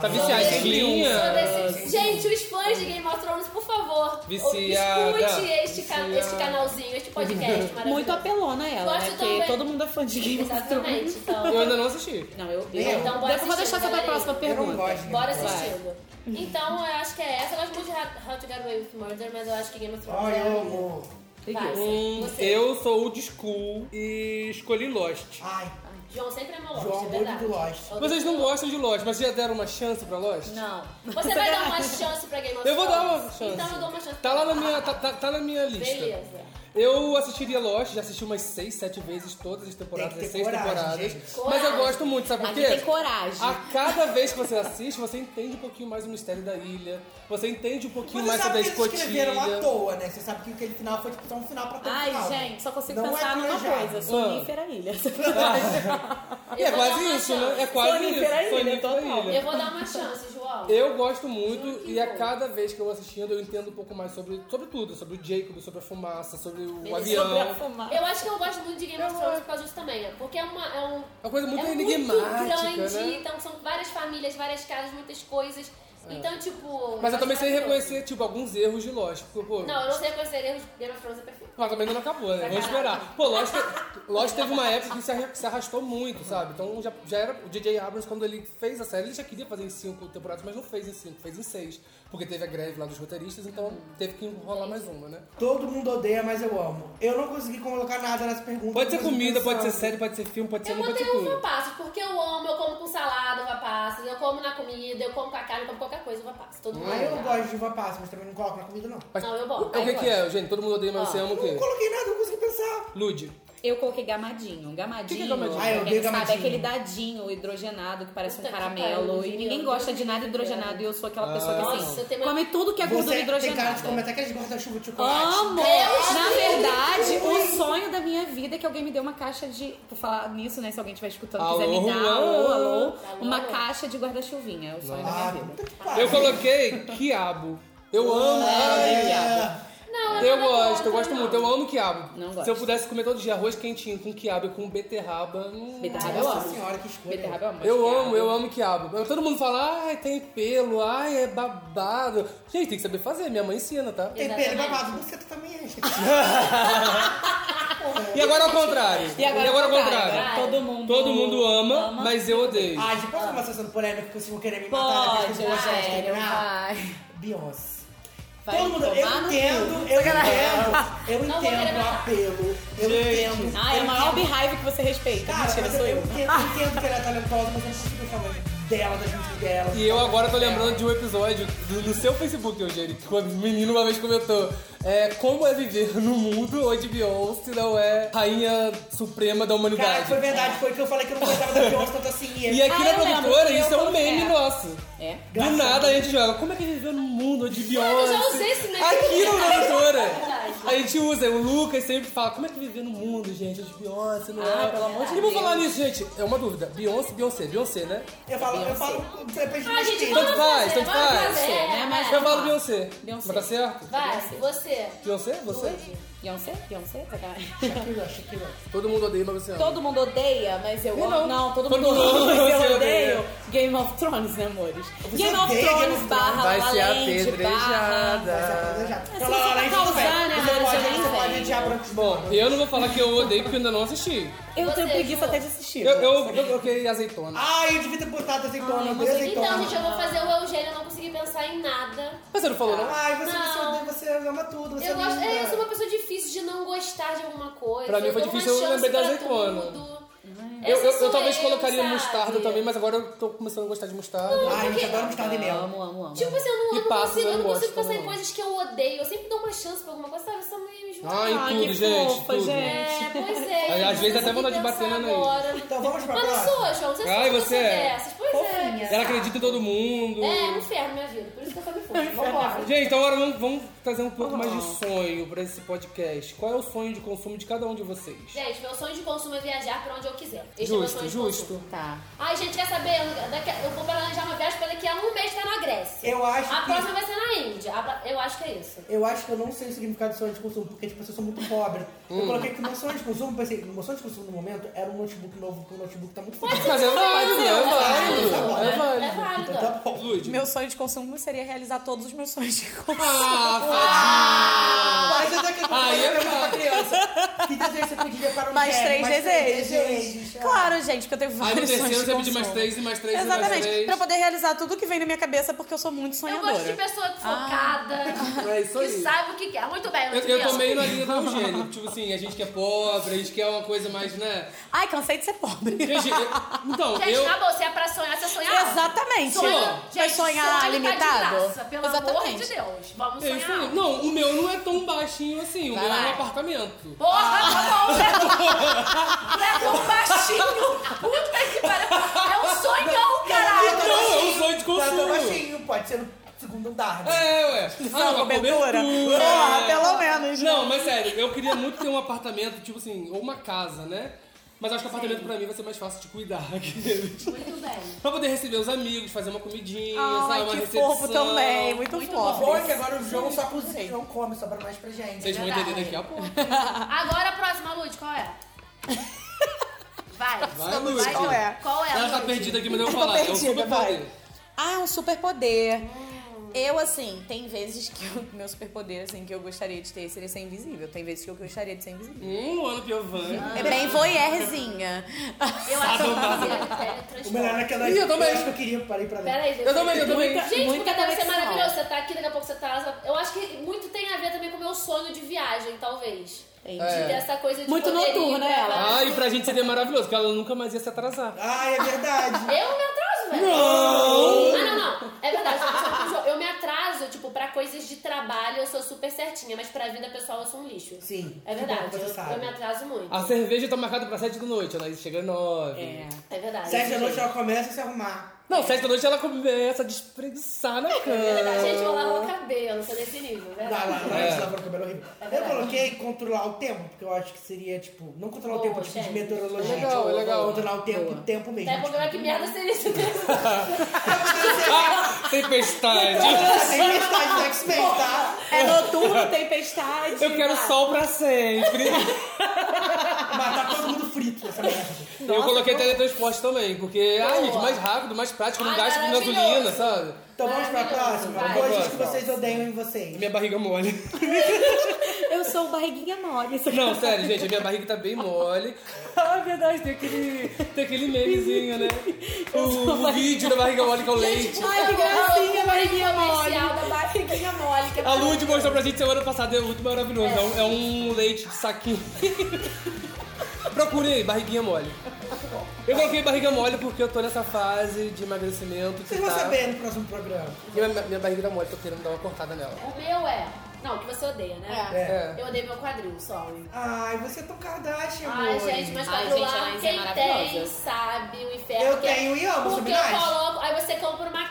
Speaker 7: tá
Speaker 5: Sou
Speaker 7: viciadinha?
Speaker 5: desse- Gente, os fãs de Game of Thrones, por favor,
Speaker 7: Viciada.
Speaker 5: escute este, ca-
Speaker 7: Viciada.
Speaker 5: este canalzinho, este podcast maravilhoso.
Speaker 8: Muito apelona ela, né?
Speaker 5: Gosto
Speaker 8: Porque
Speaker 5: também.
Speaker 8: todo mundo é fã de Game of Thrones.
Speaker 5: Exatamente, então.
Speaker 7: Eu ainda não assisti.
Speaker 8: Não, eu odeio.
Speaker 6: Eu.
Speaker 5: Então, bora
Speaker 8: Depois eu vou
Speaker 5: assistir,
Speaker 8: deixar essa pra
Speaker 5: galera.
Speaker 8: próxima
Speaker 6: É. Eu não
Speaker 8: pergunta.
Speaker 6: gosto. de
Speaker 5: Bora
Speaker 6: Game of Thrones.
Speaker 5: assistindo. Então, eu acho que é essa. Eu gosto muito de How How to Get Away with Murder, mas eu acho que Game of Thrones
Speaker 6: Ai,
Speaker 5: é...
Speaker 6: eu amo.
Speaker 5: Vai,
Speaker 7: Hum,
Speaker 5: você.
Speaker 7: eu sou old school e escolhi Lost.
Speaker 6: Ai,
Speaker 5: João sempre amou Lost,
Speaker 6: João,
Speaker 5: é
Speaker 6: muito
Speaker 5: verdade.
Speaker 6: do Lost.
Speaker 7: Vocês não gostam de Lost, mas já deram uma chance pra Lost?
Speaker 8: Não.
Speaker 5: Você vai dar uma chance pra Game of Thrones?
Speaker 7: Eu vou dar uma chance.
Speaker 5: Então eu dou uma chance.
Speaker 7: Tá lá na minha, tá, tá- tá na minha lista.
Speaker 5: Beleza.
Speaker 7: Eu assistiria Lost, já assisti umas 6, 7 vezes todas as temporadas,
Speaker 6: Tem que
Speaker 7: as
Speaker 6: ter
Speaker 7: 6
Speaker 6: coragem,
Speaker 7: temporadas.
Speaker 6: gente.
Speaker 7: Mas eu
Speaker 5: Coragem.
Speaker 7: gosto muito, sabe por
Speaker 8: Aqui
Speaker 7: quê?
Speaker 8: tem coragem.
Speaker 6: Ah,
Speaker 7: A cada vez que você assiste, você entende um pouquinho mais o mistério da ilha. Você entende um pouquinho mais
Speaker 6: Mas você
Speaker 7: sobre
Speaker 6: sabe
Speaker 7: a
Speaker 6: que eles escreveram à
Speaker 7: escotilha.
Speaker 6: toa, né? Você sabe que aquele final foi tipo só um final pra todo
Speaker 8: Ai,
Speaker 6: final.
Speaker 8: gente, só consigo
Speaker 6: Não é
Speaker 8: pensar numa
Speaker 6: planejado.
Speaker 8: coisa.
Speaker 7: Ah.
Speaker 8: Sonífera Ilha.
Speaker 5: Eu
Speaker 7: E é
Speaker 5: vou dar
Speaker 7: quase
Speaker 5: uma
Speaker 7: isso,
Speaker 5: chance.
Speaker 7: né? É quase
Speaker 8: Sonífera
Speaker 7: isso.
Speaker 8: Ilha,
Speaker 7: Sonífera
Speaker 8: total.
Speaker 7: Ilha.
Speaker 5: Eu vou dar uma chance, João.
Speaker 7: Eu gosto muito e a cada vez que eu vou assistindo eu entendo um pouco mais sobre, sobre tudo, sobre o Jacob, sobre a fumaça, sobre o Um avião.
Speaker 8: Sobre a fumaça.
Speaker 5: Eu acho que eu gosto muito de Game of Thrones por causa disso também, né? Porque é uma. É um,
Speaker 7: Uma coisa muito
Speaker 5: é
Speaker 7: enigmática,
Speaker 5: Muito grande,
Speaker 7: né? É.
Speaker 5: então são várias famílias, várias casas, muitas coisas. Então, tipo.
Speaker 7: Mas eu também sei
Speaker 5: acho
Speaker 7: reconhecer, tipo, alguns erros de Lost. Porque, pô,
Speaker 5: maravilhoso. Não, eu não sei reconhecer erros. Game of Thrones é perfeito.
Speaker 7: mas também ainda não acabou, né? Vamos esperar. Pô, Lost, te- Lost teve uma época que se arra- se arrastou muito, sabe? Então já, já era. O DJ Abrams, quando ele fez a série, ele já queria fazer em cinco temporadas, mas não fez em cinco, fez em seis. Porque teve a greve lá dos roteiristas, então teve que enrolar mais uma, né?
Speaker 6: Todo mundo odeia, mas eu amo. Eu não consegui colocar nada nessa pergunta.
Speaker 7: Pode ser
Speaker 6: mas eu
Speaker 7: comida,
Speaker 6: pensando.
Speaker 7: pode ser série, pode ser filme, pode ser
Speaker 5: Eu um
Speaker 7: não, pode
Speaker 5: botei
Speaker 7: ser
Speaker 5: uva
Speaker 7: tudo.
Speaker 5: passa, porque eu amo, eu como com salada uva passa, eu como na comida, eu como com a carne, eu como qualquer coisa uva passa. Todo mundo.
Speaker 6: Ah,
Speaker 7: é?
Speaker 6: eu
Speaker 5: ama.
Speaker 6: gosto de uva passa, mas também não coloco na comida, não.
Speaker 7: Mas
Speaker 5: Não, eu boto.
Speaker 7: O que, que é, gente? Todo mundo odeia, mas você ama o
Speaker 6: Não
Speaker 7: quê?
Speaker 6: coloquei nada, não consegui
Speaker 8: É
Speaker 6: pensar.
Speaker 7: Lude.
Speaker 8: Eu coloquei gamadinho. Um Gamadinho.
Speaker 7: Que que é gamadinho?
Speaker 6: Ah, eu
Speaker 8: pra quem
Speaker 6: odeio
Speaker 8: não sabe, é
Speaker 6: gamadinho.
Speaker 8: aquele dadinho hidrogenado que parece um
Speaker 5: Puta que
Speaker 8: caramelo.
Speaker 5: pariu,
Speaker 8: E ninguém
Speaker 5: eu
Speaker 8: gosta
Speaker 5: odeio
Speaker 8: de nada
Speaker 5: gordura.
Speaker 8: hidrogenado. E eu sou aquela pessoa
Speaker 7: Ah.
Speaker 8: que assim.
Speaker 5: Nossa, eu tenho uma-
Speaker 8: come tudo que é gordura
Speaker 6: Você tem cara de comer
Speaker 8: hidrogenada. Ah,
Speaker 6: até aqueles guarda-chuva de chocolate.
Speaker 8: Amo!
Speaker 5: Deus
Speaker 8: Na
Speaker 5: me
Speaker 8: verdade, o sonho da minha vida é que alguém me dê uma caixa de. Por falar nisso, né? Se alguém estiver escutando, quiser
Speaker 7: Alô,
Speaker 8: me dar,
Speaker 7: Juan.
Speaker 8: alô, alô, uma
Speaker 5: alô.
Speaker 8: caixa de guarda-chuvinha. É o sonho da
Speaker 6: Ah,
Speaker 8: minha vida.
Speaker 6: puta que pariu.
Speaker 7: Eu coloquei quiabo. Eu amo quiabo.
Speaker 6: Ah,
Speaker 5: Não,
Speaker 7: Eu
Speaker 5: não
Speaker 7: gosto, eu
Speaker 5: não.
Speaker 7: gosto muito. Eu amo quiabo.
Speaker 8: Não gosto.
Speaker 7: Se eu pudesse comer todo dia arroz quentinho com quiabo e com beterraba... hum,
Speaker 8: Beterraba Ah, eu
Speaker 6: Nossa
Speaker 8: amo.
Speaker 6: senhora, que escolha.
Speaker 8: Beterraba eu amo.
Speaker 7: Eu
Speaker 8: Beterraba.
Speaker 7: amo, eu amo quiabo. Eu- Todo mundo fala, ai, tem pelo, ai, é babado. Gente, tem que saber fazer. Minha mãe ensina, tá?
Speaker 6: Tempero e
Speaker 5: Exatamente.
Speaker 6: babado, você também é. gente.
Speaker 7: E agora ao contrário.
Speaker 8: E agora,
Speaker 7: ao
Speaker 8: o contrário, agora Todo mundo.
Speaker 7: é Todo mundo ama, mas eu odeio.
Speaker 6: Ah, gente, posso fazer uma sensação polêmica porque vocês vão querer me matar
Speaker 8: Pode, ah, é,
Speaker 6: depois que eu vou achar de
Speaker 8: Rogério,
Speaker 6: terminar?
Speaker 8: vai.
Speaker 6: Beyoncé.
Speaker 8: Vai
Speaker 6: Todo mundo, eu
Speaker 8: tomar no
Speaker 6: entendo,
Speaker 8: cu.
Speaker 6: eu entendo, eu
Speaker 5: Não vou querer
Speaker 6: entendo o
Speaker 5: matar.
Speaker 6: apelo, eu entendo.
Speaker 8: Ah, é a
Speaker 6: eu
Speaker 8: maior
Speaker 6: entendo.
Speaker 8: beehive que você respeita.
Speaker 6: Cara,
Speaker 8: Mentira,
Speaker 6: mas
Speaker 8: sou
Speaker 6: eu, eu
Speaker 8: eu.
Speaker 6: entendo, eu entendo que ela é talentosa, mas eu não consigo falar dela, das músicas dela.
Speaker 7: E eu agora tô lembrando de um episódio do, do seu Facebook, Eugênio, que o menino uma vez comentou é, como é viver num mundo onde Beyoncé não é rainha suprema da
Speaker 6: Cara,
Speaker 7: humanidade.
Speaker 6: foi verdade, foi que eu falei que eu não gostava da Beyoncé tanto assim.
Speaker 7: E aqui
Speaker 8: Ah,
Speaker 7: na
Speaker 8: eu lembro,
Speaker 7: produtora,
Speaker 8: eu
Speaker 7: isso é um
Speaker 8: coloquei.
Speaker 7: meme
Speaker 8: É.
Speaker 7: nosso, Beyoncé.
Speaker 8: É.
Speaker 7: Do nada a gente joga. Como é que a gente vê no mundo de Beyoncé?
Speaker 5: eu já usei esse meme.
Speaker 8: É
Speaker 7: Aqui no Monitora.
Speaker 5: Verdade.
Speaker 7: A gente usa. O Lucas sempre fala, como é que viver no mundo, gente? De Beyoncé, não
Speaker 8: Ah,
Speaker 7: é?
Speaker 8: pelo amor de
Speaker 7: E vou
Speaker 8: Deus.
Speaker 7: falar nisso, gente. É uma dúvida. Beyoncé, Beyoncé, Beyoncé, né?
Speaker 6: Eu falo, eu falo, depende do
Speaker 5: Ah, gente,
Speaker 6: estilo.
Speaker 5: vamos
Speaker 7: Tanto faz,
Speaker 5: fazer,
Speaker 7: tanto
Speaker 5: vamos
Speaker 7: faz.
Speaker 5: fazer.
Speaker 8: Sim, né? Mas-
Speaker 5: é.
Speaker 7: Eu falo Beyoncé.
Speaker 8: Beyoncé.
Speaker 7: Mas tá certo?
Speaker 5: Vai, você.
Speaker 7: Beyoncé? Você?
Speaker 8: Beyoncé? Beyoncé? Sacanagem.
Speaker 6: Shakira, Shakira.
Speaker 7: Todo mundo odeia, mas você né? ama.
Speaker 8: Todo mundo odeia, mas eu
Speaker 7: Eu
Speaker 8: amo.
Speaker 7: não.
Speaker 8: Não, todo
Speaker 7: Todo
Speaker 8: mundo ama,
Speaker 7: mundo
Speaker 8: mas
Speaker 7: odeia.
Speaker 8: eu odeio. Game of Thrones, né, amores? Game of
Speaker 6: odeia Game
Speaker 8: Thrones
Speaker 6: of Thrones.
Speaker 8: barra La La Land, barra...
Speaker 5: É,
Speaker 6: Exato.
Speaker 8: você tá causando, né,
Speaker 6: Você
Speaker 8: mas
Speaker 6: pode,
Speaker 8: já nem
Speaker 6: você
Speaker 8: vem.
Speaker 6: pode odiar brancos
Speaker 7: Bom, eu não vou falar que eu odeio porque eu ainda não assisti.
Speaker 8: Eu tenho
Speaker 5: Você,
Speaker 8: preguiça
Speaker 5: Ju?
Speaker 8: até de assistir.
Speaker 7: Eu, eu, eu coloquei azeitona.
Speaker 6: Ah, eu devia ter botado azeitona, eu odeio
Speaker 5: Então,
Speaker 6: azeitona.
Speaker 5: gente, eu vou fazer o Eugênio, eu não consegui pensar em nada.
Speaker 7: Mas você não falou, não?
Speaker 6: Ai, você, você,
Speaker 5: Não.
Speaker 6: odeia- você ama tudo, você é
Speaker 5: Eu, gosto, é,
Speaker 6: linda.
Speaker 5: eu sou uma pessoa difícil de não gostar de alguma coisa.
Speaker 7: Pra mim foi
Speaker 5: dou uma
Speaker 7: difícil, eu
Speaker 5: chance
Speaker 7: lembrei da
Speaker 5: pra
Speaker 7: azeitona.
Speaker 5: tudo.
Speaker 7: Eu,
Speaker 5: Essa
Speaker 7: eu- eu
Speaker 5: sou
Speaker 7: talvez colocaria
Speaker 5: sabe?
Speaker 7: mostarda também, mas agora eu tô começando a gostar de mostarda.
Speaker 6: Ai, gente, adoro mostarda e mel.
Speaker 8: Amo, amo, amo.
Speaker 5: Tipo assim, eu não,
Speaker 7: E
Speaker 5: eu não
Speaker 7: passas,
Speaker 5: consigo,
Speaker 7: eu
Speaker 5: eu não
Speaker 7: não
Speaker 5: consigo
Speaker 7: gosto,
Speaker 5: pensar em
Speaker 7: não.
Speaker 5: coisas que eu odeio. Eu sempre dou uma chance pra alguma coisa, sabe? Eu sou meio enjoada.
Speaker 7: Ai,
Speaker 8: Ai,
Speaker 7: tudo,
Speaker 8: Ah, que
Speaker 7: gente.
Speaker 8: fofa,
Speaker 7: tudo.
Speaker 5: É,
Speaker 8: gente.
Speaker 5: pois é.
Speaker 7: Às
Speaker 5: eu
Speaker 7: vezes
Speaker 5: não
Speaker 7: dá até
Speaker 5: consegui
Speaker 7: vontade de bater
Speaker 5: pensar
Speaker 7: na Anaís.
Speaker 5: agora.
Speaker 6: Então vamos pra
Speaker 5: Mas não
Speaker 6: próxima.
Speaker 5: sou, João. Você
Speaker 7: Ai,
Speaker 5: sabe que eu
Speaker 7: você
Speaker 5: sou
Speaker 7: é.
Speaker 5: dessas. Pois é.
Speaker 7: Ela acredita em todo mundo.
Speaker 5: É, um inferno minha vida. Por isso que eu tô me fundo. Vambora.
Speaker 7: Gente, então agora vamos, vamos trazer um pouco mais de sonho pra esse podcast. Qual é o sonho de consumo de cada um de vocês?
Speaker 5: Gente, meu sonho de consumo é viajar pra onde eu quiser. Este é meu sonho
Speaker 7: Justo,
Speaker 5: de
Speaker 7: justo.
Speaker 5: consumo.
Speaker 8: Tá.
Speaker 5: Ai, gente, quer saber? Eu, daqui, eu vou planejar uma viagem pra daqui a um mês estar na Grécia.
Speaker 6: Eu acho
Speaker 5: A
Speaker 6: que-
Speaker 5: próxima vai ser na Índia. A pra- Eu acho que é isso.
Speaker 6: Eu acho que eu não sei o significado de sonho de consumo, porque tipo, assim, eu sou muito pobre.
Speaker 7: Hum.
Speaker 6: Eu coloquei que meu sonho de consumo, pensei, meu sonho de consumo no momento era um notebook novo, porque o notebook tá muito fodido.
Speaker 7: Mas é válido, é válido.
Speaker 5: É
Speaker 7: É
Speaker 5: válido. É
Speaker 7: válido.
Speaker 5: válido.
Speaker 6: Tá bom.
Speaker 7: Lud.
Speaker 2: Meu sonho de consumo seria realizar todos os meus sonhos de consumo.
Speaker 7: Ah,
Speaker 6: Mas até que eu tô
Speaker 7: Aí é
Speaker 6: falando pra
Speaker 7: claro.
Speaker 6: criança. Que desejo você podia para um
Speaker 7: é,
Speaker 2: Mais
Speaker 6: cheque?
Speaker 2: três desejos.
Speaker 6: desejos.
Speaker 2: Claro, gente, porque eu tenho
Speaker 7: Aí no
Speaker 2: vários sonhos
Speaker 7: terceiro
Speaker 2: de
Speaker 7: você pedir
Speaker 2: consumo.
Speaker 7: mais três e mais três e mais
Speaker 2: Exatamente.
Speaker 7: três.
Speaker 2: Pra eu poder realizar tudo que vem na minha cabeça, porque eu sou muito
Speaker 5: Eu gosto de
Speaker 2: sonhadora.
Speaker 5: pessoa focada.
Speaker 7: É isso
Speaker 5: que
Speaker 7: aí.
Speaker 5: sabe o que quer. Muito bem,
Speaker 7: Eu,
Speaker 5: muito
Speaker 7: eu
Speaker 5: bem.
Speaker 7: tô meio na linha do Eugênio. Tipo assim, a gente que é pobre, a gente quer uma coisa mais, né?
Speaker 2: Ai, cansei de ser pobre.
Speaker 7: Gente, eu- então,
Speaker 5: Gente,
Speaker 7: eu.
Speaker 5: na boa, se é pra sonhar, você sonhar.
Speaker 2: Exatamente.
Speaker 5: Sonha,
Speaker 2: Vai
Speaker 5: gente,
Speaker 2: sonhar
Speaker 5: sonho tá de
Speaker 2: limitado?
Speaker 5: graça, pelo amor de
Speaker 2: Exatamente.
Speaker 5: Deus. Vamos
Speaker 7: É isso
Speaker 5: sonhar.
Speaker 7: aí. Não, o meu não é tão baixinho assim. O
Speaker 2: Vai
Speaker 7: meu é
Speaker 2: lá.
Speaker 7: um apartamento.
Speaker 5: Porra, tá bom, né? Leva um baixinho. Puta que pariu. É um sonhão, caralho.
Speaker 7: Não, é um sonho de
Speaker 6: Tá tão
Speaker 7: consumo.
Speaker 6: baixinho, pode ser no segundo andar.
Speaker 7: É, ué. Ah, uma cobertura.
Speaker 2: Porra, pelo menos. né?
Speaker 7: É. Não, mas sério, eu queria muito ter um apartamento, tipo assim, ou uma casa, né? Mas acho que apartamento pra mim vai ser mais fácil de cuidar.
Speaker 5: Muito bem.
Speaker 7: pra poder receber os amigos, fazer uma comidinha, sabe? é Uma
Speaker 2: Ai, que
Speaker 7: recepção.
Speaker 2: fofo também. Muito,
Speaker 6: O bom
Speaker 2: fofo.
Speaker 6: é que agora o João só cozinha, não come, sobra mais pra gente.
Speaker 7: Vocês vão
Speaker 5: Verdade.
Speaker 7: entender daqui a
Speaker 2: É
Speaker 7: pouco.
Speaker 5: Agora a próxima, Lud, qual é? Vai.
Speaker 7: Vai, Lud.
Speaker 2: Qual é?
Speaker 5: Qual é,
Speaker 7: Ela tá
Speaker 5: Lud?
Speaker 7: perdida aqui, mas eu
Speaker 2: Eu
Speaker 7: vou
Speaker 2: tô
Speaker 7: falar. É um
Speaker 2: perdida,
Speaker 7: superpoder.
Speaker 2: vai. Ah, é um superpoder. Eu, assim, tem vezes que o meu superpoder, assim, que eu gostaria de ter seria ser invisível. Tem vezes que eu gostaria de ser invisível.
Speaker 7: Hum, ano Piovani.
Speaker 2: É bem voyeurzinha.
Speaker 5: Eu acho que você
Speaker 6: O melhor é que ela...
Speaker 7: Ih, eu também.
Speaker 6: acho que eu queria, parei pra ver.
Speaker 5: Peraí, gente.
Speaker 7: Eu também, eu também.
Speaker 5: Gente,
Speaker 2: Muita
Speaker 5: porque deve ser
Speaker 2: conexão.
Speaker 5: maravilhoso. Você tá aqui, daqui a pouco você tá lá. Eu acho que muito tem a ver também com o meu sonho de viagem, talvez.
Speaker 2: Entendi.
Speaker 5: De ter essa coisa de
Speaker 8: Muito
Speaker 5: poder ir
Speaker 8: noturna
Speaker 5: pra-
Speaker 8: ela.
Speaker 7: Ah, e pra gente seria maravilhoso, porque ela nunca mais ia se atrasar.
Speaker 6: Ai, é verdade.
Speaker 5: Eu me atraso, velho. Não! Ah, não, não. É verdade. eu sou muito jo- Eu me atraso, tipo, pra coisas de trabalho eu sou super certinha, mas pra vida pessoal eu sou um lixo.
Speaker 6: Sim.
Speaker 5: É verdade.
Speaker 6: Você
Speaker 5: eu,
Speaker 6: sabe.
Speaker 5: eu me atraso muito.
Speaker 7: A cerveja tá marcada pra 7 da noite, ela chega às 9.
Speaker 8: É.
Speaker 5: É verdade.
Speaker 6: Sete da noite ela começa a se arrumar.
Speaker 7: Não, 7 da noite ela começa a despreguiçar na
Speaker 5: É verdade.
Speaker 7: cama.
Speaker 5: Gente, eu lavo o cabelo, sou desse nível, é
Speaker 6: Lá,
Speaker 5: verdade.
Speaker 6: lá, lá, isso lá pra cabelo horrível. Eu
Speaker 5: É verdade.
Speaker 6: coloquei controlar o tempo, porque eu acho que seria, tipo, não controlar o
Speaker 5: Boa,
Speaker 6: tempo, tipo, de
Speaker 5: gente. é
Speaker 6: meteorologia.
Speaker 7: Legal,
Speaker 6: tipo,
Speaker 7: legal.
Speaker 6: Controlar o tempo, tempo mesmo. Tipo,
Speaker 5: Até porque que merda seria isso mesmo?
Speaker 7: Ah, tempestade.
Speaker 6: Tem tempestade do X-Men, tá?
Speaker 8: É noturno, tempestade.
Speaker 7: Eu quero sol pra sempre.
Speaker 6: Matar tá todo mundo frito essa merda.
Speaker 7: eu coloquei teletransporte também, porque, ai, gente, mais rápido, mais prático, não
Speaker 5: Ai,
Speaker 7: gasto com
Speaker 5: maravilhoso.
Speaker 7: gasolina, sabe?
Speaker 6: Então vamos pra próxima.
Speaker 5: Vai.
Speaker 6: Coisas que vocês odeiam em vocês.
Speaker 7: Minha barriga é mole.
Speaker 8: Eu sou barriguinha mole.
Speaker 7: Não, sério, gente, a minha barriga tá bem mole. Ah, verdade, tem aquele, tem aquele memezinho, né? O, o vídeo da barriga mole com o leite.
Speaker 8: Ai, que
Speaker 7: assim,
Speaker 8: gracinha, barriguinha mole.
Speaker 5: Comercial da barriguinha mole. que é
Speaker 7: A Lud mostrou pra gente semana passada, é muito maravilhoso. É, um, é um leite de saquinho. Procure aí, barriguinha mole. Eu coloquei barriga mole porque eu tô nessa fase de emagrecimento. que
Speaker 6: Vocês vão
Speaker 7: tá-
Speaker 6: saber no próximo programa.
Speaker 7: Minha, minha barriga tá mole, tô querendo dar uma cortada nela.
Speaker 5: O meu é. Não, o que você odeia, né?
Speaker 7: É.
Speaker 5: Eu odeio meu quadril só.
Speaker 6: Ai, você é tão Kardashian,
Speaker 5: Ai,
Speaker 6: amor.
Speaker 5: gente, mas
Speaker 8: Ai,
Speaker 5: quadril
Speaker 8: gente, a
Speaker 5: lá,
Speaker 8: Anaís é
Speaker 5: quem
Speaker 8: maravilhosa.
Speaker 5: tem sabe o inferno.
Speaker 6: Eu
Speaker 5: que é.
Speaker 6: tenho e amo,
Speaker 5: Porque
Speaker 6: sabe, Nath?
Speaker 5: eu coloco, aí você compra uma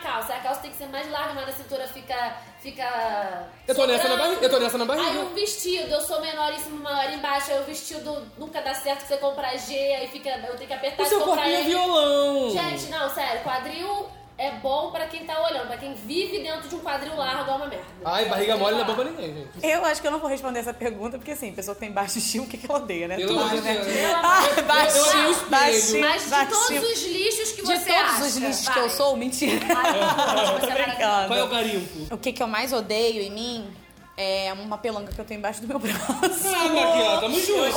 Speaker 5: tem que ser mais larga, mas a cintura fica. fica
Speaker 7: Eu tô nessa na
Speaker 5: sobrando.
Speaker 7: barriga, eu tô nessa na barriga.
Speaker 5: Aí um vestido, eu sou menor em cima, maior embaixo, aí o vestido nunca dá certo, você compra G, aí fica, eu tenho que apertar
Speaker 7: O seu
Speaker 5: e comprar
Speaker 7: corpinho é
Speaker 5: ele.
Speaker 7: violão.
Speaker 5: Gente, não, sério, quadril é bom pra quem tá olhando, pra quem vive dentro de um quadril largo é uma merda.
Speaker 7: Ai, barriga mole não é bom pra
Speaker 5: bomba
Speaker 7: ninguém, gente.
Speaker 2: Eu acho que eu não vou responder essa pergunta, porque assim, pessoa que tem baixo estilo, o que, que ela odeia, né?
Speaker 7: Eu
Speaker 2: Tudo,
Speaker 7: acho
Speaker 2: né?
Speaker 7: que-
Speaker 2: Ah,
Speaker 7: Eu odeio o
Speaker 2: baixinho,
Speaker 7: espelho.
Speaker 2: baixinho,
Speaker 5: Mas de
Speaker 2: baixinho.
Speaker 5: todos os lixos que
Speaker 2: De
Speaker 5: você
Speaker 2: todos
Speaker 5: acha,
Speaker 2: os lixos
Speaker 5: vai.
Speaker 2: que eu sou, mentira. Tô
Speaker 7: Qual é o
Speaker 2: brincando.
Speaker 7: garimpo?
Speaker 2: O que, que eu mais odeio em mim é uma pelanga que eu tenho embaixo do meu braço.
Speaker 7: Ah, Maquia, tamo junto.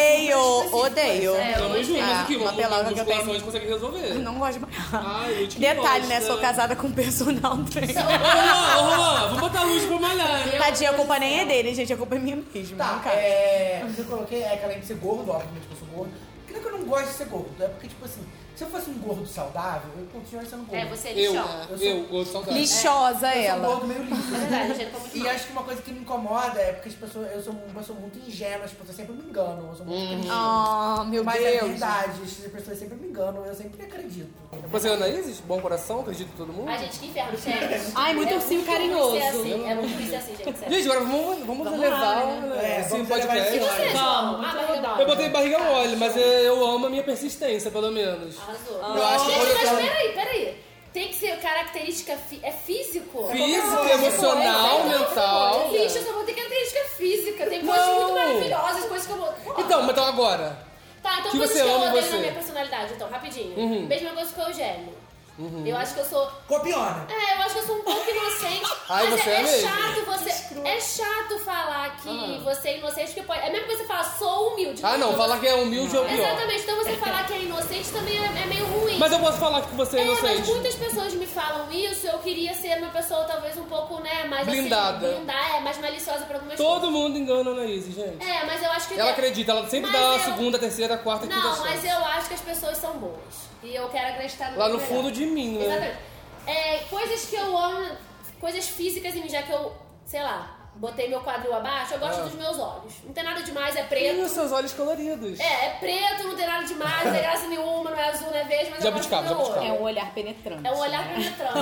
Speaker 2: Odeio, odeio.
Speaker 8: É.
Speaker 7: Tamo junto, mas o que?
Speaker 2: Ah, uma
Speaker 7: Uma
Speaker 2: pelada
Speaker 7: pelada
Speaker 2: que eu
Speaker 7: musculação a gente consegue resolver.
Speaker 2: Não gosto de malhar.
Speaker 7: Ai, eu te
Speaker 2: Detalhe, né?
Speaker 7: gosto.
Speaker 2: Sou casada com um personal trainer.
Speaker 7: Ô, Juan, ô, Juan, vamos botar luz pra malhar, né?
Speaker 2: Tadinha, a culpa nem é dele, gente. A culpa é minha mesmo. não,
Speaker 6: Tá,
Speaker 2: cara.
Speaker 6: é. O que eu coloquei é que além de ser gordo, obviamente que eu sou gordo. Porque não é que eu não gosto de ser gordo, é porque, tipo assim, se eu fosse um gordo saudável, eu continuaria sendo gordo.
Speaker 5: É, você é
Speaker 7: Eu,
Speaker 5: lixão.
Speaker 6: Eu sou-
Speaker 7: eu, eu, saudade.
Speaker 2: Lixosa
Speaker 6: Eu sou um
Speaker 2: ela.
Speaker 6: gordo meio liso.
Speaker 5: É verdade, gente, como
Speaker 6: E
Speaker 5: não.
Speaker 6: acho que uma coisa que me incomoda é porque as pessoas. Eu sou uma pessoa muito ingênua, as pessoas sempre me enganam. Eu sou muito
Speaker 7: Uhum.
Speaker 6: cristã.
Speaker 2: Oh, meu
Speaker 6: Mas é
Speaker 2: Deus.
Speaker 6: verdade, as pessoas sempre me enganam, eu sempre acredito.
Speaker 7: Você é Anaíses? Bom coração, acredito em todo mundo.
Speaker 5: Ai, gente, que inferno, gente.
Speaker 2: Ai, muito
Speaker 5: é
Speaker 2: ursinho
Speaker 5: muito ruim ser
Speaker 2: carinhoso.
Speaker 5: assim, É muito ruim ser assim, gente, sério.
Speaker 7: Gente, agora vamos, vamos, levar o
Speaker 5: né?
Speaker 6: É,
Speaker 7: esse
Speaker 6: vamos levar
Speaker 7: podcast.
Speaker 6: esse
Speaker 5: E você, João?
Speaker 8: Vamos,
Speaker 5: Ah,
Speaker 8: vamos
Speaker 5: barriga
Speaker 8: rodar.
Speaker 5: mole.
Speaker 7: Eu botei barriga mole, mas é- eu amo a minha persistência, pelo menos.
Speaker 5: Arrasou.
Speaker 7: Eu acho que
Speaker 5: Gente,
Speaker 7: quando eu
Speaker 5: mas
Speaker 7: tava-
Speaker 5: peraí, peraí. Tem que ser característica... Fi... É físico?
Speaker 7: Físico,
Speaker 5: É,
Speaker 7: emocional,
Speaker 5: é, é, é, é, é, é, é, é, é, é, é, é, é,
Speaker 7: mental.
Speaker 5: é, é, é, Lixo, eu só vou ter característica física. Tem
Speaker 7: Não.
Speaker 5: coisas muito maravilhosas, coisas que eu vou...
Speaker 7: Então, mas então agora.
Speaker 5: Tá, então
Speaker 7: que
Speaker 5: coisas
Speaker 7: você
Speaker 5: que eu
Speaker 7: ama em
Speaker 5: odeio
Speaker 7: você? Uhum.
Speaker 5: na minha personalidade, então, rapidinho. Mesma coisa que o Eugênio. Eu acho que eu sou...
Speaker 6: Copiona!
Speaker 5: É, eu acho que eu sou um pouco inocente.
Speaker 7: Ai,
Speaker 5: mas
Speaker 7: você
Speaker 5: é,
Speaker 7: é
Speaker 5: é
Speaker 7: mesmo?
Speaker 5: chato você. É chato falar que você é inocente, porque pode. É mesmo que você falar, sou humilde.
Speaker 7: Ah, não,
Speaker 5: Então,
Speaker 7: falar que é humilde é o pior.
Speaker 5: Exatamente, então você falar que é inocente também é, é meio ruim.
Speaker 7: Mas eu posso falar que você é
Speaker 5: é, mas
Speaker 7: inocente.
Speaker 5: muitas pessoas me falam isso, eu queria ser uma pessoa talvez um pouco, né, mais assim,
Speaker 7: Blindada.
Speaker 5: blindar, é, mais maliciosa pra algumas
Speaker 7: Todo mundo engana a Anaíses, gente.
Speaker 5: coisas. É, mas eu acho que.
Speaker 7: Ela acredita, ela sempre
Speaker 5: Mas
Speaker 7: dá a
Speaker 5: eu-
Speaker 7: segunda, terceira, quarta, quinta
Speaker 5: Não, mas
Speaker 7: chance.
Speaker 5: eu acho que as pessoas são boas. E eu quero acreditar no
Speaker 7: Lá
Speaker 5: meu
Speaker 7: no
Speaker 5: melhor.
Speaker 7: fundo de mim, né?
Speaker 5: Exatamente. É, coisas que eu amo, coisas físicas em mim, já que eu, sei lá, botei meu quadril abaixo, eu
Speaker 7: Ah.
Speaker 5: gosto dos meus olhos. Não tem nada demais, é
Speaker 7: E os
Speaker 5: preto.
Speaker 7: seus olhos coloridos.
Speaker 5: É, é preto, não tem nada demais, não tem graça nenhuma, não é azul, não é verde, mas eu gosto do
Speaker 7: Jabuticaba,
Speaker 5: meu
Speaker 7: jabuticaba.
Speaker 5: olho.
Speaker 8: É um olhar penetrante.
Speaker 5: É um olhar penetrante.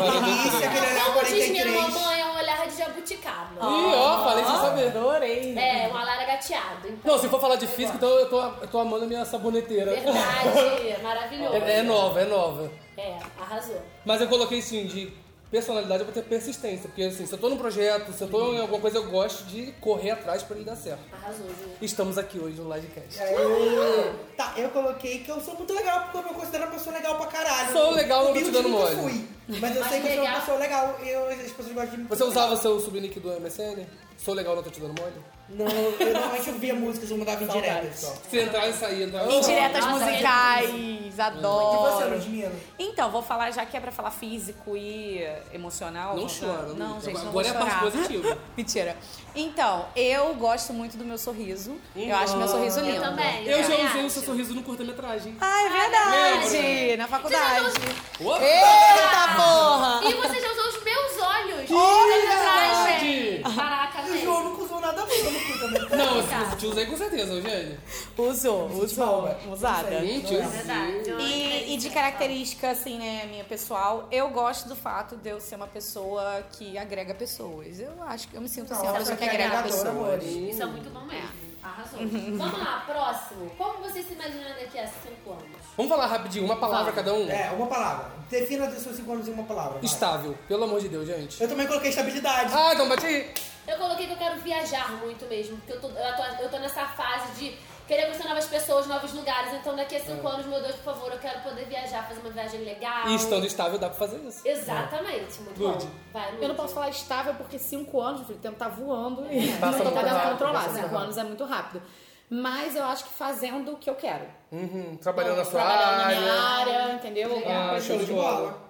Speaker 6: Isso, aquele olhar
Speaker 5: Como diz minha
Speaker 6: 43.
Speaker 5: mamãe, é um olhar de jabuticaba.
Speaker 7: Ih, ó, falei sem saber.
Speaker 2: Adorei.
Speaker 5: É, um alara gateado. Então, É
Speaker 7: Não, se for falar de física, então eu tô, eu tô amando a minha saboneteira.
Speaker 5: verdade,
Speaker 7: É,
Speaker 5: maravilhoso.
Speaker 7: é nova, é nova.
Speaker 5: É, arrasou.
Speaker 7: Mas eu coloquei assim, de personalidade eu vou ter persistência. Porque assim, se eu tô num projeto, se eu tô em alguma coisa, eu gosto de correr atrás pra ele dar certo.
Speaker 5: Arrasou, Ju.
Speaker 7: Estamos aqui hoje no Livecast.
Speaker 6: Aê! Tá, É, eu coloquei que eu sou muito legal, porque eu me considero uma pessoa legal pra caralho.
Speaker 7: Sou legal, não tô
Speaker 6: Humilde
Speaker 7: te dando
Speaker 6: nunca
Speaker 7: mole.
Speaker 6: fui. Mas eu
Speaker 5: Mas
Speaker 6: sei que eu sou uma
Speaker 5: legal.
Speaker 6: pessoa legal. Eu, as pessoas gostam de mim.
Speaker 7: Você usava seu subnick do MSN? Sou legal, não tô te dando mole?
Speaker 6: Não, eu normalmente ouvia músicas, eu mandava em direto só.
Speaker 7: Você entrava e saía. Entrava.
Speaker 2: Indiretas
Speaker 5: Nossa,
Speaker 2: musicais.
Speaker 6: E você,
Speaker 2: Adoro.
Speaker 6: Ludmilla?
Speaker 2: Então, vou falar, já que é pra falar físico e emocional.
Speaker 7: Não
Speaker 2: vou-
Speaker 7: chora,
Speaker 2: Não,
Speaker 7: Luísa.
Speaker 2: gente, não vou
Speaker 7: Agora é a parte
Speaker 2: chorar.
Speaker 7: positiva.
Speaker 2: Mentira. Então, eu gosto muito do meu sorriso. Eu acho meu sorriso lindo.
Speaker 5: Eu também.
Speaker 7: Eu já usei
Speaker 5: acho.
Speaker 7: o seu sorriso no curta-metragem.
Speaker 2: é Ah, é verdade. Na faculdade.
Speaker 5: Você já
Speaker 7: Uou!
Speaker 2: Eita porra!
Speaker 5: E você já usou os meus olhos.
Speaker 7: Olha!
Speaker 5: gente. Caraca,
Speaker 6: O João
Speaker 5: gente.
Speaker 6: nunca usou nada mesmo, eu não fui também.
Speaker 7: Não, eu te usei com certeza, Eugênio. tipo
Speaker 2: Usou, usou. Usada.
Speaker 7: Gente, eu
Speaker 5: Verdade.
Speaker 2: E, e de característica, assim, né, minha pessoal, eu gosto do fato de eu ser uma pessoa que agrega pessoas. Eu acho que eu me sinto assim, uma
Speaker 6: Nossa,
Speaker 7: é
Speaker 2: pessoa que
Speaker 6: que
Speaker 2: agrega
Speaker 6: é agregadora,
Speaker 2: pessoas.
Speaker 6: amores.
Speaker 5: Isso é muito bom mesmo. Arrasou. Vamos lá, próximo. Como você se imagina daqui a cinco anos?
Speaker 7: Vamos falar rapidinho, uma palavra cada um.
Speaker 6: É, uma palavra. Defina os seus cinco anos em uma palavra. vai.
Speaker 7: Estável, pelo amor de Deus, gente.
Speaker 6: Eu também coloquei estabilidade.
Speaker 7: Ah, então bate aí.
Speaker 5: Eu coloquei que eu quero viajar muito mesmo, porque eu tô, eu tô, eu tô nessa fase de querer conhecer novas pessoas, novos lugares. Então daqui
Speaker 6: É.
Speaker 5: a cinco anos, meu Deus, por favor, eu quero poder viajar, fazer uma viagem legal.
Speaker 7: E estando estável, dá pra fazer isso.
Speaker 5: Exatamente, muito
Speaker 7: Lude.
Speaker 5: bom. Vai, Lude.
Speaker 8: Eu não posso falar estável porque cinco anos, filho, o tempo tá voando e
Speaker 7: Passa
Speaker 8: não
Speaker 7: muito
Speaker 8: tá dando
Speaker 7: rápido,
Speaker 8: controlar.
Speaker 7: passa
Speaker 8: Cinco anos é muito rápido. Mas eu acho que fazendo o que eu quero.
Speaker 7: Uhum, trabalhando na sua
Speaker 8: Trabalhando na minha
Speaker 7: área.
Speaker 8: área, entendeu? Alguma
Speaker 7: Ah,
Speaker 8: coisa
Speaker 7: show de
Speaker 8: assim.
Speaker 7: bola.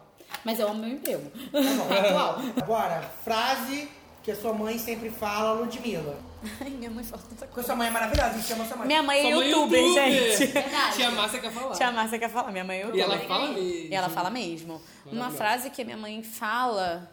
Speaker 8: Mas eu amo meu emprego.
Speaker 6: Tá Atual. Agora, frase que a sua mãe sempre fala, Ludmilla.
Speaker 2: Ai, minha mãe fala tanta coisa.
Speaker 6: Porque sua mãe é maravilhosa, a gente chama sua mãe.
Speaker 2: Minha mãe é
Speaker 7: Sua mãe
Speaker 2: youtuber,
Speaker 7: youtuber.
Speaker 2: gente.
Speaker 7: Tia Márcia quer falar.
Speaker 2: Tia Márcia quer falar, minha mãe é
Speaker 7: E
Speaker 2: youtuber.
Speaker 7: ela fala mesmo.
Speaker 2: E ela fala mesmo. Uma frase que minha mãe fala.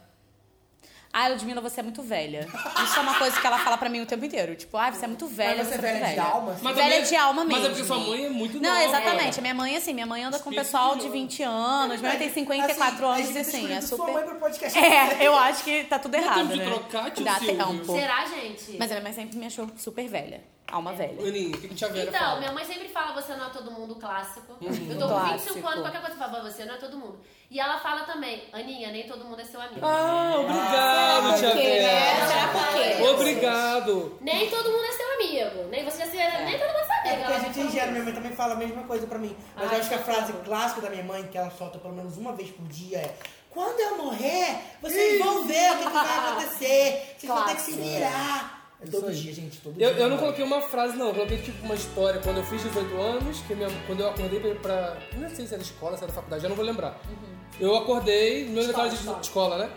Speaker 2: Ah, Ludmilla, você é muito velha. Isso é uma coisa que ela fala pra mim o tempo inteiro. Tipo, ah, você é muito velha,
Speaker 6: Mas você é
Speaker 2: é
Speaker 6: velha
Speaker 2: muito
Speaker 6: de alma, assim?
Speaker 2: velha
Speaker 7: também-
Speaker 2: de alma mesmo.
Speaker 7: Mas é porque sua mãe é muito
Speaker 2: Não,
Speaker 7: nova. né?
Speaker 2: exatamente. Minha mãe, assim, minha mãe anda com o pessoal de 20 anos, minha mãe tem 54
Speaker 6: É, Assim, a gente
Speaker 2: anos e
Speaker 6: tá
Speaker 2: assim, é
Speaker 6: escolhendo
Speaker 2: super.
Speaker 6: Sua mãe pro podcast.
Speaker 2: É, eu acho que tá tudo errado.
Speaker 7: temos que
Speaker 2: né?
Speaker 7: trocar, tio
Speaker 2: Dá até
Speaker 7: Silvio.
Speaker 2: um pouco.
Speaker 9: Será, gente?
Speaker 2: Mas a minha mãe sempre me achou super velha. Alma
Speaker 7: É.
Speaker 2: velha.
Speaker 7: Aninha, o que que tia velha
Speaker 9: Então,
Speaker 7: fala?
Speaker 9: minha mãe sempre fala, você não é todo mundo clássico.
Speaker 6: Uhum.
Speaker 9: Eu tô com
Speaker 2: Clássico.
Speaker 9: 25 anos, qualquer coisa fala, você não é todo mundo. E ela fala também, Aninha, nem todo mundo é seu amigo.
Speaker 7: Ah, obrigado, tia
Speaker 2: né?
Speaker 7: velha.
Speaker 2: Será por quê?
Speaker 7: Obrigado.
Speaker 5: Nem todo mundo é seu amigo. Nem você já se nem todo mundo é seu amigo.
Speaker 6: É porque
Speaker 5: Ela
Speaker 6: a gente é
Speaker 5: fala
Speaker 6: ingênuo, minha mãe também fala a mesma coisa pra mim. Mas eu
Speaker 5: tá
Speaker 6: acho que a frase clássica da minha mãe, que ela solta pelo menos uma vez por dia, é Quando eu morrer, vocês vão ver o que, que vai acontecer, vocês vão ter que se virar. É todo dia, gente, todo
Speaker 7: Eu,
Speaker 6: dia.
Speaker 7: eu não coloquei uma frase, não. Eu coloquei tipo uma história. Quando eu fiz 18 anos, que minha, quando eu acordei pra, ir pra. Não sei se era escola, se era faculdade, já não vou lembrar. Eu acordei, meu aniversário de escola, né?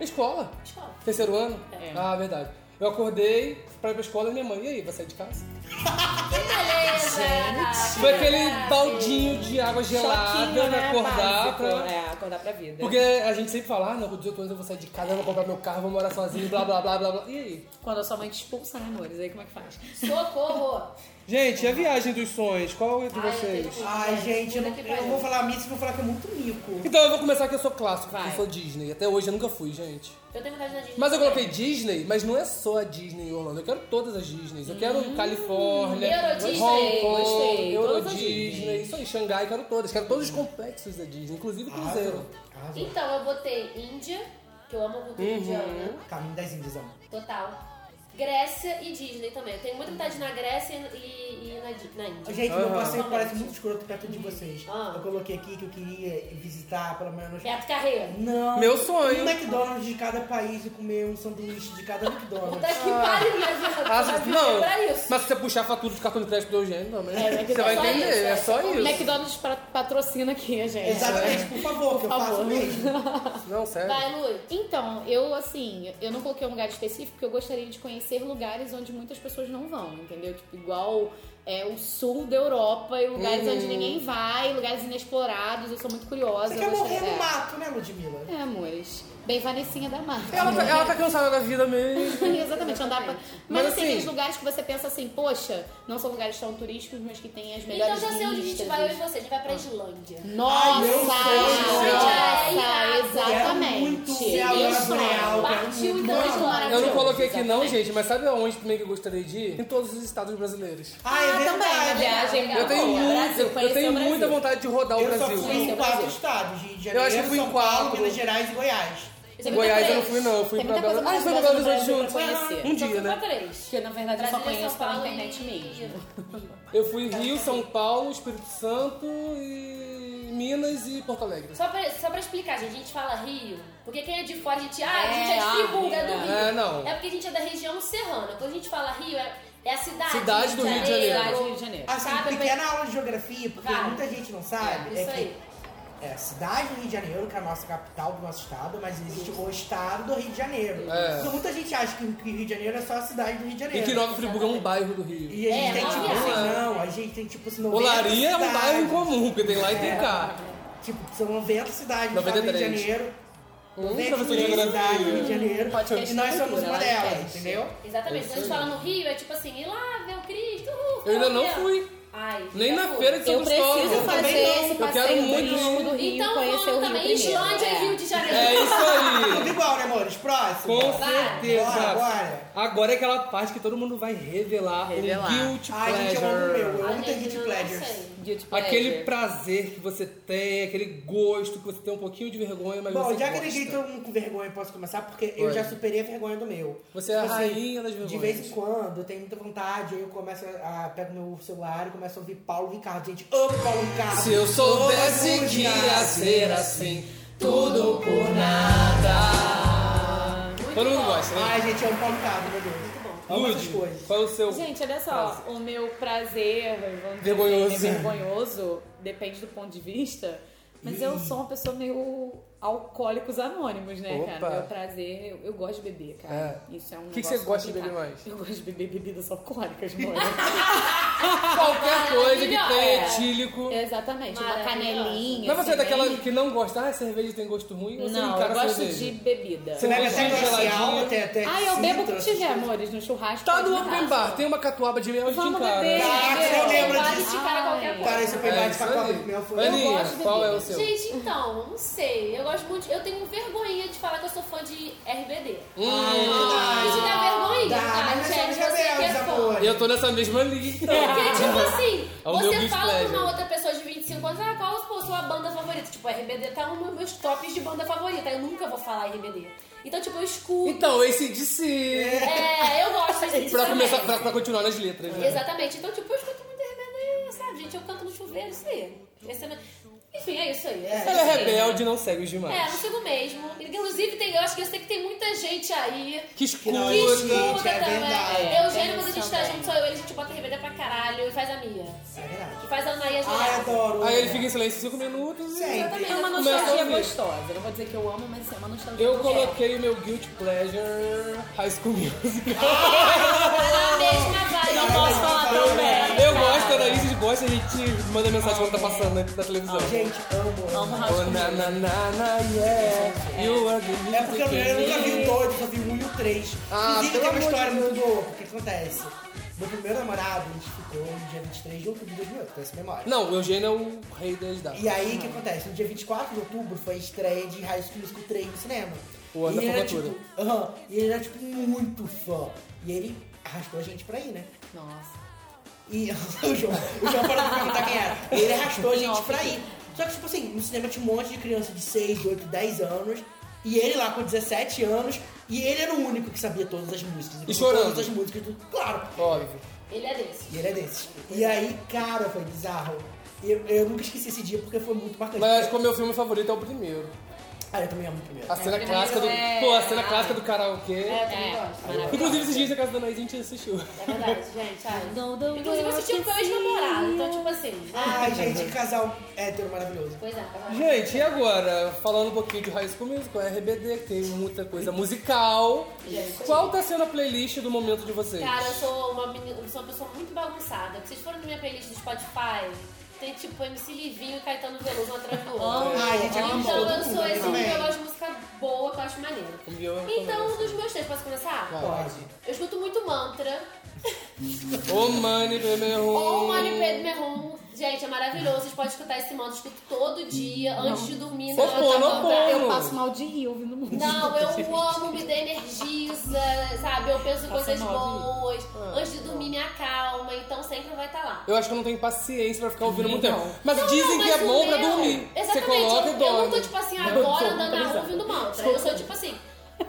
Speaker 7: Escola. Escola. Terceiro ano? Ah, verdade. Eu acordei pra ir pra escola e minha mãe, e aí, vai sair de casa? Foi aquele baldinho de água gelada pra
Speaker 6: né,
Speaker 7: acordar
Speaker 8: né, Básico,
Speaker 7: pra.
Speaker 8: É, acordar pra vida.
Speaker 7: Porque a gente sempre fala, ah, não, com 18 anos eu vou sair de casa, eu vou comprar meu carro, vou morar sozinho, blá blá blá blá blá. E aí?
Speaker 8: Quando a sua mãe te expulsa, né, amores? Aí como é que faz?
Speaker 5: assim, Socorro!
Speaker 7: Gente, e a viagem dos sonhos, qual é de
Speaker 5: eu
Speaker 7: vocês?
Speaker 5: tenho-
Speaker 6: Ai, gente, eu, não-
Speaker 5: Puta que
Speaker 6: eu
Speaker 5: pariu.
Speaker 6: vou falar a missa e vou falar que é muito mico.
Speaker 7: Então eu vou começar que eu sou clássico,
Speaker 8: Vai.
Speaker 7: porque eu sou Disney. Até hoje eu nunca fui, gente.
Speaker 5: Eu tenho vontade de Disney.
Speaker 7: Mas eu coloquei Disney, mas não é só a Disney em Orlando. Eu quero todas as Disneys. Eu quero Califórnia,
Speaker 5: Euro Disney,
Speaker 7: Hong Kong,
Speaker 8: gostei.
Speaker 7: Euro
Speaker 8: Todas as
Speaker 7: Disney. Isso aí, Xangai, quero todas. Quero todos os complexos da Disney, inclusive Cruzeiro.
Speaker 6: Arrasou.
Speaker 5: Então, eu botei Índia, que eu amo a
Speaker 8: Uhum.
Speaker 5: cultura indiana,
Speaker 6: Caminho das Índias, amor.
Speaker 5: total. Grécia e Disney também. Eu tenho muita vontade na Grécia e, e- e na, Di- na Índia.
Speaker 6: Gente, meu passeio
Speaker 5: Aham.
Speaker 6: parece muito escroto perto de vocês.
Speaker 5: Ah.
Speaker 6: Eu coloquei aqui que eu queria visitar pelo menos.
Speaker 5: Beto Carreiro.
Speaker 6: Não.
Speaker 7: Meu sonho.
Speaker 6: Um McDonald's de cada país e comer um sanduíche de cada McDonald's.
Speaker 5: Puta que pariu, minha vida.
Speaker 7: Ah,
Speaker 5: Mas
Speaker 7: não,
Speaker 5: é pra isso.
Speaker 7: mas se você puxar a fatura de cartão de crédito do Eugênio também,
Speaker 8: é
Speaker 7: você vai
Speaker 5: só
Speaker 7: entender,
Speaker 5: isso,
Speaker 7: é
Speaker 5: é
Speaker 7: só isso.
Speaker 8: McDonald's pra- patrocina aqui a
Speaker 2: É,
Speaker 8: gente.
Speaker 6: Exatamente, por favor, que eu faço
Speaker 8: favor.
Speaker 6: mesmo.
Speaker 7: Não, sério.
Speaker 5: Vai, Lu.
Speaker 8: Então, eu assim, eu não coloquei um lugar específico porque eu gostaria de conhecer lugares onde muitas pessoas não vão, entendeu? Tipo, igual é, o sul da Europa e lugares
Speaker 2: Uhum.
Speaker 8: onde ninguém vai, lugares inexplorados, eu sou muito curiosa.
Speaker 6: Você
Speaker 8: eu
Speaker 6: quer morrer
Speaker 8: gostaria-
Speaker 6: no mato, né, Ludmilla?
Speaker 8: É, amores. Bem Vanessinha da Mata.
Speaker 7: Ela tá, ela tá cansada da vida
Speaker 2: Tá
Speaker 7: mesmo.
Speaker 8: Exatamente, andar pra... Mas,
Speaker 7: Mas,
Speaker 8: assim,
Speaker 7: assim,
Speaker 8: aqueles lugares que você pensa assim, poxa, não são lugares tão turísticos, mas que tem as melhores
Speaker 5: Então já sei onde a gente
Speaker 8: vistas,
Speaker 5: vai, eu e você. A gente vai pra Islândia.
Speaker 8: Nossa!
Speaker 6: Ai, eu sei,
Speaker 5: gente, é irado.
Speaker 6: Quero
Speaker 8: nossa,
Speaker 6: muito
Speaker 8: exatamente.
Speaker 6: ser a Aurora
Speaker 8: Isso.
Speaker 6: Boreal, quero
Speaker 5: Partiu
Speaker 6: muito.
Speaker 5: então a Islândia.
Speaker 7: Eu não coloquei aqui não, gente, mas sabe aonde também que eu gostaria de ir? Em todos os estados brasileiros.
Speaker 6: Ah, é
Speaker 2: né,
Speaker 8: Também, a
Speaker 6: verdade.
Speaker 8: viagem
Speaker 7: Eu tenho,
Speaker 8: boa.
Speaker 7: muito,
Speaker 8: Brasil,
Speaker 7: eu
Speaker 8: conhecer
Speaker 7: tenho
Speaker 8: o Brasil.
Speaker 7: muita vontade de rodar o
Speaker 6: Eu só
Speaker 7: Brasil.
Speaker 6: fui em quatro estados, Rio de
Speaker 7: Eu acho que
Speaker 6: Janeiro,
Speaker 7: fui em
Speaker 6: São Paulo,
Speaker 7: quatro.
Speaker 6: Minas Gerais e Goiás.
Speaker 5: Você
Speaker 7: Goiás eu não
Speaker 5: três.
Speaker 7: fui não, eu fui
Speaker 8: Tem
Speaker 7: pra
Speaker 8: muita
Speaker 7: Belo
Speaker 8: coisa
Speaker 7: Ah, a gente foi pra Belo
Speaker 8: maravilhosa
Speaker 7: Horizonte
Speaker 8: no
Speaker 7: juntos.
Speaker 8: Brasil pra conhecer.
Speaker 7: Um
Speaker 5: Só fui
Speaker 7: dia,
Speaker 5: pra
Speaker 7: né?
Speaker 5: três.
Speaker 8: Porque na verdade eu só
Speaker 5: Brasília,
Speaker 8: conheço
Speaker 5: São
Speaker 8: pela
Speaker 5: Paulo
Speaker 8: internet
Speaker 5: e-
Speaker 8: mesmo.
Speaker 7: Eu fui Rio, São Paulo, Espírito Santo e Minas e Porto Alegre.
Speaker 5: Só pra, só pra explicar, gente, a gente fala Rio, porque quem é de fora, a gente, ah, a
Speaker 8: É,
Speaker 5: gente é
Speaker 8: ah,
Speaker 5: de Friburgo, é do
Speaker 8: Rio,
Speaker 5: Rio.
Speaker 7: é. É, não.
Speaker 5: É porque a gente é da região serrana. Quando a gente fala Rio, é, é a cidade.
Speaker 7: Cidade do Rio de Janeiro.
Speaker 8: Cidade do Rio de Janeiro.
Speaker 6: Assim,
Speaker 5: Sabe,
Speaker 6: pequena aula de geografia, porque
Speaker 5: Vai.
Speaker 6: muita gente não sabe,
Speaker 5: É,
Speaker 6: é,
Speaker 5: isso aí.
Speaker 6: que é, a cidade do Rio de Janeiro, que é a nossa capital do nosso estado, mas existe o estado do Rio de Janeiro.
Speaker 7: É.
Speaker 6: Então muita gente acha que que o Rio de Janeiro é só a cidade do Rio de
Speaker 7: E
Speaker 6: Janeiro.
Speaker 7: que Nova Friburgo é um bairro do Rio.
Speaker 6: E a gente
Speaker 5: É,
Speaker 6: tem
Speaker 5: não,
Speaker 6: tipo
Speaker 5: não.
Speaker 6: assim, não, a gente tem tipo assim, 90
Speaker 7: Olaria é um
Speaker 6: cidades.
Speaker 7: bairro comum, porque tem lá e tem cá.
Speaker 6: Tipo, são 90 cidades do estado do Rio de
Speaker 7: 93.
Speaker 6: Janeiro.
Speaker 7: Hum,
Speaker 6: 93
Speaker 7: professor de
Speaker 6: cidades do Rio de
Speaker 7: geografia.
Speaker 6: Janeiro.
Speaker 8: Podcast
Speaker 6: E nós somos
Speaker 7: né?
Speaker 8: cultura,
Speaker 6: uma
Speaker 8: lá de
Speaker 6: delas,
Speaker 8: cast.
Speaker 6: entendeu?
Speaker 5: Exatamente. Quando a gente fala no Rio, é tipo assim, ir lá ver o Cristo. Uhul,
Speaker 7: Eu ainda não
Speaker 5: ver.
Speaker 7: fui.
Speaker 5: Ai,
Speaker 7: Nem
Speaker 5: já
Speaker 7: na
Speaker 5: fui.
Speaker 7: feira de São
Speaker 8: Eu preciso
Speaker 7: Cristóvão.
Speaker 8: fazer esse
Speaker 7: Eu quero
Speaker 8: passeio
Speaker 7: muito
Speaker 8: turístico
Speaker 7: ir.
Speaker 8: do Rio,
Speaker 5: Então
Speaker 8: conhecer o
Speaker 5: vamos
Speaker 8: Rio
Speaker 5: também.
Speaker 8: primeiro.
Speaker 5: Islândia e
Speaker 8: É.
Speaker 5: Rio de Janeiro.
Speaker 7: É isso aí.
Speaker 6: Tudo igual, né, amores? Próximo.
Speaker 7: Com
Speaker 5: Vai,
Speaker 7: certeza.
Speaker 6: bora, bora.
Speaker 7: Agora é aquela parte que todo mundo vai revelar.
Speaker 8: Revelar.
Speaker 7: Um guilt
Speaker 6: Ai, gente, eu amo o
Speaker 7: pleasure.
Speaker 6: meu. Eu
Speaker 5: A
Speaker 6: amo ter
Speaker 5: gente
Speaker 6: Hit
Speaker 5: não
Speaker 6: Pleasures.
Speaker 5: sei.
Speaker 8: Guilty pleasure.
Speaker 7: Aquele prazer que você tem, aquele gosto que você tem um pouquinho de vergonha, mas
Speaker 6: Bom,
Speaker 7: você
Speaker 6: já que
Speaker 7: gosta.
Speaker 6: ninguém tá um com vergonha, posso começar? Porque eu
Speaker 7: Pode.
Speaker 6: já superei a vergonha do meu. Tipo assim,
Speaker 7: Você é a rainha das
Speaker 6: De
Speaker 7: vergonhas.
Speaker 6: vez em quando, eu tenho muita vontade, aí eu começo a... a- pego meu celular e começo a ouvir Paulo Ricardo. Gente, amo Paulo Ricardo.
Speaker 7: Se eu soubesse
Speaker 6: Amo
Speaker 7: que ia
Speaker 6: Ricardo.
Speaker 7: ser assim, tudo por nada. Todo mundo gosta, né?
Speaker 6: Ai, gente, eu amo Paulo Ricardo, meu Deus. Muito bom. Amo essas
Speaker 7: Lud,
Speaker 6: coisas.
Speaker 7: qual é o seu...
Speaker 8: Gente, olha só, o meu prazer vamos dizer,
Speaker 7: Vergonhoso.
Speaker 8: é vergonhoso, depende do ponto de vista, mas eu sou uma pessoa meio alcoólicos anônimos, né,
Speaker 7: Opa.
Speaker 8: cara? Meu prazer, eu, eu gosto de beber, cara. Isso é um
Speaker 7: Que que
Speaker 8: negócio
Speaker 7: você gosta de
Speaker 8: complicado.
Speaker 7: beber mais?
Speaker 8: Eu gosto de beber bebidas alcoólicas, mano.
Speaker 7: Qualquer coisa que tenha
Speaker 5: É.
Speaker 7: etílico.
Speaker 8: Exatamente, uma
Speaker 5: Maravilhosa.
Speaker 8: canelinha.
Speaker 7: Mas você é
Speaker 8: assim,
Speaker 7: daquela
Speaker 8: bem-
Speaker 7: que não gosta, ah, cerveja tem gosto ruim, você
Speaker 8: Não, eu
Speaker 7: encara
Speaker 8: gosto
Speaker 7: cerveja.
Speaker 8: de bebida.
Speaker 7: Você é
Speaker 6: Você pega até
Speaker 7: Geladinho,
Speaker 6: glacial,
Speaker 7: geladinho.
Speaker 6: até, até
Speaker 8: Ah, eu bebo o que
Speaker 6: citra,
Speaker 8: tiver, amores, no churrasco.
Speaker 7: Tá
Speaker 8: pode
Speaker 7: no
Speaker 8: me dar.
Speaker 7: open bar, tem uma catuaba de mel de
Speaker 8: Vamos
Speaker 7: encara. Tá,
Speaker 8: beber.
Speaker 6: Caraca,
Speaker 8: beber.
Speaker 6: eu lembro
Speaker 8: Ai,
Speaker 6: disso.
Speaker 5: Cara, qualquer coisa.
Speaker 6: Cara, isso foi
Speaker 7: É,
Speaker 6: mais
Speaker 7: isso
Speaker 6: pra copa de mel.
Speaker 7: aí.
Speaker 6: Foi
Speaker 7: Aninha,
Speaker 8: gosto de
Speaker 7: qual é o
Speaker 8: bebida.
Speaker 7: seu?
Speaker 5: Gente, então, não sei. Eu gosto muito. Eu tenho vergonhinha de falar que eu sou fã de RBD.
Speaker 7: Hum,
Speaker 5: Isso dá vergonha?
Speaker 6: Dá,
Speaker 5: Ah,
Speaker 6: mas nós
Speaker 5: gente,
Speaker 6: somos
Speaker 5: você que é
Speaker 6: rebeldes,
Speaker 5: fã.
Speaker 6: amor.
Speaker 7: Eu tô nessa mesma linha.
Speaker 5: Porque, tipo assim,
Speaker 7: É o meu
Speaker 5: você
Speaker 7: guilty
Speaker 5: fala pra
Speaker 7: pleasure.
Speaker 5: uma outra pessoa de 25 anos, ah, qual a sua banda favorita? Tipo, RBD tá um dos meus tops de banda favorita. Eu nunca vou falar RBD. Então, tipo, eu escuto.
Speaker 7: Então, esse de si.
Speaker 5: É, eu gosto disso.
Speaker 7: Pra,
Speaker 5: também.
Speaker 7: começar, pra, pra continuar nas letras, né?
Speaker 5: Exatamente. Então, tipo, eu escuto muito RBD, sabe, gente? Eu canto no chuveiro, isso aí. Esse é- Enfim, é isso aí. É,
Speaker 7: Ela é rebelde, não segue os demais.
Speaker 5: É, não sigo mesmo. Inclusive, tem, eu acho que eu sei que tem muita gente aí
Speaker 7: Que escuta.
Speaker 5: que escuta
Speaker 6: Gente, é verdade.
Speaker 5: também.
Speaker 8: É,
Speaker 5: Eugênio,
Speaker 8: tem
Speaker 5: quando a gente
Speaker 8: isso
Speaker 5: tá
Speaker 8: também.
Speaker 5: junto, só eu e ele, a gente bota RBD pra caralho e faz a Mia.
Speaker 6: É verdade.
Speaker 5: E faz a Anaí
Speaker 6: Ai,
Speaker 5: ajoelhada.
Speaker 6: adoro.
Speaker 7: Aí ele fica em silêncio 5 minutos. e-
Speaker 6: Sempre.
Speaker 8: É
Speaker 7: Começa
Speaker 8: uma
Speaker 7: a
Speaker 8: nostalgia
Speaker 7: ouvir.
Speaker 8: gostosa. Não vou dizer que eu amo, mas é uma nostalgia
Speaker 7: Eu
Speaker 8: gostosa.
Speaker 7: coloquei o meu Guilty Pleasure High School Music.
Speaker 5: Na mesma vibe.
Speaker 8: Não posso falar tão bem.
Speaker 7: Eu gosto, a Anaís gosta, a gente manda mensagem quando tá passando antes da televisão.
Speaker 6: Gente, amo.
Speaker 8: Amo
Speaker 7: Oh,
Speaker 8: House
Speaker 7: na, na, na, na, yeah. You are the music.
Speaker 6: É porque eu, eu nunca vi o dois, só vi o um e o três.
Speaker 7: Ah, pelo
Speaker 6: Inclusive, tem uma
Speaker 7: amor
Speaker 6: história
Speaker 7: de
Speaker 6: muito boa, porque acontece. Meu primeiro namorado, a gente ficou no dia 23 de outubro de 2008, tem essa memória.
Speaker 7: Não, o Eugênio é o rei das datas.
Speaker 6: E aí, o que acontece? No dia 24 de outubro foi a estreia de High School Musical 3 no cinema.
Speaker 7: O ano
Speaker 6: e
Speaker 7: da
Speaker 6: ele era,
Speaker 7: formatura.
Speaker 6: tipo, aham, E ele era, tipo, muito fã. E ele arrastou a gente pra ir, né?
Speaker 8: Nossa.
Speaker 6: E o João, o João parou pra perguntar quem era. Ele arrastou a gente pra ir. Só que, tipo assim, no cinema tinha um monte de criança de 6, 8, 10 anos. E ele lá com 17 anos. E ele era o único que sabia todas as músicas.
Speaker 7: E chorando.
Speaker 6: Todas as músicas, tudo. Claro.
Speaker 7: Óbvio.
Speaker 5: Ele é desse.
Speaker 6: E ele é desses. E aí, cara, foi bizarro. Eu, eu nunca esqueci esse dia porque foi muito marcante.
Speaker 7: Mas acho que o meu filme favorito é o primeiro.
Speaker 6: Ah, eu também amo o primeiro. é
Speaker 7: A cena clássica do. Pô, a cena clássica do karaokê.
Speaker 5: também gosto.
Speaker 7: Inclusive, esses dias na casa da Anaís a gente assistiu.
Speaker 5: É verdade, gente. ai.
Speaker 8: Não, não,
Speaker 5: Inclusive, eu assisti com meu ex-namorado. Então, tipo assim. ah,
Speaker 6: Ai, gente, que casal hétero maravilhoso.
Speaker 5: Pois é, tá bom.
Speaker 7: Gente, e agora? Falando um pouquinho de High School Musical, RBD, que tem muita coisa musical. Qual tá sendo a playlist do momento de vocês?
Speaker 5: Cara, eu sou uma, menina, eu sou uma pessoa muito bagunçada. Porque Vocês foram na minha playlist do Spotify, tem tipo MC Livinho e Caetano Veloso um atrás do outro.
Speaker 6: Ai, gente, é eu amo
Speaker 5: então
Speaker 6: todo
Speaker 5: eu sou
Speaker 6: mundo,
Speaker 5: esse
Speaker 6: também.
Speaker 5: que eu gosto de música boa, que eu acho maneiro.
Speaker 7: E eu
Speaker 5: Então, um
Speaker 7: começo.
Speaker 5: dos meus três, posso começar?
Speaker 6: Pode.
Speaker 5: Eu escuto muito mantra.
Speaker 7: Ô, Mani, é bebê,
Speaker 5: Ou Mari Pedro Merrum. Gente, é maravilhoso. Vocês podem escutar esse mantra. Eu escuto todo dia, antes de dormir. na
Speaker 7: Fofona,
Speaker 5: hora da
Speaker 7: fofona.
Speaker 5: mandar.
Speaker 8: Eu passo mal de rir ouvindo música.
Speaker 5: Não, eu amo, me dá energiza, sabe? Eu
Speaker 7: Tá
Speaker 5: penso em coisas boas.
Speaker 7: Ah.
Speaker 5: Antes de dormir, me acalma. Então sempre vai estar lá.
Speaker 7: Eu acho que eu não tenho paciência pra ficar ouvindo muito tempo. Mas
Speaker 5: Não,
Speaker 7: dizem
Speaker 5: não,
Speaker 7: que
Speaker 5: mas
Speaker 7: é
Speaker 5: o
Speaker 7: bom pra
Speaker 5: meu-
Speaker 7: dormir. Você
Speaker 5: Exatamente.
Speaker 7: coloca
Speaker 5: eu,
Speaker 7: e dorme.
Speaker 5: eu não tô, tipo assim, agora andando na rua ouvindo mantra. Eu sou, tipo assim,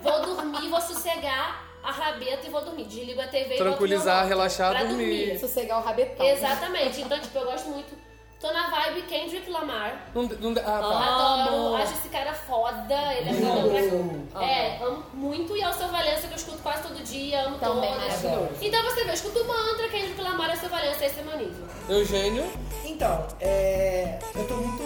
Speaker 5: vou dormir, vou sossegar a rabeta e vou dormir. Desligo a TV e boto
Speaker 7: Tranquilizar,
Speaker 5: meu
Speaker 7: relaxar,
Speaker 5: pra
Speaker 7: dormir.
Speaker 8: Sossegar o rabetão.
Speaker 5: Exatamente. Então, tipo, eu gosto muito. Tô na vibe Kendrick Lamar.
Speaker 7: Não, não- ah, tá.
Speaker 5: Adoro, acho esse cara foda, ele é foda pra... É, amo muito e Alceu Valença que eu escuto quase todo dia, amo
Speaker 8: Também
Speaker 5: todas.
Speaker 8: maravilhoso.
Speaker 5: Então você vê, eu escuto Mantra, Kendrick Lamar, Alceu Valença, esse é meu nível.
Speaker 7: Eugênio,
Speaker 6: Então, é, eu tô muito.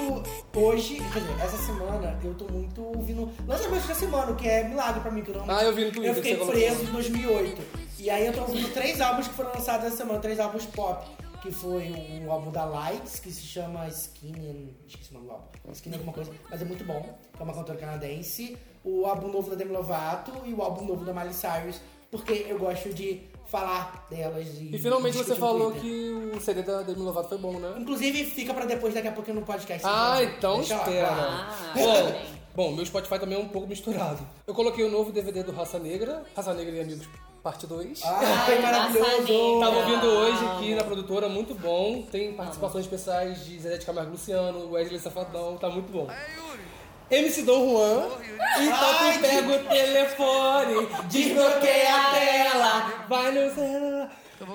Speaker 6: Hoje, quer dizer, essa semana, eu tô muito ouvindo. Lançamento da semana, o que é milagre pra mim, que eu não.
Speaker 7: Ah, eu vi no Twitter
Speaker 6: Eu fiquei
Speaker 7: que você
Speaker 6: preso
Speaker 7: colocou.
Speaker 6: em 2008. E aí eu tô ouvindo três álbuns que foram lançados essa semana, três álbuns pop. Que foi o álbum da Lights, que se chama Skin. and- Esqueci o nome do álbum. Skin alguma coisa, mas é muito bom. É uma cantora canadense. O álbum novo da Demi Lovato e o álbum novo da Miley Cyrus. Porque eu gosto de falar delas. E,
Speaker 7: e finalmente
Speaker 6: discutir
Speaker 7: você
Speaker 6: no
Speaker 7: falou
Speaker 6: Twitter.
Speaker 7: que o CD da Demi Lovato foi bom, né?
Speaker 6: Inclusive, fica pra depois, daqui a pouco no podcast.
Speaker 7: Ah, então
Speaker 6: Deixa lá, Ah, tá
Speaker 7: espera.
Speaker 6: claro.
Speaker 7: Bom, bom, meu Spotify também é um pouco misturado. Eu coloquei o novo DVD do Raça Negra, Raça Negra e Amigos, parte 2.
Speaker 6: Ah, Ai, maravilhoso!
Speaker 7: Tava ouvindo hoje aqui na produtora, muito bom. Tem participações especiais de Zé de Camargo Luciano, Wesley Safadão, tá muito bom. MC Dom Juan, então tu pega o telefone, desbloqueia a tela, vai no celular.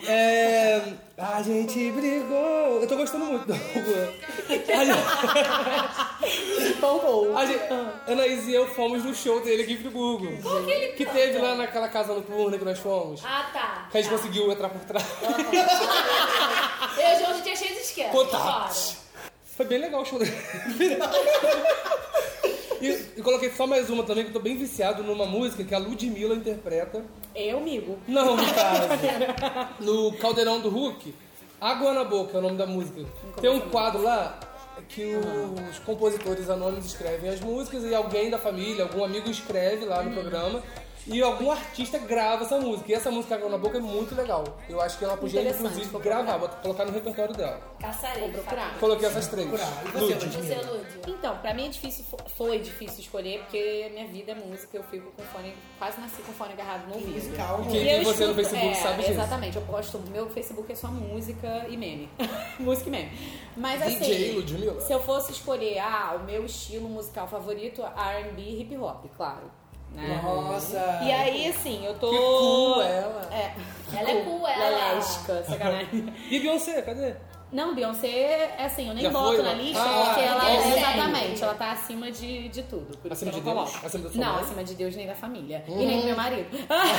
Speaker 7: É, a gente brigou. Eu tô gostando muito do Dom Juan. A gente, Anaís e eu fomos no show dele aqui em Friburgo. Que teve lá naquela casa noturna que nós fomos.
Speaker 5: Ah, tá.
Speaker 7: Que a gente conseguiu entrar por trás.
Speaker 5: Eu hoje tinha cheio de esquema.
Speaker 7: Contatos. Foi bem legal o show dele. E eu coloquei só mais uma também, que eu tô bem viciado numa música que a Ludmilla interpreta.
Speaker 8: Eu, amigo.
Speaker 7: Não, no caso. No Caldeirão do Hulk. Água na Boca é o nome da música. Tem um quadro lá que os compositores anônimos escrevem as músicas e alguém da família, algum amigo escreve lá no programa e algum artista grava essa música. E essa música Água na Boca é muito legal. Eu acho que ela podia,
Speaker 2: Interessante,
Speaker 7: inclusive,
Speaker 2: vou
Speaker 7: gravar, botar- colocar no repertório dela.
Speaker 5: Caçarei.
Speaker 2: Procurar.
Speaker 7: Coloquei essas três.
Speaker 6: Procurar. E você,
Speaker 7: Lud.
Speaker 5: Você,
Speaker 6: Ludmilla?
Speaker 5: Lúdia.
Speaker 8: Então, pra mim é difícil, fo- foi difícil escolher, porque minha vida é música, eu fico com fone, quase nasci com fone agarrado no ouvido.
Speaker 6: Musical, né?
Speaker 7: E quem tem
Speaker 8: eu
Speaker 7: você no
Speaker 8: escuto-
Speaker 7: Facebook
Speaker 8: é,
Speaker 7: sabe disso.
Speaker 8: Exatamente, eu posto, meu Facebook é só música e meme. música e meme. Mas assim,
Speaker 7: DJ Ludmilla?
Speaker 8: se eu fosse escolher, ah, o meu estilo musical favorito, R&B e hip hop, claro. Né?
Speaker 6: Nossa.
Speaker 8: E aí, assim, eu tô...
Speaker 7: Que cool ela.
Speaker 8: É.
Speaker 5: Ela é cool, ela.
Speaker 8: Lelesca, sacanagem.
Speaker 7: E Beyoncé, cadê?
Speaker 8: Não, Beyoncé, assim, eu nem
Speaker 7: Já
Speaker 8: boto
Speaker 7: foi,
Speaker 8: na
Speaker 7: né?
Speaker 8: lista
Speaker 7: Ah,
Speaker 8: porque ela
Speaker 5: é
Speaker 8: é,
Speaker 5: sério.
Speaker 8: exatamente, ela tá acima de, de tudo. Por isso
Speaker 7: Acima
Speaker 8: que eu
Speaker 7: de
Speaker 8: não
Speaker 7: Deus?
Speaker 8: coloco.
Speaker 7: Acima da sua
Speaker 8: Não,
Speaker 7: mãe? Uhum.
Speaker 8: acima de Deus nem da família. E nem do meu marido.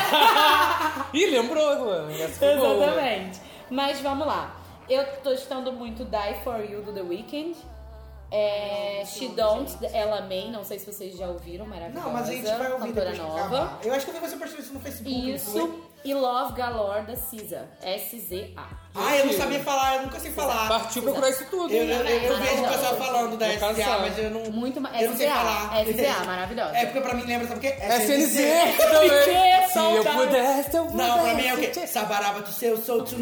Speaker 7: Ih, lembrou, Luan. Essa foi boa.
Speaker 8: exatamente. Mas vamos lá. Eu tô estando muito Die For You do The Weeknd. É, She Don't, Ella May, não sei se vocês já ouviram, maravilhosa.
Speaker 6: Não, mas a gente vai ouvir
Speaker 8: cantora
Speaker 6: depois que
Speaker 8: nova.
Speaker 6: acabar. Eu acho que eu vi você postou isso no Facebook. não foi?
Speaker 8: Isso. E Love Galore da SZA. S-Z-A.
Speaker 6: Ah, eu não sabia falar, eu nunca sei falar.
Speaker 7: Partiu procurar isso tudo. né?
Speaker 6: Eu, eu, eu, eu vejo o
Speaker 8: Maravilhosa.
Speaker 6: pessoal falando da
Speaker 7: No caso,
Speaker 6: SCA,
Speaker 7: sabe.
Speaker 6: mas eu não.
Speaker 8: né? Muito ma-
Speaker 6: eu não sei
Speaker 8: SCA,
Speaker 6: falar.
Speaker 8: SCA, maravilhosa.
Speaker 6: É porque pra mim lembra, sabe o quê?
Speaker 7: É SNZ também. Se eu
Speaker 8: solta.
Speaker 7: pudesse, eu
Speaker 6: Não, pra mim é o
Speaker 7: pudesse.
Speaker 6: quê? Sabaraba do seu, sou to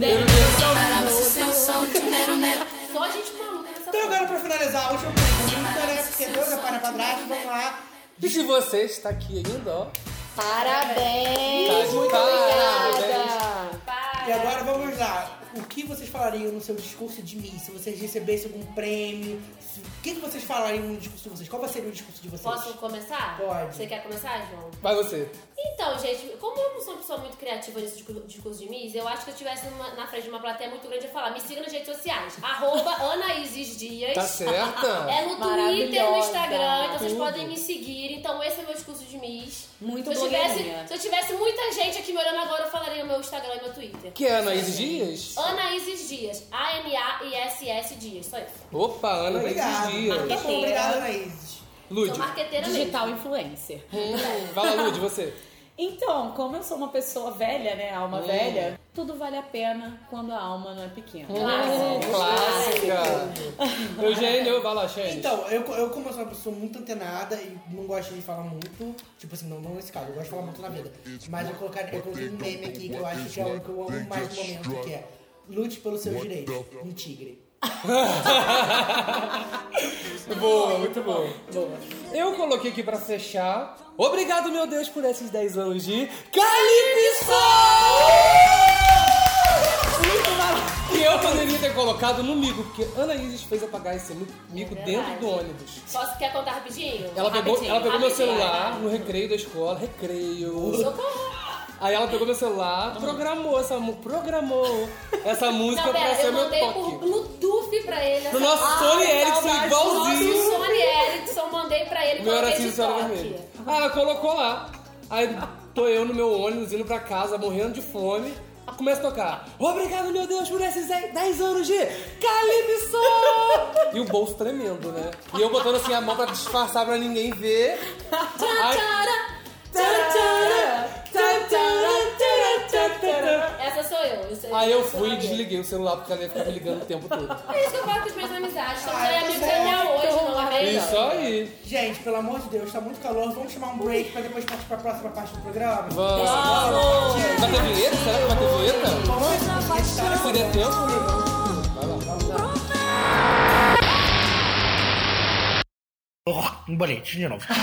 Speaker 5: Só gente maluca nessa
Speaker 6: Então agora pra finalizar, a última pergunta, né? Porque dois é para pra trás, vamos lá.
Speaker 7: E se você está aqui ainda, ó.
Speaker 8: Parabéns!
Speaker 7: Tá de
Speaker 8: Muito
Speaker 7: parabéns.
Speaker 8: obrigada!
Speaker 6: E agora vamos lá. O que vocês falariam no seu discurso de mim? Se vocês recebessem algum prêmio? se- O que que vocês falariam no discurso de vocês? Qual seria o discurso de vocês?
Speaker 5: Posso começar?
Speaker 6: Pode.
Speaker 5: Você quer começar, João?
Speaker 7: Vai você.
Speaker 5: Então, gente, como eu não sou uma pessoa muito criativa nesse discur- discurso de Miss, eu acho que eu estivesse numa- na frente de uma plateia muito grande e falar, me siga nas redes sociais. Arroba Anaíses Dias.
Speaker 7: Tá certa?
Speaker 5: É no Twitter, no
Speaker 8: Maravilhosa.
Speaker 5: Instagram, então vocês podem me seguir. Então esse é meu discurso de Miss.
Speaker 8: Muito
Speaker 5: se eu, tivesse,
Speaker 8: blogueirinha.
Speaker 5: se eu tivesse muita gente aqui me olhando agora, eu falaria meu Instagram e meu Twitter.
Speaker 7: Que é Anaís Dias?
Speaker 5: Anaíses Dias. A-N-A-I-S-S Dias. Só isso.
Speaker 7: Opa, Anaís
Speaker 6: Obrigado.
Speaker 7: Dias.
Speaker 6: Tá bom, obrigado, Anaís.
Speaker 5: Sou
Speaker 7: Lúdio.
Speaker 5: marqueteira mesmo.
Speaker 8: Digital influencer.
Speaker 7: Hum, Vai lá, Lúdio, você.
Speaker 8: Então, como eu sou uma pessoa velha, né? Alma velha, tudo vale a pena quando a alma não é pequena.
Speaker 7: Hum, Clássica. Eugênio, vai lá, Xande.
Speaker 6: Então, eu, eu como eu sou uma pessoa muito antenada e não gosto de falar muito, tipo assim, não, não nesse caso, eu gosto de falar muito na vida. Mas eu, colocar, eu coloquei um meme aqui que eu acho que é o que eu amo mais no momento, que é Lute pelos seus direitos, um tigre.
Speaker 7: Boa, muito bom. Eu coloquei aqui pra fechar. Obrigado, meu Deus, por esses 10 anos de Calypso! Muito maravilhoso. Que eu poderia ter colocado no mico, porque Ana Isis fez eu pagar esse
Speaker 5: É
Speaker 7: mico dentro do ônibus.
Speaker 5: Posso, quer contar rapidinho?
Speaker 7: Ela pegou,
Speaker 8: Rapidinho,
Speaker 7: ela pegou meu
Speaker 5: rapidinho,
Speaker 7: celular
Speaker 5: vai.
Speaker 7: no recreio da escola, recreio. Aí ela pegou meu celular, programou essa, mu- programou essa música
Speaker 5: Não,
Speaker 7: pra
Speaker 5: pera,
Speaker 7: ser
Speaker 5: Tá eu
Speaker 7: meu
Speaker 5: mandei por
Speaker 7: toque.
Speaker 5: Bluetooth pra ele. essa
Speaker 7: Pro um nosso
Speaker 5: música.
Speaker 7: Sony Ericsson
Speaker 5: Pro
Speaker 7: igualzinho.
Speaker 5: Nosso Sony Ericsson, mandei pra ele
Speaker 7: Meu era
Speaker 5: coloquei
Speaker 7: assim,
Speaker 5: de
Speaker 7: senhora
Speaker 5: toque.
Speaker 7: vermelha. Ah, ela colocou lá. Aí tô eu no meu ônibus indo pra casa, morrendo de fome. Começa a tocar. Obrigado, meu Deus, por esses 10 anos de Calypso! e o bolso tremendo, né? E eu botando assim a mão pra disfarçar pra ninguém ver.
Speaker 6: Tá.
Speaker 7: Aí,
Speaker 5: Essa sou eu. isso-
Speaker 7: Aí eu
Speaker 5: isso sou
Speaker 7: fui e
Speaker 5: Gabriela.
Speaker 7: desliguei o celular porque ela ia ficar me ligando o tempo todo.
Speaker 5: É isso que eu falo com as minhas amizades. Estamos
Speaker 2: tá
Speaker 6: Ai,
Speaker 5: aí
Speaker 6: pois
Speaker 5: amigos
Speaker 6: é.
Speaker 5: até hoje, não é
Speaker 7: Isso
Speaker 5: mesmo?
Speaker 7: aí.
Speaker 6: Gente, pelo amor de Deus, tá muito calor, vamos chamar um break pra depois partir pra próxima parte do programa?
Speaker 7: Vamos. Vai ter vinheta? Será que vai ter vinheta? Se der tempo.
Speaker 6: Um boletim de novo. É.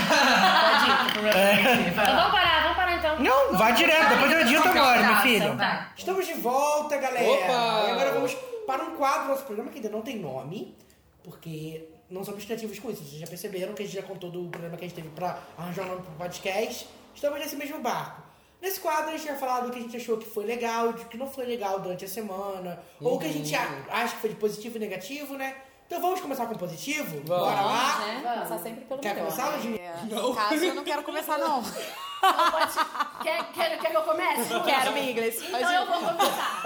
Speaker 5: Então vamos parar, vamos parar então.
Speaker 6: Não, vai direto, depois eu adianto agora, meu filho.
Speaker 9: Tá.
Speaker 6: Estamos de volta, galera.
Speaker 7: Opa!
Speaker 6: E agora vamos para um quadro do nosso programa que ainda não tem nome, porque não somos criativos com isso. Vocês já perceberam que a gente já contou do problema que a gente teve pra arranjar um nome pro podcast. Estamos nesse mesmo barco. Nesse quadro a gente vai falar do que a gente achou que foi legal, do que não foi legal durante a semana, ou o que a gente a- acha que foi de positivo e negativo, né? Então vamos começar com positivo? Bora lá?
Speaker 8: Né? Começar sempre
Speaker 5: é
Speaker 8: pelo
Speaker 6: Ah, Quer
Speaker 8: melhor.
Speaker 6: começar, Ludmilla?
Speaker 2: Caso eu não quero começar, não.
Speaker 5: Quer, quer, quer que eu comece?
Speaker 2: Quero, Mingles.
Speaker 5: Então eu vou começar.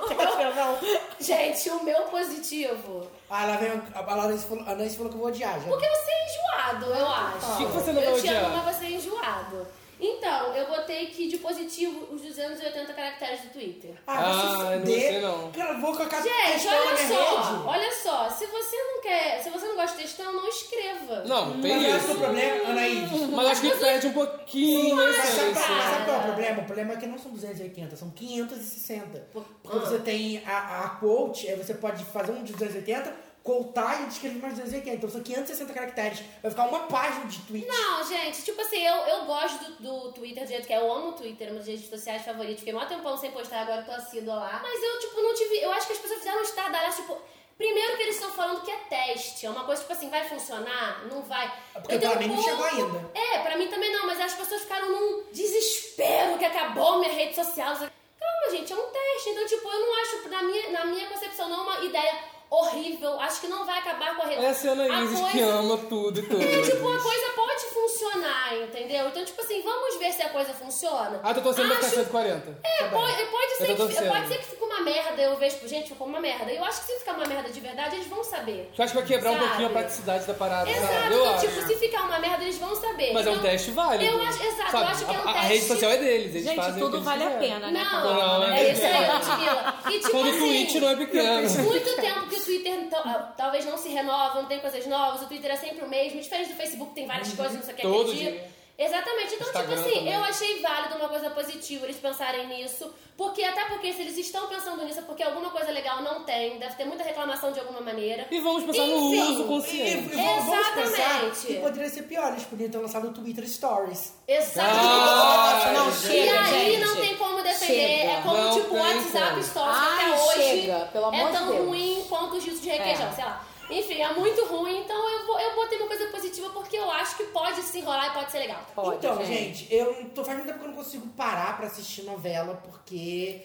Speaker 5: O meu- Gente, o meu positivo.
Speaker 6: Ah, lá vem a, a Larissa falou, a Anaís falou que eu vou odiar já.
Speaker 5: Porque você é enjoado, eu acho.
Speaker 7: Por que você não vai
Speaker 5: eu te
Speaker 7: odiar?
Speaker 5: amo, mas você é enjoado. Então, eu botei que de positivo os 280 caracteres do Twitter.
Speaker 7: Ah,
Speaker 6: Ah,
Speaker 7: eu não sei, não.
Speaker 6: Gravou com a capa
Speaker 5: Gente,
Speaker 6: textão na
Speaker 5: olha
Speaker 6: minha
Speaker 5: só,
Speaker 6: rede.
Speaker 5: olha só, se você não quer, se você não gosta de textão, não escreva.
Speaker 7: Não, tem
Speaker 6: Mas eu acho que o
Speaker 7: isso.
Speaker 6: problema, Anaídes.
Speaker 7: Mas acho que perde um pouquinho a
Speaker 6: Mas sabe,
Speaker 7: essência.
Speaker 6: qual- sabe qual é o problema? O problema é que não são 280, são 560.
Speaker 5: Ah.
Speaker 6: Porque você tem a, a quote, aí você pode fazer um de 280, quotar e descrever mais 280. Então são 560 caracteres. Vai ficar uma página de tweet.
Speaker 5: Não, gente, tipo assim, eu, eu gosto do, do Twitter do jeito que é. Eu amo o Twitter, é uma das redes sociais favoritas. Fiquei mó tempão sem postar, agora tô assídua lá. Mas eu, tipo, não tive. Eu acho que as pessoas fizeram um estardalhaço, tipo. Primeiro que eles estão falando que é teste. É uma coisa, tipo assim, vai funcionar? Não vai.
Speaker 6: É Porque
Speaker 5: Eu tenho
Speaker 6: pra mim não chegou ainda.
Speaker 5: É, pra mim também não, mas as pessoas ficaram num desespero que acabou minha rede social. Calma, gente, é um teste. Então, tipo, eu não acho, na minha, na minha concepção, não é uma ideia horrível. Acho que não vai acabar com a rede
Speaker 7: Essa é a Anaíses
Speaker 5: coisa-
Speaker 7: que ama tudo e
Speaker 5: é, tipo,
Speaker 7: tudo.
Speaker 5: a coisa pode funcionar, entendeu? Então, tipo assim, vamos ver se a coisa funciona.
Speaker 7: Ah, tô torcendo pra
Speaker 5: Acho-
Speaker 7: ficar Tá 140.
Speaker 5: É, pode, pode ser
Speaker 7: Eu tô
Speaker 5: que, fi-
Speaker 7: torcendo.
Speaker 5: pode ser que fique uma merda, eu vejo, tipo, gente, ficou uma merda. Eu acho que se ficar uma merda de verdade, eles vão saber.
Speaker 7: Eu acho que vai quebrar um
Speaker 5: Sabe?
Speaker 7: pouquinho a praticidade da parada,
Speaker 5: Exato,
Speaker 7: sabe? Eu
Speaker 5: então,
Speaker 7: acho.
Speaker 5: tipo, se ficar uma merda, eles vão saber.
Speaker 7: Mas é um
Speaker 5: Então,
Speaker 7: teste válido.
Speaker 5: Eu acho, exato,
Speaker 7: sabe?
Speaker 5: eu acho que é um
Speaker 7: a,
Speaker 5: teste.
Speaker 7: A rede social é deles, eles
Speaker 8: Gente,
Speaker 7: fazem o que
Speaker 8: tudo
Speaker 7: eles
Speaker 8: vale a
Speaker 7: quiserem.
Speaker 8: pena, né?
Speaker 5: Não,
Speaker 8: Pra falar,
Speaker 7: não,
Speaker 8: né?
Speaker 5: é isso aí, Ludmilla. E tipo
Speaker 7: Quando o
Speaker 5: assim,
Speaker 7: tweet não é pequeno.
Speaker 5: Muito tempo que o Twitter to- ah, talvez não se renova, não tem coisas novas, o Twitter é sempre o mesmo, diferente do Facebook, tem várias coisas, não sei o que,
Speaker 7: Uhum. Todo
Speaker 5: aquele
Speaker 7: dia.
Speaker 5: Exatamente, então,
Speaker 7: Instagram
Speaker 5: tipo assim,
Speaker 7: também.
Speaker 5: eu achei válido uma coisa positiva eles pensarem nisso, porque até porque se eles estão pensando nisso, é porque alguma coisa legal não tem, deve ter muita reclamação de alguma maneira.
Speaker 7: E vamos pensar no
Speaker 5: Enfim.
Speaker 7: uso
Speaker 6: E, e
Speaker 7: consciente.
Speaker 6: vamos pensar
Speaker 5: Exatamente.
Speaker 6: que poderia ser pior. Eles poderiam ter lançado o Twitter Stories.
Speaker 5: Exatamente.
Speaker 7: Ah,
Speaker 8: não,
Speaker 7: gente.
Speaker 5: e
Speaker 8: chega,
Speaker 5: aí
Speaker 8: gente.
Speaker 5: não tem como defender,
Speaker 8: Chega.
Speaker 5: é como
Speaker 7: Não
Speaker 5: tipo o
Speaker 7: tem
Speaker 5: WhatsApp
Speaker 7: como.
Speaker 5: Stories que
Speaker 8: Ai,
Speaker 5: até hoje
Speaker 8: chega, pelo amor
Speaker 5: é
Speaker 8: de
Speaker 5: tão
Speaker 8: Deus.
Speaker 5: ruim quanto o juízo de requeijão,
Speaker 8: É.
Speaker 5: sei lá. Enfim, é muito ruim, então eu, vou, eu botei uma coisa positiva porque eu acho que pode se enrolar e pode ser legal.
Speaker 8: Pode,
Speaker 6: então, gente. eu não tô fazendo tempo que eu não consigo parar pra assistir novela, porque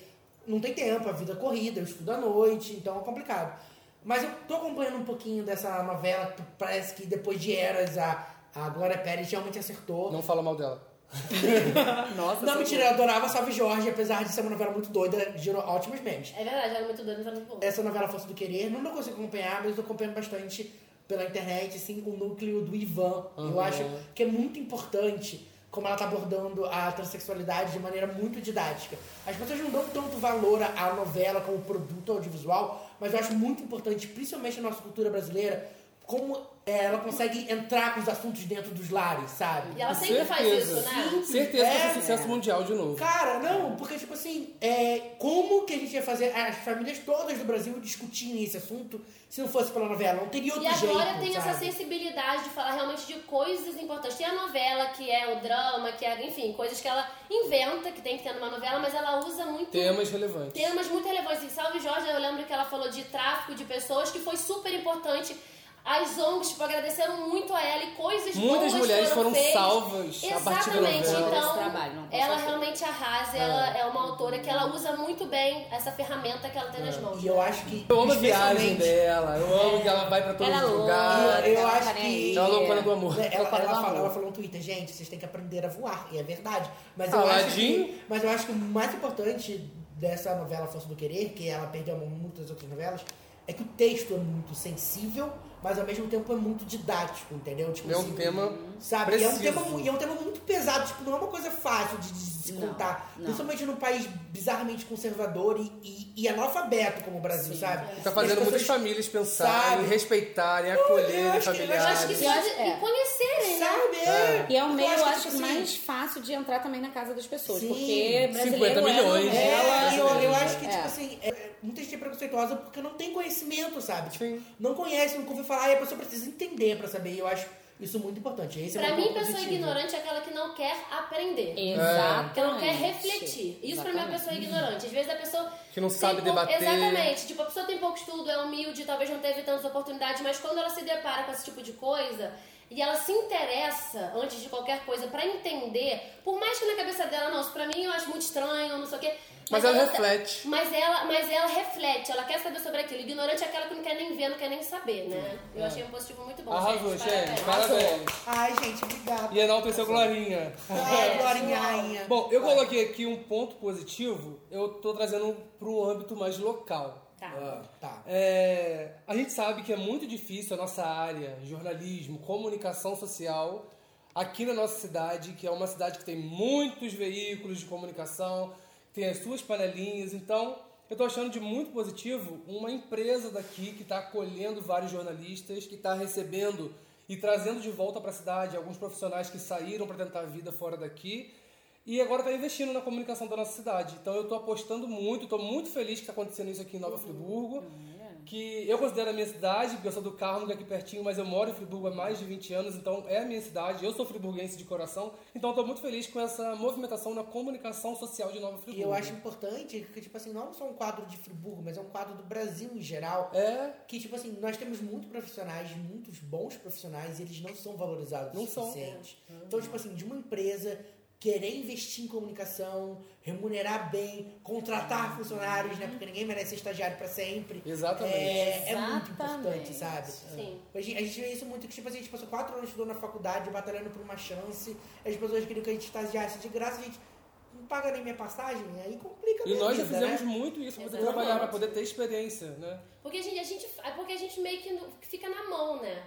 Speaker 6: não tem tempo, a vida é corrida, eu estudo à noite, então é complicado. Mas eu tô acompanhando um pouquinho dessa novela, que parece que depois de eras a, a Glória Pérez realmente acertou.
Speaker 7: Não fala mal dela.
Speaker 8: Nossa,
Speaker 6: Não,
Speaker 8: essa-
Speaker 6: mentira, eu adorava Salve Jorge, apesar de ser uma novela muito doida, gerou ótimos memes.
Speaker 5: É verdade, era muito doido, mas era muito bom.
Speaker 6: Essa novela Força do Querer, não consigo acompanhar, mas eu tô acompanhando bastante pela internet, assim, o núcleo do Ivan. Eu acho que é muito importante como ela tá abordando a transexualidade de maneira muito didática. As pessoas não dão tanto valor à à novela como produto audiovisual, mas eu acho muito importante, principalmente na nossa cultura brasileira, como é, ela consegue entrar com os assuntos dentro dos lares, sabe?
Speaker 5: E ela sempre faz isso, né?
Speaker 7: Certeza que vai
Speaker 6: É,
Speaker 7: ser sucesso
Speaker 6: né?
Speaker 7: mundial de novo.
Speaker 6: Cara, não, porque tipo assim, é, como que a gente ia fazer as famílias todas do Brasil discutirem esse assunto se não fosse pela novela? Não teria
Speaker 5: E
Speaker 6: outro jeito.
Speaker 5: agora tem essa
Speaker 6: sabe?
Speaker 5: sensibilidade de falar realmente de coisas importantes. Tem a novela, que é o drama, que é, enfim, coisas que ela inventa, que tem que ter numa novela, mas ela usa muito
Speaker 7: Temas relevantes.
Speaker 5: temas muito relevantes. Em Salve Jorge, eu lembro que ela falou de tráfico de pessoas, que foi super importante. As ONGs tipo, agradeceram muito a ela e coisas
Speaker 7: Muitas
Speaker 5: boas
Speaker 7: mulheres
Speaker 5: foram,
Speaker 7: foram
Speaker 5: feitas.
Speaker 7: salvas a partir da
Speaker 5: Exatamente.
Speaker 7: novela.
Speaker 5: Então,
Speaker 8: Desse trabalho, não, com
Speaker 5: ela
Speaker 8: certeza.
Speaker 5: realmente arrasa. Ela é uma autora que ela usa muito bem essa ferramenta que ela tem nas mãos.
Speaker 6: E eu acho que.
Speaker 7: Eu amo né? a viagem
Speaker 6: especialmente,
Speaker 7: dela, eu amo que ela vai pra todos
Speaker 8: Ela é
Speaker 7: os
Speaker 8: louca,
Speaker 7: lugares.
Speaker 6: Eu
Speaker 5: Ah,
Speaker 8: ela
Speaker 6: acho
Speaker 8: tá nem
Speaker 6: que-
Speaker 8: aí.
Speaker 7: Ela é loucona do amor.
Speaker 6: né, Ela,
Speaker 8: Ela fala
Speaker 6: ela
Speaker 8: do
Speaker 6: falou,
Speaker 8: amor.
Speaker 6: ela falou no Twitter, gente, vocês têm que aprender a voar. E é verdade. Mas eu, acho
Speaker 7: Aladdin?
Speaker 6: que, mas eu acho que o mais importante dessa novela Força do Querer, que ela perdeu a mão em muitas outras novelas, é que o texto é muito sensível, mas ao mesmo tempo é muito didático, entendeu? Tipo,
Speaker 7: É um
Speaker 6: assim,
Speaker 7: tema
Speaker 6: Sabe? E É um,
Speaker 7: preciso.
Speaker 6: tema, mu- e é um tema muito pesado, tipo, não é uma coisa fácil de, de se
Speaker 8: Não,
Speaker 6: contar.
Speaker 8: não.
Speaker 6: Principalmente num país bizarramente conservador e, e- e analfabeto como o Brasil, sabe?
Speaker 7: Tá
Speaker 6: E
Speaker 7: fazendo
Speaker 6: as
Speaker 7: muitas
Speaker 6: pessoas-
Speaker 7: famílias pensarem,
Speaker 6: sabe?
Speaker 7: respeitarem,
Speaker 6: eu
Speaker 7: acolherem
Speaker 6: acho que- eu
Speaker 7: familiares.
Speaker 5: Acho que
Speaker 8: Eu
Speaker 5: só
Speaker 8: acho-
Speaker 5: de-
Speaker 8: é.
Speaker 5: e conhecerem, né?
Speaker 6: Sabe?
Speaker 2: E é um meio, eu acho,
Speaker 6: tipo assim,
Speaker 2: mais fácil de entrar também na casa das pessoas.
Speaker 6: Sim.
Speaker 2: Porque
Speaker 7: 50
Speaker 2: brasileiro
Speaker 8: um
Speaker 7: milhões.
Speaker 2: é novela.
Speaker 8: assim.
Speaker 6: É, eu, eu acho que,
Speaker 2: É.
Speaker 6: tipo assim, é, é, muita gente é preconceituosa porque não tem conhecimento, sabe? Tipo,
Speaker 7: Sim.
Speaker 6: não conhece, nunca ouviu falar, e a pessoa precisa entender pra saber. E eu acho isso muito importante. Esse é
Speaker 5: Pra
Speaker 6: um
Speaker 5: mim,
Speaker 6: ponto
Speaker 5: pessoa
Speaker 6: positivo.
Speaker 5: ignorante é aquela que não quer aprender.
Speaker 7: Exatamente.
Speaker 5: Que não quer Então, refletir. Isso pra mim é uma pessoa ignorante. Às vezes a pessoa.
Speaker 7: Que não
Speaker 5: tem
Speaker 7: sabe
Speaker 5: pou-
Speaker 7: debater.
Speaker 5: Exatamente. Tipo, a pessoa tem pouco estudo, é humilde, talvez não teve tantas oportunidades, mas quando ela se depara com esse tipo de coisa e ela se interessa antes de qualquer coisa pra entender, por mais que na cabeça dela, não, isso pra mim eu acho muito estranho, não sei o quê. tá-
Speaker 7: Mas ela reflete.
Speaker 5: Mas ela, mas ela reflete, ela quer saber sobre aquilo. Ignorante é aquela que não quer nem ver, não quer nem saber, né? Eu achei um positivo muito bom.
Speaker 7: É. Arrasou, gente.
Speaker 5: Parabéns.
Speaker 7: Parabéns.
Speaker 6: Ai, gente, obrigado.
Speaker 7: E enalteceu Glorinha.
Speaker 6: Ai, Glorinha. rainha.
Speaker 7: Bom, eu coloquei aqui um ponto positivo, eu tô trazendo para um âmbito mais local.
Speaker 5: Tá.
Speaker 6: Tá.
Speaker 7: É, a gente sabe que é muito difícil a nossa área, jornalismo, comunicação social, aqui na nossa cidade, que é uma cidade que tem muitos veículos de comunicação, tem as suas panelinhas, então eu tô achando de muito positivo uma empresa daqui que está acolhendo vários jornalistas, que está recebendo e trazendo de volta para a cidade alguns profissionais que saíram para tentar a vida fora daqui e agora está investindo na comunicação da nossa cidade. Então eu estou apostando muito, estou muito feliz que está acontecendo isso aqui em Nova Friburgo, que eu considero a minha cidade, porque eu sou do Carmo, que é aqui pertinho, mas eu moro em Friburgo há mais de 20 anos, então é a minha cidade, eu sou friburguense de coração, então estou muito feliz com essa movimentação na comunicação social de Nova Friburgo.
Speaker 6: E eu acho importante que, tipo assim, não só um quadro de Friburgo, mas é um quadro do Brasil em geral.
Speaker 7: É.
Speaker 6: Que, tipo assim, nós temos muitos profissionais, muitos bons profissionais, e eles não são valorizados
Speaker 7: Não
Speaker 6: o
Speaker 7: são. É. Uhum.
Speaker 6: suficiente. Então, tipo assim, de uma empresa querer investir em comunicação, remunerar bem, contratar funcionários, né? Porque ninguém merece ser estagiário pra sempre.
Speaker 7: Exatamente.
Speaker 6: É, é muito
Speaker 8: Exatamente.
Speaker 6: importante, sabe?
Speaker 5: Sim.
Speaker 6: A gente, a gente vê isso muito, que tipo assim, a gente passou quatro anos estudando na faculdade, batalhando por uma chance, as pessoas queriam que a gente estagiasse de graça, a gente não paga nem minha passagem, aí complica a
Speaker 7: E
Speaker 6: minha
Speaker 7: nós já
Speaker 6: vida,
Speaker 7: fizemos
Speaker 6: né?
Speaker 7: muito isso para poder
Speaker 5: Exatamente.
Speaker 7: trabalhar, para poder ter experiência, né?
Speaker 5: Porque a gente, a gente, é porque a gente meio que não- fica na mão, né?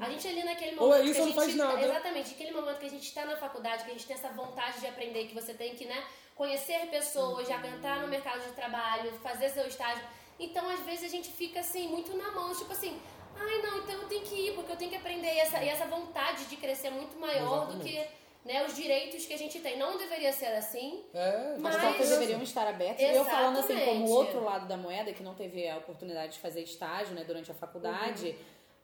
Speaker 5: A gente ali naquele momento.
Speaker 7: Ou é isso
Speaker 5: que a
Speaker 7: ou não faz
Speaker 5: gente,
Speaker 7: nada.
Speaker 5: Exatamente, aquele momento que a gente tá na faculdade, que a gente tem essa vontade de aprender, que você tem que, né, conhecer pessoas, já entrar no mercado de trabalho, fazer seu estágio. Então, às vezes, a gente fica assim, muito na mão, tipo assim. Ai, não, então eu tenho que ir, porque eu tenho que aprender. E essa, e essa vontade de crescer é muito maior do que né, os direitos que a gente tem. Não deveria ser assim.
Speaker 7: É,
Speaker 5: Mas-
Speaker 7: mas
Speaker 8: As portas
Speaker 6: um
Speaker 8: deveriam estar abertas. E Eu falando assim, como
Speaker 5: Exatamente.
Speaker 8: o outro lado da moeda, que não teve a oportunidade de fazer estágio né, durante a faculdade,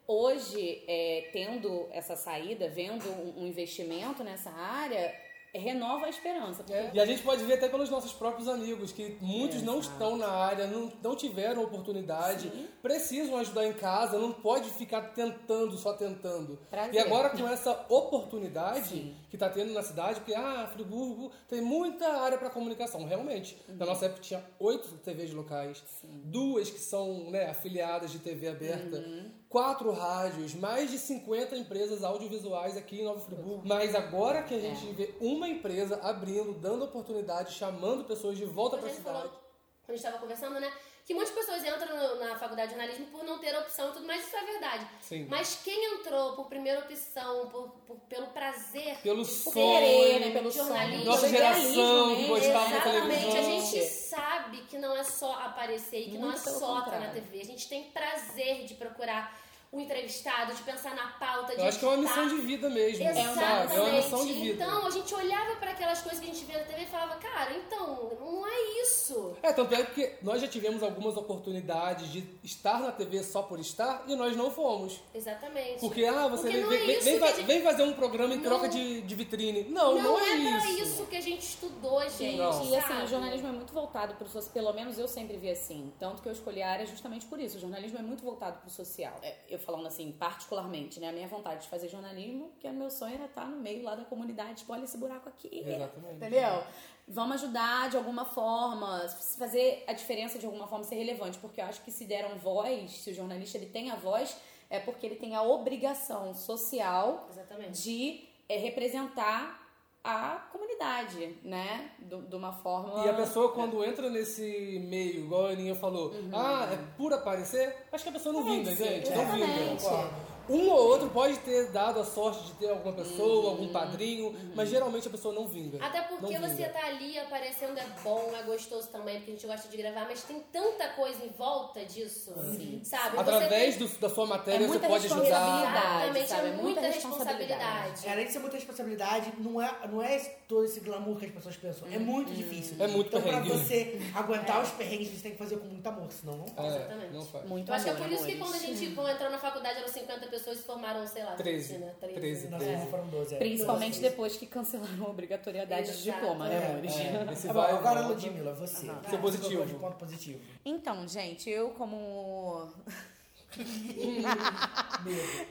Speaker 8: hoje, é, tendo essa saída, vendo um, um investimento nessa área, renova a esperança. Porque
Speaker 7: E a gente pode ver até pelos nossos próprios amigos, que muitos não estão na área, não, não tiveram oportunidade, precisam ajudar em casa, não pode ficar tentando, só tentando.
Speaker 8: Prazer.
Speaker 7: E agora com essa oportunidade que está tendo na cidade, porque, ah, Friburgo tem muita área para comunicação, realmente.
Speaker 5: Uhum.
Speaker 7: Na nossa época tinha oito TVs locais, duas que são né, afiliadas de TV aberta,
Speaker 5: Uhum.
Speaker 7: quatro rádios, mais de 50 empresas audiovisuais aqui em Nova Friburgo. Mas agora que a gente
Speaker 5: É.
Speaker 7: vê uma empresa abrindo, dando oportunidade, chamando pessoas de volta
Speaker 5: a
Speaker 7: para a
Speaker 5: gente
Speaker 7: cidade.
Speaker 5: falou, quando a gente tava conversando, né? Que muitas pessoas entram no- na faculdade de jornalismo por não ter opção e tudo mais, isso é verdade.
Speaker 7: Sim.
Speaker 5: Mas quem entrou por primeira opção, por, por- pelo prazer,
Speaker 7: Pelo
Speaker 5: de
Speaker 7: sonho.
Speaker 8: Querer, né? Pelo
Speaker 5: jornalismo.
Speaker 8: sonho.
Speaker 7: Nossa
Speaker 8: Pelo
Speaker 7: geração
Speaker 8: idealismo,
Speaker 7: que
Speaker 8: né?
Speaker 7: gostava da
Speaker 5: Exatamente, a
Speaker 7: televisão.
Speaker 5: gente sabe que não é só aparecer e que não é
Speaker 8: Muito pelo
Speaker 5: só estar
Speaker 8: contrário.
Speaker 5: na TV. A gente tem prazer de procurar o entrevistado, de pensar na pauta, de
Speaker 7: Eu acho que é uma missão
Speaker 5: editar.
Speaker 7: de vida mesmo,
Speaker 5: Exatamente.
Speaker 7: sabe? É uma missão de vida.
Speaker 5: Então, a gente olhava para aquelas coisas que a gente via na TV e falava, cara, então, não é isso.
Speaker 7: É, tanto é que nós já tivemos algumas oportunidades de estar na TV só por estar e nós não fomos.
Speaker 5: Exatamente.
Speaker 7: Porque, ah, você
Speaker 5: Porque
Speaker 7: vem,
Speaker 5: não é
Speaker 7: vem-
Speaker 5: isso
Speaker 7: vem
Speaker 5: que a
Speaker 7: fa-
Speaker 5: gente-
Speaker 7: vem fazer um programa em
Speaker 5: Não.
Speaker 7: troca de, de vitrine. Não,
Speaker 5: Não,
Speaker 7: não,
Speaker 5: é, pra
Speaker 7: isso.
Speaker 5: isso que a gente estudou, gente.
Speaker 7: Não.
Speaker 8: E assim,
Speaker 5: sabe?
Speaker 8: o jornalismo é muito voltado para o social, pelo menos eu sempre vi assim. Tanto que eu escolhi a área justamente por isso. O jornalismo é muito voltado para o social. É, Eu falando assim, particularmente, né? A minha vontade de fazer jornalismo, que o meu sonho era estar no meio lá da comunidade, tipo, olha esse buraco aqui.
Speaker 7: Exatamente.
Speaker 8: Entendeu? Vamos ajudar de alguma forma, se fazer a diferença de alguma forma ser relevante, porque eu acho que se deram voz, se o jornalista ele tem a voz, é porque ele tem a obrigação social
Speaker 5: Exatamente.
Speaker 8: de é, representar a comunidade, né? Do- de uma forma.
Speaker 7: E
Speaker 5: Ah.
Speaker 7: a pessoa quando entra nesse meio, igual a Aninha falou,
Speaker 5: Uhum.
Speaker 7: ah, é por aparecer, acho que a pessoa não vinga, gente. Não vinga.
Speaker 8: Exatamente.
Speaker 7: Um ou outro pode ter dado a sorte de ter alguma pessoa, algum padrinho, mas geralmente a pessoa não vinga.
Speaker 5: Uhum. Até
Speaker 7: Não
Speaker 5: porque
Speaker 7: vinga.
Speaker 5: você tá ali aparecendo, é bom, é gostoso também, porque a gente gosta de gravar, mas tem tanta coisa em volta disso, sabe? Você
Speaker 7: Através
Speaker 5: tem-
Speaker 7: do- da sua
Speaker 8: É
Speaker 7: matéria você
Speaker 8: muita
Speaker 7: pode ajudar.
Speaker 8: responsabilidade,
Speaker 5: Exatamente,
Speaker 8: sabe?
Speaker 5: é muita responsabilidade.
Speaker 6: É, Além de ser muita responsabilidade, não é, não é todo esse glamour que as pessoas pensam. É muito difícil.
Speaker 7: É muito
Speaker 6: Então, pra
Speaker 7: perrengue.
Speaker 6: você aguentar os perrengues, você tem que fazer com muito amor, senão não
Speaker 7: É,
Speaker 6: passa.
Speaker 5: Exatamente.
Speaker 7: não faz.
Speaker 8: Muito
Speaker 5: Eu acho que é
Speaker 8: amor,
Speaker 5: por isso que
Speaker 8: amores.
Speaker 5: quando a gente quando entrou na faculdade eram 50 pessoas e se formaram, sei lá,
Speaker 7: Treze.
Speaker 5: 20, né?
Speaker 7: Treze.
Speaker 6: Nossa,
Speaker 5: É.
Speaker 6: foram 12. é.
Speaker 8: Principalmente
Speaker 6: 12.
Speaker 8: depois que cancelaram a obrigatoriedade de
Speaker 5: Exato.
Speaker 8: diploma, né, amores?
Speaker 7: É, esse
Speaker 6: Tá bom,
Speaker 7: vai e
Speaker 6: agora,
Speaker 7: volta.
Speaker 6: Ludmilla, você. Vai,
Speaker 7: Seu positivo.
Speaker 6: você colocou de ponto positivo.
Speaker 2: Então, gente, eu como.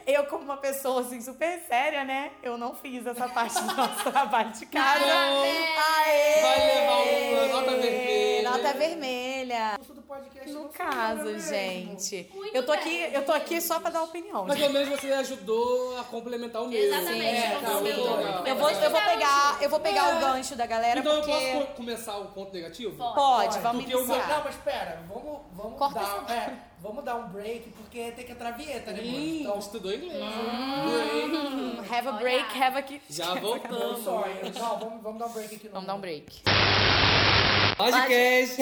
Speaker 2: eu como uma pessoa assim super séria, né? Eu não fiz essa parte do nosso trabalho de casa. Aê!
Speaker 7: Vai levar uma nota vermelha.
Speaker 2: Nota vermelha.
Speaker 6: O do podcast
Speaker 2: No
Speaker 6: não
Speaker 2: caso,
Speaker 6: funciona mesmo.
Speaker 2: gente.
Speaker 5: Muito
Speaker 2: Eu tô aqui,
Speaker 5: bem,
Speaker 2: eu tô aqui só pra dar opinião.
Speaker 7: Mas
Speaker 2: gente.
Speaker 7: pelo menos você ajudou a complementar o meu.
Speaker 5: Exatamente,
Speaker 7: É, tá,
Speaker 5: complementou.
Speaker 7: muito legal.
Speaker 2: Eu vou, eu vou pegar, eu vou pegar o gancho da galera
Speaker 7: Então
Speaker 2: porque
Speaker 7: eu posso co- começar o ponto negativo?
Speaker 2: pode, vamos
Speaker 7: Porque eu vou-
Speaker 6: Não,
Speaker 2: iniciar.
Speaker 6: mas pera, vamos, vamos
Speaker 2: Corta
Speaker 6: dar. É, vamos dar um break, porque tem que entrar a vinheta, né, mano?
Speaker 7: Hum,
Speaker 6: Então,
Speaker 7: estudou inglês.
Speaker 2: Hum.
Speaker 7: Estudou inglês.
Speaker 8: Have a break, have a que.
Speaker 7: Já
Speaker 6: I'm
Speaker 7: voltamos.
Speaker 6: sorry. Não, vamos, vamos dar um break aqui. no-
Speaker 8: Vamos dar um break.
Speaker 7: Podcast.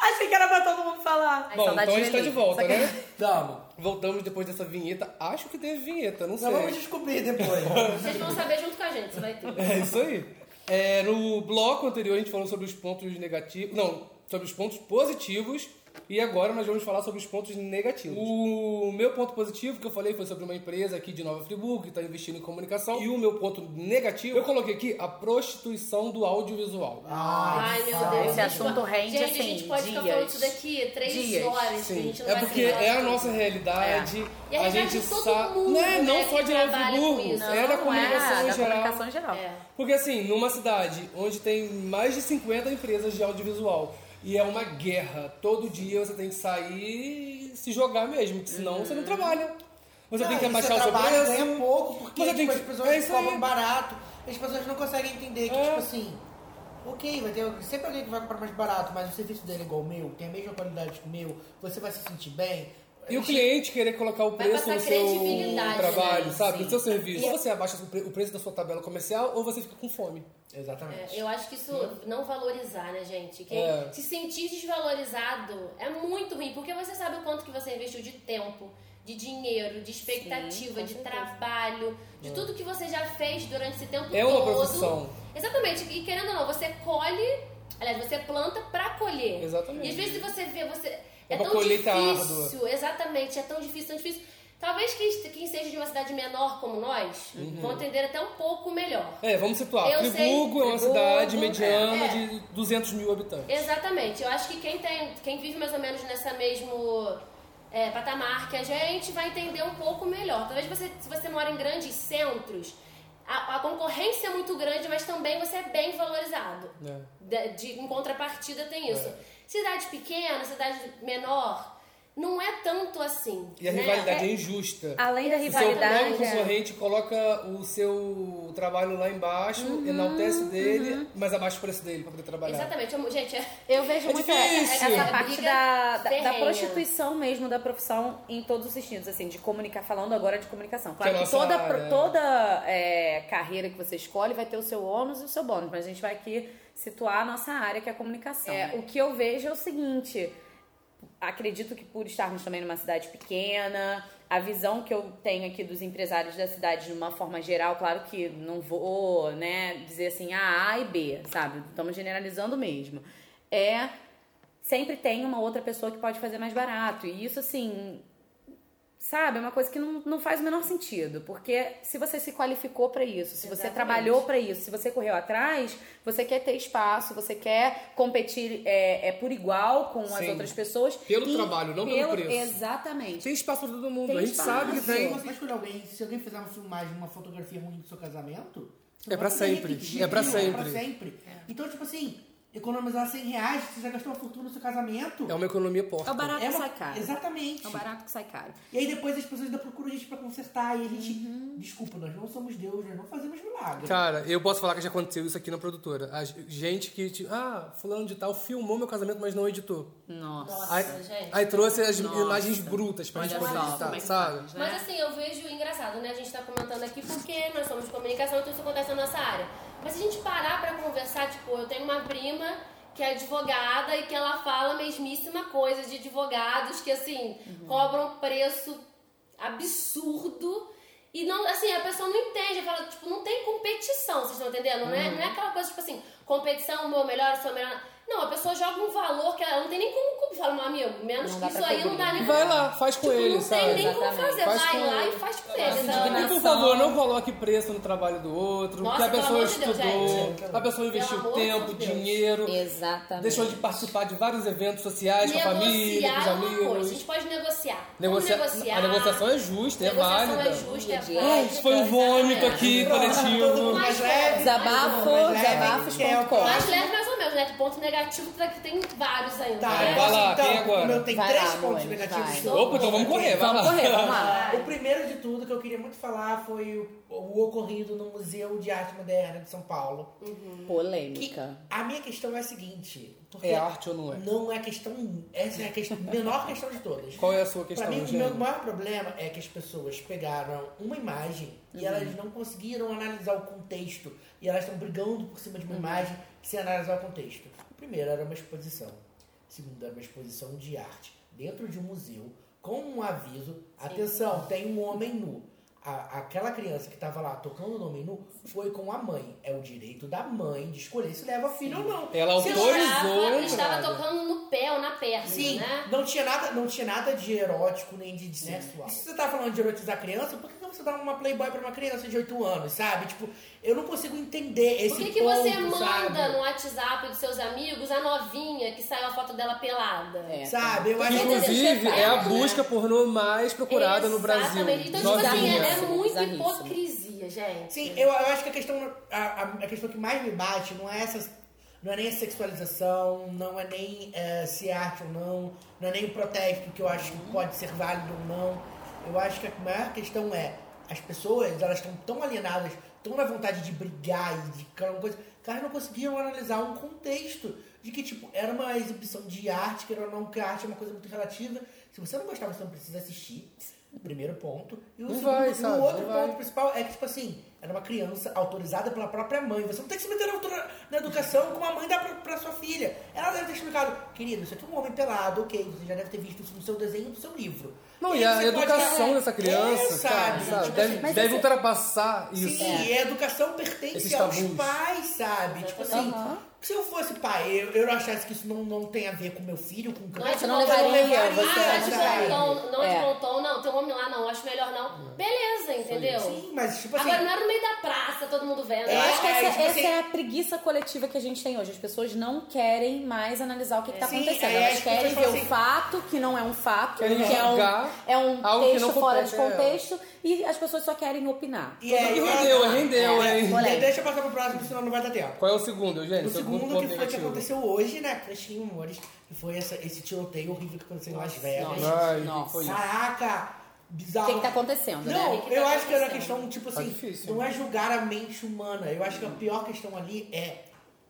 Speaker 8: Achei que era pra todo mundo falar.
Speaker 7: Bom, então a gente tá de volta, né?
Speaker 6: Tamo.
Speaker 7: Voltamos depois dessa vinheta. Acho que teve vinheta, não sei.
Speaker 6: Nós vamos descobrir depois.
Speaker 5: Vocês vão saber junto com a gente, se vai ter.
Speaker 7: É isso aí. É, no bloco anterior a gente falou sobre os pontos negativos. Não, sobre os pontos positivos. E agora nós vamos falar sobre os pontos negativos. O meu ponto positivo que eu falei foi sobre uma empresa aqui de Nova Friburgo que está investindo em comunicação. E o meu ponto negativo, eu coloquei aqui a prostituição do audiovisual.
Speaker 5: Ai, meu Deus.
Speaker 8: Esse assunto rende,
Speaker 5: gente,
Speaker 8: assim,
Speaker 5: a gente pode ficar
Speaker 8: dias.
Speaker 5: falando isso daqui três
Speaker 8: Dias.
Speaker 5: horas. A
Speaker 7: Sim,
Speaker 5: gente não
Speaker 7: é
Speaker 5: vai
Speaker 7: porque
Speaker 5: terminar.
Speaker 7: é a nossa realidade.
Speaker 5: E a realidade
Speaker 7: gente
Speaker 5: de todo
Speaker 7: sa-
Speaker 5: mundo,
Speaker 7: não é
Speaker 5: né,
Speaker 7: não só
Speaker 5: que
Speaker 7: de Nova
Speaker 5: trabalha com
Speaker 7: Friburgo,
Speaker 5: isso.
Speaker 7: é da
Speaker 8: Não é,
Speaker 5: Ah,
Speaker 7: comunicação em
Speaker 8: da
Speaker 7: geral.
Speaker 8: comunicação em geral.
Speaker 5: É.
Speaker 7: Porque assim, numa cidade onde tem mais de 50 empresas de audiovisual e é uma guerra, todo dia você tem que sair e se jogar mesmo, porque senão você não trabalha. Você tem que
Speaker 6: Não, e
Speaker 7: abaixar o seu
Speaker 6: trabalho
Speaker 7: preço.
Speaker 6: ganha pouco, porque
Speaker 7: Você tem
Speaker 6: tipo,
Speaker 7: que-
Speaker 6: as pessoas
Speaker 7: é isso aí.
Speaker 6: cobram barato. As pessoas não conseguem entender que,
Speaker 7: É.
Speaker 6: tipo assim... Ok, vai ter sempre alguém que vai comprar mais barato, mas o serviço dele é igual ao meu, tem a mesma qualidade que o meu, você vai se sentir bem.
Speaker 7: E o cliente querer colocar o
Speaker 5: Vai
Speaker 7: preço no
Speaker 5: passar
Speaker 7: seu
Speaker 5: credibilidade,
Speaker 7: trabalho,
Speaker 5: né?
Speaker 7: sabe?
Speaker 5: Sim.
Speaker 7: No seu serviço. Ou você abaixa o pre- o preço da sua tabela comercial ou você fica com fome.
Speaker 6: Exatamente.
Speaker 5: É, eu acho que isso não valorizar, né, gente? Quem
Speaker 7: É.
Speaker 5: se sentir desvalorizado é muito ruim, porque você sabe o quanto que você investiu de tempo, de dinheiro, de expectativa, de trabalho, de tudo que você já fez durante esse tempo
Speaker 7: É uma
Speaker 5: todo.
Speaker 7: profissão.
Speaker 5: Exatamente. E querendo ou não, você colhe, aliás, você planta pra colher.
Speaker 7: Exatamente.
Speaker 5: E às vezes você vê, você
Speaker 7: É
Speaker 5: é,
Speaker 7: uma
Speaker 5: tão
Speaker 7: colheita
Speaker 5: difícil,
Speaker 7: árdua.
Speaker 5: exatamente, é tão difícil, tão difícil. Talvez quem, quem seja de uma cidade menor como nós,
Speaker 7: Uhum.
Speaker 5: vão entender até um pouco melhor.
Speaker 7: É, vamos situar.
Speaker 5: Eu sei,
Speaker 7: Friburgo é uma
Speaker 5: Friburgo,
Speaker 7: cidade mediana
Speaker 5: é.
Speaker 7: de 200 mil habitantes.
Speaker 5: Exatamente. Eu acho que quem tem, quem vive mais ou menos nessa mesmo é, patamar que a gente vai entender um pouco melhor. Talvez você, se você mora em grandes centros, a, a concorrência é muito grande, mas também você é bem valorizado.
Speaker 7: É.
Speaker 5: De, de- em contrapartida tem isso. Cidade pequena, cidade menor, não é tanto assim.
Speaker 7: E a
Speaker 5: né?
Speaker 7: rivalidade é injusta.
Speaker 8: Além da
Speaker 7: O seu
Speaker 8: rivalidade. é.
Speaker 7: próprio concorrente coloca o seu trabalho lá embaixo,
Speaker 8: Uhum,
Speaker 7: enaltece dele, mas abaixa o preço dele pra poder trabalhar.
Speaker 5: Exatamente. Eu- Gente, é...
Speaker 8: Eu vejo
Speaker 7: É
Speaker 8: muito
Speaker 7: difícil.
Speaker 8: essa, essa parte
Speaker 5: Briga
Speaker 8: da, da, da
Speaker 5: ferrenha.
Speaker 8: prostituição mesmo da profissão em todos os sentidos, assim, de comunicar, falando agora de comunicação. Claro
Speaker 7: Que é
Speaker 8: que,
Speaker 7: a nossa
Speaker 8: toda,
Speaker 7: área.
Speaker 8: pro- toda é, carreira que você escolhe vai ter o seu ônus e o seu bônus, mas a gente vai aqui situar a nossa área, que é a comunicação. É, o que eu vejo é o seguinte, acredito que por estarmos também numa cidade pequena, a visão que eu tenho aqui dos empresários da cidade de uma forma geral, claro que não vou, né, dizer assim A, A e B, sabe? Estamos generalizando mesmo. É sempre tem uma outra pessoa que pode fazer mais barato. E isso assim, sabe, é uma coisa que não, não faz o menor sentido, porque se você se qualificou pra isso, se você
Speaker 5: Exatamente.
Speaker 8: trabalhou pra isso, se você correu atrás, você quer ter espaço, você quer competir é, é por igual com as
Speaker 7: Sim.
Speaker 8: outras pessoas.
Speaker 7: Pelo trabalho, não pelo preço.
Speaker 8: Exatamente.
Speaker 7: Tem espaço pra todo mundo,
Speaker 8: Tem
Speaker 7: a gente
Speaker 8: espaço.
Speaker 7: sabe que
Speaker 6: Se
Speaker 7: tem.
Speaker 6: você escolher alguém, se alguém fizer uma filmagem, uma fotografia ruim do seu casamento, você
Speaker 7: É pra
Speaker 6: vai poder
Speaker 7: sempre.
Speaker 6: repetir
Speaker 7: É pra
Speaker 6: aquilo,
Speaker 7: sempre.
Speaker 6: sempre. Então, tipo assim, economizar 100 reais, você já gastou uma fortuna no seu casamento.
Speaker 7: É uma economia porta.
Speaker 8: É o barato
Speaker 6: É
Speaker 8: que
Speaker 6: uma-
Speaker 8: sai caro.
Speaker 6: Exatamente.
Speaker 8: É o barato que sai caro.
Speaker 6: E aí depois as pessoas ainda procuram a gente pra consertar. E a gente, desculpa, nós não somos Deus, nós não fazemos milagre.
Speaker 7: Cara, eu posso falar que já aconteceu isso aqui na produtora. A gente que, tipo, ah, fulano de tal filmou meu casamento, mas não editou.
Speaker 8: Nossa.
Speaker 5: Nossa,
Speaker 7: aí,
Speaker 5: gente.
Speaker 7: aí trouxe as imagens brutas pra
Speaker 8: Olha
Speaker 7: gente poder
Speaker 8: só,
Speaker 7: editar,
Speaker 8: como é que
Speaker 7: sabe?
Speaker 8: faz, né?
Speaker 5: Mas assim, eu vejo engraçado, né? A gente tá comentando aqui porque nós somos de comunicação, então isso acontece na nossa área. Mas se a gente parar pra conversar, tipo, eu tenho uma prima que é advogada e que ela fala a mesmíssima coisa de advogados que, assim,
Speaker 8: Uhum.
Speaker 5: cobram preço absurdo. E não, assim, a pessoa não entende, ela fala, tipo, não tem competição, vocês estão entendendo? Não,
Speaker 8: Uhum.
Speaker 5: é, não é aquela coisa, tipo assim, competição, o meu melhor, o seu melhor. Não, a pessoa joga um valor que ela não tem nem como, como fala, meu amigo, menos
Speaker 8: Não
Speaker 5: que
Speaker 8: dá
Speaker 5: isso
Speaker 8: pra
Speaker 5: aí não
Speaker 8: cobrir.
Speaker 5: dá nem
Speaker 7: Vai lá, faz
Speaker 8: Tipo,
Speaker 7: com ele,
Speaker 5: não
Speaker 7: sabe?
Speaker 5: tem nem como
Speaker 8: Exatamente.
Speaker 5: fazer.
Speaker 7: Faz
Speaker 5: vai
Speaker 7: com Assim,
Speaker 5: lá
Speaker 7: ele.
Speaker 5: e faz com ele.
Speaker 7: E
Speaker 5: sabe?
Speaker 7: por favor, não coloque preço no trabalho do outro,
Speaker 5: Nossa,
Speaker 7: que a
Speaker 5: pelo
Speaker 7: pessoa
Speaker 5: amor de Deus,
Speaker 7: estudou,
Speaker 5: gente.
Speaker 7: a pessoa investiu
Speaker 5: amor de
Speaker 7: tempo,
Speaker 5: Deus.
Speaker 7: dinheiro,
Speaker 8: Exatamente.
Speaker 7: deixou de participar de vários eventos sociais com a família, com os
Speaker 5: Negociar é uma coisa. A gente
Speaker 7: amigos.
Speaker 5: pode negociar.
Speaker 7: Negocia-
Speaker 5: Vamos negociar.
Speaker 7: A negociação é justa, é
Speaker 5: Negociação
Speaker 7: válida.
Speaker 5: é justa, é
Speaker 8: Dia a dia.
Speaker 5: válida. É.
Speaker 7: Isso foi um vômito aqui,
Speaker 6: Todo mundo
Speaker 7: coletivo.
Speaker 5: Mas
Speaker 6: mais leve. todo
Speaker 8: Desabafo,
Speaker 6: mundo mais leve,
Speaker 8: desabafos
Speaker 6: que é o
Speaker 8: ponto com.
Speaker 5: Mas leve mais ou menos, né? De ponto negativo, tá que tem vários ainda.
Speaker 6: Tá,
Speaker 5: né?
Speaker 7: vai
Speaker 6: eu posso,
Speaker 7: lá,
Speaker 6: então,
Speaker 7: quem agora?
Speaker 6: O meu tem
Speaker 8: Vai
Speaker 6: três
Speaker 8: lá,
Speaker 6: pontos
Speaker 8: Luane,
Speaker 6: negativos.
Speaker 8: vai.
Speaker 6: todos.
Speaker 7: Opa, então vamos correr, vai
Speaker 8: Vamos
Speaker 7: lá.
Speaker 8: correr, vamos lá.
Speaker 6: O primeiro de tudo que eu queria muito falar foi o, o ocorrido no Museu de Arte Moderna de São Paulo.
Speaker 8: Polêmica.
Speaker 6: A minha questão é a seguinte: Porque
Speaker 7: É arte ou não é?
Speaker 6: não é questão. Essa é a questão, menor questão de todas.
Speaker 7: Qual é a sua
Speaker 6: Pra
Speaker 7: questão,
Speaker 6: mim, o
Speaker 7: Eugênio?
Speaker 6: meu maior problema é que as pessoas pegaram uma imagem e elas não conseguiram analisar o contexto. E elas estão brigando por cima de uma imagem sem analisar o contexto. Primeiro, era uma exposição. Segundo, era uma exposição de arte dentro de um museu com um aviso: atenção, tem um homem nu. A- aquela criança que estava lá tocando no homem nu foi com a mãe. É o direito da mãe de escolher se leva filho ou não.
Speaker 7: Ela
Speaker 6: Se
Speaker 7: autorizou.
Speaker 5: Estava,
Speaker 7: cara.
Speaker 5: estava tocando no pé ou na perna,
Speaker 6: Sim,
Speaker 5: né?
Speaker 6: não, tinha nada, não tinha nada de erótico nem de, de sexual. Se você tá falando de erotizar criança, por que você dá uma playboy pra uma criança de 8 anos, sabe? Tipo, eu não consigo entender esse
Speaker 5: O que, que
Speaker 6: ponto,
Speaker 5: você manda
Speaker 6: sabe?
Speaker 5: no WhatsApp dos seus amigos a novinha que saiu a foto dela pelada?
Speaker 8: É.
Speaker 6: Sabe? Eu acho que...
Speaker 7: Inclusive, é a busca pornô mais procurada no Brasil.
Speaker 5: tá né? Exatamente. Então, tipo assim,
Speaker 7: Novinha.
Speaker 5: é, é muita
Speaker 8: Bizarríssimo.
Speaker 5: hipocrisia, gente.
Speaker 6: Sim, eu, eu acho que a questão, a, a, a questão que mais me bate não é essa... Não é nem a sexualização, não é nem eh, se é arte ou não, não é nem o protesto que eu acho que pode ser válido ou não. Eu acho que a maior questão é as pessoas, elas estão tão alienadas, tão na vontade de brigar e de cada coisa, que elas não conseguiam analisar um contexto de que, tipo, era uma exibição de arte, que era não que a arte é uma coisa muito relativa. Se você não gostava, você não precisa assistir. Primeiro ponto. E o,
Speaker 7: Não
Speaker 6: segundo,
Speaker 7: vai,
Speaker 6: e o
Speaker 7: sabe?
Speaker 6: outro
Speaker 7: Não
Speaker 6: ponto
Speaker 7: vai.
Speaker 6: principal é que, tipo assim, era uma criança autorizada pela própria mãe. Você não tem que se meter na, autora- na educação como a mãe dá pra, pra sua filha. Ela deve ter explicado, querido, isso aqui é um homem pelado, ok, você já deve ter visto isso no seu desenho, no seu livro.
Speaker 7: Não,
Speaker 6: E
Speaker 7: e a
Speaker 6: você pode-
Speaker 7: educação
Speaker 6: É,
Speaker 7: dessa
Speaker 6: é,
Speaker 7: criança, cara, sabe?
Speaker 6: Tipo
Speaker 7: deve,
Speaker 6: assim,
Speaker 7: deve ultrapassar isso.
Speaker 6: Sim, É. a educação pertence
Speaker 7: Esses
Speaker 6: aos
Speaker 7: tabus.
Speaker 6: pais, sabe? Tipo assim, se eu fosse pai, eu, eu achasse que isso não, não tem a ver com meu filho, com
Speaker 5: Não é
Speaker 6: criança,
Speaker 5: de
Speaker 8: Você não
Speaker 5: montão,
Speaker 8: levaria,
Speaker 5: não é de
Speaker 8: você
Speaker 5: montão,
Speaker 8: não levaria.
Speaker 5: não é de
Speaker 8: É.
Speaker 5: montão, não, tem um homem lá, não, acho melhor não. Beleza, entendeu?
Speaker 6: Sim, mas tipo assim,
Speaker 5: Agora não era no meio da praça, todo mundo vendo. né?
Speaker 6: É,
Speaker 5: Eu acho que
Speaker 6: aí,
Speaker 5: essa-
Speaker 6: tipo
Speaker 8: Essa, essa
Speaker 6: assim,
Speaker 8: é a preguiça coletiva que a gente tem hoje. As pessoas não querem mais analisar o que, está
Speaker 6: Sim,
Speaker 8: acontecendo.
Speaker 6: é,
Speaker 8: Elas
Speaker 6: acho que as
Speaker 8: querem ver
Speaker 6: pessoas
Speaker 8: o
Speaker 6: assim-
Speaker 8: fato, que não é um fato,
Speaker 7: Querem
Speaker 8: que é um,
Speaker 7: julgar
Speaker 8: é um
Speaker 7: algo que não é.
Speaker 8: texto fora de
Speaker 7: compete a ela.
Speaker 8: contexto, e as pessoas só querem opinar.
Speaker 6: e aí-
Speaker 7: E rendeu, rendeu,
Speaker 8: É,
Speaker 7: hein?
Speaker 8: moleque.
Speaker 6: De- Deixa eu passar pro próximo, senão não vai dar tempo.
Speaker 7: Qual é o segundo, Eugênio?
Speaker 6: O
Speaker 7: Seu
Speaker 6: segundo
Speaker 7: ponto
Speaker 6: que foi que
Speaker 7: negativo.
Speaker 6: aconteceu hoje, né? Fresquinho Humores, que foi essa, esse tiroteio horrível que aconteceu em Las Vegas.
Speaker 7: Ai,
Speaker 8: Nossa.
Speaker 7: que foi isso?
Speaker 6: Caraca!
Speaker 8: O
Speaker 6: Bizarro.
Speaker 8: que, que tá acontecendo, né?
Speaker 6: Não,
Speaker 5: que tá
Speaker 6: eu acho que era uma
Speaker 5: acontecendo?
Speaker 6: questão, tipo
Speaker 7: Tá
Speaker 6: assim,
Speaker 7: difícil,
Speaker 6: não é julgar a mente humana. Eu acho que a pior questão ali é,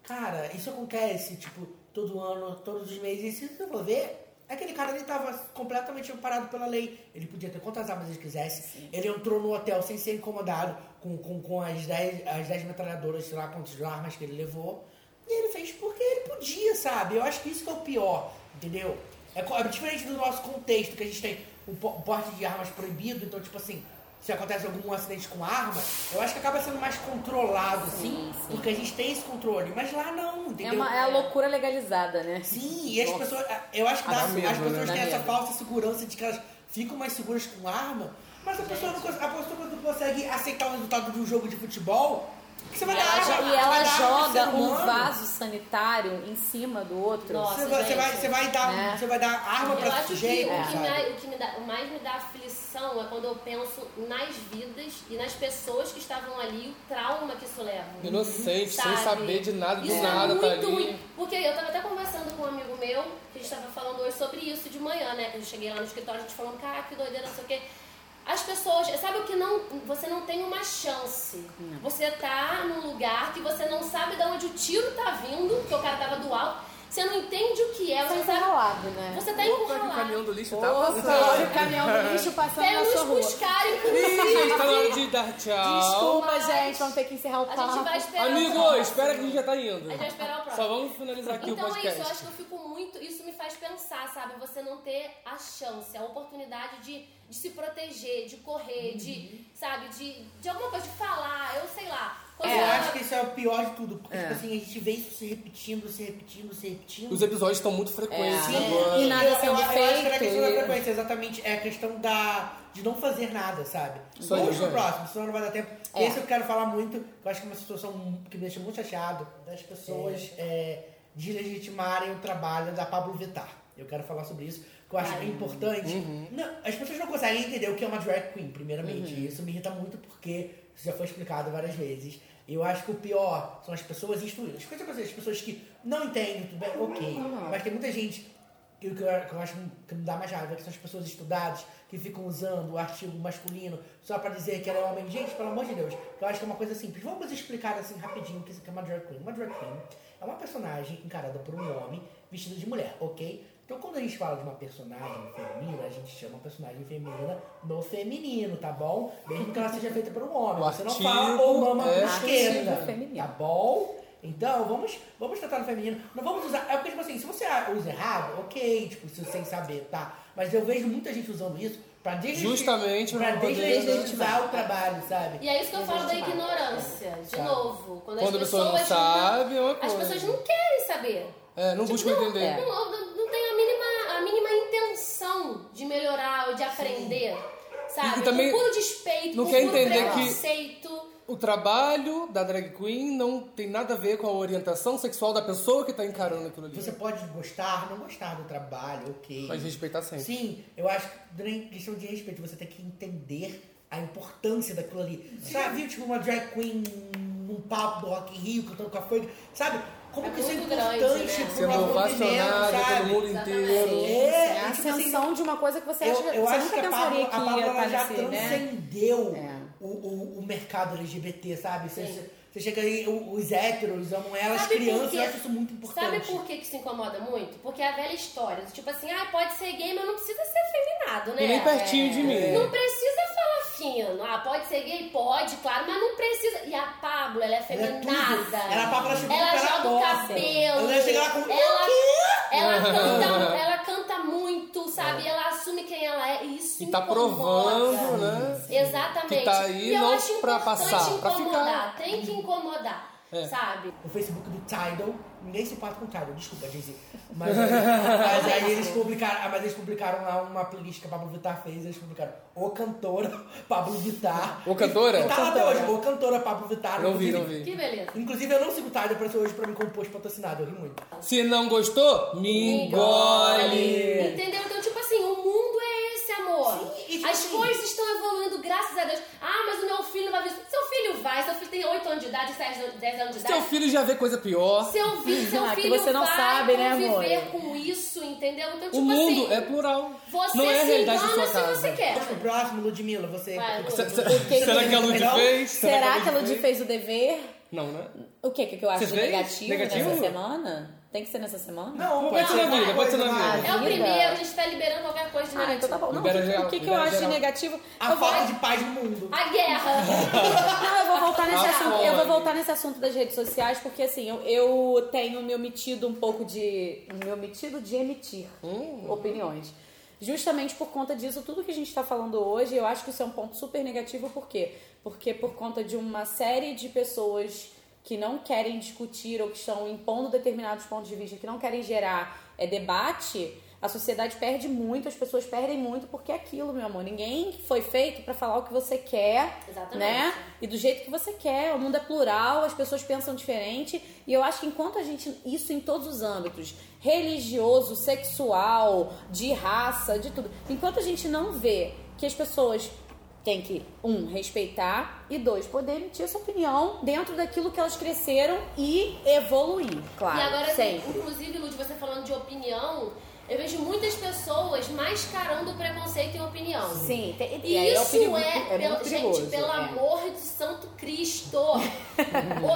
Speaker 6: cara, isso acontece, tipo, todo ano, todos os meses. E se você for ver, aquele cara ele tava completamente amparado pela lei. Ele podia ter quantas armas ele quisesse. Ele entrou no hotel sem ser incomodado, com, com, com as 10 as dez metralhadoras, sei lá quantas armas que ele levou. E ele fez porque ele podia, sabe? Eu acho que isso que é o pior, entendeu? É, co- é diferente do nosso contexto, que a gente tem o po- porte de armas proibido, então, tipo assim, se acontece algum acidente com arma, eu acho que acaba sendo mais controlado, assim, porque a gente tem esse controle. Mas lá não,
Speaker 8: É,
Speaker 6: entendeu?
Speaker 8: uma, é a loucura legalizada, né?
Speaker 6: Sim, e as pessoas. Eu acho que dá-
Speaker 7: dá medo,
Speaker 6: as pessoas
Speaker 7: né? Dá
Speaker 6: têm essa
Speaker 8: medo.
Speaker 6: falsa segurança de que elas ficam mais seguras com arma, mas a pessoa, não, cons- a pessoa não consegue aceitar o resultado de um jogo de futebol. que Você vai dar
Speaker 8: Ela
Speaker 6: arma,
Speaker 8: jo-
Speaker 6: você
Speaker 8: e ela
Speaker 6: vai dar arma pro
Speaker 8: joga
Speaker 6: ser
Speaker 8: um
Speaker 6: humano.
Speaker 8: vaso sanitário em cima do outro.
Speaker 5: Nossa.
Speaker 6: Você vai, você vai, você vai dar, um,
Speaker 8: Né?
Speaker 6: você vai dar arma
Speaker 5: Eu
Speaker 6: pra
Speaker 5: acho que
Speaker 6: sujeito,
Speaker 5: o que,
Speaker 6: sabe?
Speaker 5: mais, o que me dá- o mais me dá aflição é quando eu penso nas vidas e nas pessoas que estavam ali, o trauma que isso leva.
Speaker 7: Inocente, sem
Speaker 5: Sabe?
Speaker 7: saber de nada, do
Speaker 5: Isso
Speaker 7: nada,
Speaker 5: é
Speaker 7: tá
Speaker 5: muito ruim.
Speaker 7: ali.
Speaker 5: Porque eu tava até conversando com um amigo meu, que a gente tava falando hoje sobre isso de manhã, né? Quando eu cheguei lá no escritório, a gente falando, cara, que doideira, não sei o quê. As pessoas, sabe o que não. Você não tem uma chance. Você tá num lugar que você não sabe de onde o tiro tá vindo, porque o cara tava do alto. Você não entende o que é, você
Speaker 8: Você
Speaker 5: não
Speaker 8: tá
Speaker 5: sabe.
Speaker 8: enrolado, né?
Speaker 5: Você
Speaker 7: Opa,
Speaker 5: tá
Speaker 7: que o caminhão
Speaker 5: encurralado.
Speaker 7: do lixo tá
Speaker 8: Nossa, olha o caminhão do lixo
Speaker 6: É
Speaker 8: passando na
Speaker 6: um
Speaker 5: Até
Speaker 8: sua
Speaker 5: nos
Speaker 8: rua.
Speaker 5: buscarem,
Speaker 7: Gente, tá na hora
Speaker 5: inclusive.
Speaker 7: de dar tchau.
Speaker 8: Desculpa,
Speaker 5: Mas
Speaker 8: gente, vamos ter que encerrar o
Speaker 5: A
Speaker 8: papo.
Speaker 5: gente vai esperar. o
Speaker 7: Amigos,
Speaker 5: próximo.
Speaker 7: espera que a gente já tá indo.
Speaker 5: A gente vai esperar o próximo.
Speaker 7: Só vamos finalizar aqui o
Speaker 5: Então é isso, eu acho
Speaker 7: podcast.
Speaker 5: que eu fico muito. Isso me faz pensar, sabe? Você não ter a chance, a oportunidade de, de se proteger, de correr, de. Sabe? De, de alguma coisa, de falar, eu sei lá. Quando
Speaker 6: Eu
Speaker 5: ela-
Speaker 6: acho que isso é o pior de tudo, porque tipo assim, a gente vê isso se repetindo, se repetindo, se repetindo.
Speaker 7: Os episódios estão muito frequentes
Speaker 8: É.
Speaker 7: agora.
Speaker 8: E nada
Speaker 6: eu,
Speaker 8: sendo
Speaker 6: eu, eu acho que
Speaker 8: feito,
Speaker 6: era a questão da
Speaker 8: e-
Speaker 6: frequência, exatamente. É a questão da, de não fazer nada, sabe?
Speaker 7: Isso aí,
Speaker 6: Vamos pro
Speaker 7: gente.
Speaker 6: próximo, senão não vai dar tempo.
Speaker 8: É.
Speaker 6: Esse eu quero falar muito, que eu acho que é uma situação que me deixa muito chateado das pessoas é, deslegitimarem o trabalho da Pablo Vittar. Eu quero falar sobre isso, que eu acho importante. Não, as pessoas não conseguem entender o que é uma drag queen, primeiramente. E Isso me irrita muito porque isso já foi explicado várias vezes. Eu acho que o pior são as pessoas instruídas. Coisa que As pessoas que não entendem, tudo bem, ok. Mas tem muita gente E o que eu, que eu acho que me dá mais raiva é que são as pessoas estudadas que ficam usando o artigo masculino só pra dizer que ela é homem. Gente, pelo amor de Deus, eu acho que é uma coisa simples. Vamos explicar assim rapidinho o que é uma drag queen. Uma drag queen é uma personagem encarada por um homem vestido de mulher, ok? Então quando a gente fala de uma personagem feminina, a gente chama a personagem feminina no feminino, tá bom? Mesmo que ela seja feita por um homem.
Speaker 7: O
Speaker 6: Você não
Speaker 7: artigo
Speaker 6: fala ou mama
Speaker 7: é
Speaker 6: é esquerda.
Speaker 8: artigo feminino.
Speaker 6: Tá bom? Então, vamos, vamos tratar no feminino. Não vamos usar. É porque, tipo assim, se você usa errado, ok, tipo, se- sem saber, tá? Mas eu vejo muita gente usando isso pra deslegitimar.
Speaker 7: Justamente pra
Speaker 6: pra
Speaker 7: poder-
Speaker 6: deslegitimar o trabalho, sabe?
Speaker 5: E é isso que eu falo da
Speaker 6: Deslegitimar.
Speaker 5: ignorância, de novo. Quando,
Speaker 7: Quando a
Speaker 5: as
Speaker 7: pessoa
Speaker 5: pessoas
Speaker 7: não sabe, é uma
Speaker 5: As
Speaker 7: coisa.
Speaker 5: pessoas não querem saber.
Speaker 7: É, não busca
Speaker 5: não,
Speaker 7: entender.
Speaker 5: é, Não, não tem a mínima, a mínima intenção de melhorar ou de aprender. Sabe?
Speaker 7: E- e também
Speaker 5: por puro despeito,
Speaker 7: não
Speaker 5: por
Speaker 7: quer
Speaker 5: puro
Speaker 7: entender que-
Speaker 5: preconceito.
Speaker 7: O trabalho da drag queen não tem nada a ver com a orientação sexual da pessoa que tá encarando aquilo ali.
Speaker 6: Você pode gostar, não gostar do trabalho, ok.
Speaker 7: Mas respeitar sempre.
Speaker 6: Sim, eu acho que durante questão de respeito, você tem que entender a importância daquilo ali. Você já viu, tipo, uma drag queen num palco do Rock in Rio, cantando com a Folha? Sabe? Como
Speaker 5: É
Speaker 6: que isso é
Speaker 5: muito
Speaker 6: importante
Speaker 5: grande, né?
Speaker 6: pro
Speaker 7: Sendo ovacionada
Speaker 6: movimento,
Speaker 7: pelo
Speaker 6: sabe?
Speaker 7: mundo inteiro.
Speaker 6: É,
Speaker 8: É a
Speaker 6: e, tipo assim,
Speaker 8: ascensão de uma coisa que você acha
Speaker 6: eu, eu
Speaker 8: você
Speaker 6: acho
Speaker 8: nunca
Speaker 6: que a Pablo,
Speaker 8: pensaria
Speaker 6: a Pablo,
Speaker 8: que ia
Speaker 6: ela já
Speaker 8: aparecer, né?
Speaker 6: transcendeu
Speaker 8: É.
Speaker 6: o, o, o mercado LGBT, sabe? Você, você chega aí, o- os héteros amam elas,
Speaker 5: Sabe por
Speaker 6: crianças,
Speaker 5: quê?
Speaker 6: eu acho isso muito importante.
Speaker 5: Sabe por que que isso incomoda muito? Porque é a velha história. do Tipo assim, ah, pode ser gay, mas não precisa ser feminado, né?
Speaker 7: E nem pertinho de mim.
Speaker 5: Não precisa falar fino. Ah, pode ser gay? Pode, claro, mas não precisa. E a Pablo, ela é
Speaker 6: Ela é tudo.
Speaker 5: feminada.
Speaker 6: Ela, a Pablo, ela chega
Speaker 5: Ela
Speaker 6: com o pé na
Speaker 5: joga o
Speaker 6: porta.
Speaker 5: cabelo.
Speaker 6: Ela chega lá com...
Speaker 5: Ela, ela canta, ela canta muito,
Speaker 6: É.
Speaker 5: sabe? Ela assume quem ela é. E isso
Speaker 7: E tá
Speaker 5: incomoda.
Speaker 7: provando, né?
Speaker 5: Exatamente.
Speaker 7: Que tá aí
Speaker 5: e eu
Speaker 7: não
Speaker 5: acho
Speaker 7: pra
Speaker 5: importante
Speaker 7: passar, pra
Speaker 5: incomodar.
Speaker 7: ficar. É.
Speaker 5: Tem que incomodar, sabe?
Speaker 6: O Facebook do Tidal, ninguém se importa com o Tidal, desculpa, Jay-Z. Mas, aí- mas aí eles publicaram, ah, mas eles publicaram lá uma playlist que a Pablo Vittar fez, eles publicaram O Cantora Pablo Vittar.
Speaker 7: O Cantora?
Speaker 6: E tá lá até hoje, O Cantora Pablo Vittar.
Speaker 7: Não vi, não
Speaker 6: inclusive-
Speaker 7: vi.
Speaker 5: Que beleza.
Speaker 6: Inclusive, eu não sigo o Tidal, apareceu hoje pra mim com um post patrocinado, eu ri muito.
Speaker 7: Se não gostou, me engole.
Speaker 5: Entendeu? Então, tipo assim, o mundo é esse, amor.
Speaker 6: Sim, e tipo
Speaker 5: As
Speaker 6: assim-
Speaker 5: coisas estão evoluindo, graças a Deus. Ah, mas o meu filho vai ver. Seu filho vai, seu filho tem 8 anos de idade, 7 anos- 10 anos de idade.
Speaker 7: Seu filho já vê coisa pior.
Speaker 5: Seu, vi- seu
Speaker 10: Ah, que
Speaker 5: filho
Speaker 10: você não
Speaker 5: vai
Speaker 10: sabe, né, amor?
Speaker 5: conviver com isso, entendeu? Então, tipo
Speaker 7: o mundo
Speaker 5: assim,
Speaker 7: é plural.
Speaker 5: você
Speaker 7: não é a
Speaker 5: se
Speaker 7: realidade da sua
Speaker 5: engana se
Speaker 7: casa.
Speaker 5: você
Speaker 8: É.
Speaker 5: quer.
Speaker 6: Vamos pro próximo, Ludmilla, você...
Speaker 5: Vai, Lu.
Speaker 7: Se- se- Será que a Lud
Speaker 6: Legal?
Speaker 7: fez?
Speaker 8: Será que a
Speaker 7: Lud
Speaker 8: Lud fez o dever?
Speaker 7: Não, né?
Speaker 8: O que que eu acho
Speaker 7: Você
Speaker 8: de
Speaker 7: fez?
Speaker 8: negativo,
Speaker 7: Negativo?
Speaker 8: nessa semana? Tem que ser nessa semana?
Speaker 6: Não,
Speaker 7: Pode ser na
Speaker 6: não,
Speaker 7: vida, pode ser na
Speaker 6: coisa,
Speaker 7: vida.
Speaker 5: É o
Speaker 8: Vida.
Speaker 5: primeiro, a gente tá liberando qualquer coisa de
Speaker 8: Ah, então tá bom. Não, o
Speaker 7: Libera
Speaker 8: que-
Speaker 7: geral,
Speaker 8: o que, que eu
Speaker 7: libera
Speaker 8: acho
Speaker 7: geral.
Speaker 8: de negativo?
Speaker 6: A
Speaker 8: eu vou,
Speaker 6: falta de paz no mundo.
Speaker 5: A guerra.
Speaker 8: Não, eu vou voltar nesse
Speaker 7: Ah,
Speaker 8: assunto. Eu
Speaker 7: olha.
Speaker 8: vou voltar nesse assunto das redes sociais, porque assim, eu, eu tenho me omitido um pouco de. me omitido de emitir opiniões. Justamente por conta disso, tudo que a gente está falando hoje, eu acho que isso é um ponto super negativo, por quê? Porque por conta de uma série de pessoas que não querem discutir ou que estão impondo determinados pontos de vista, que não querem gerar é, debate, a sociedade perde muito, as pessoas perdem muito, porque é aquilo, meu amor. Ninguém foi feito pra falar o que você quer,
Speaker 5: Exatamente.
Speaker 8: né? E do jeito que você quer. O mundo é plural, as pessoas pensam diferente. E eu acho que enquanto a gente. Isso em todos os âmbitos: religioso, sexual, de raça, de tudo. Enquanto a gente não vê que as pessoas têm que, um, respeitar e dois, poder emitir sua opinião dentro daquilo que elas cresceram e evoluir, claro.
Speaker 5: E agora, assim,
Speaker 8: sempre.
Speaker 5: inclusive, Lud, você falando de opinião, eu vejo muitas pessoas mascarando o preconceito em opinião.
Speaker 8: Sim, tem,
Speaker 5: E
Speaker 8: aí um
Speaker 5: isso
Speaker 8: perigo-
Speaker 5: é,
Speaker 8: muito
Speaker 5: pelo- gente,
Speaker 8: perigoso,
Speaker 5: pelo
Speaker 8: é.
Speaker 5: amor de Santo Cristo.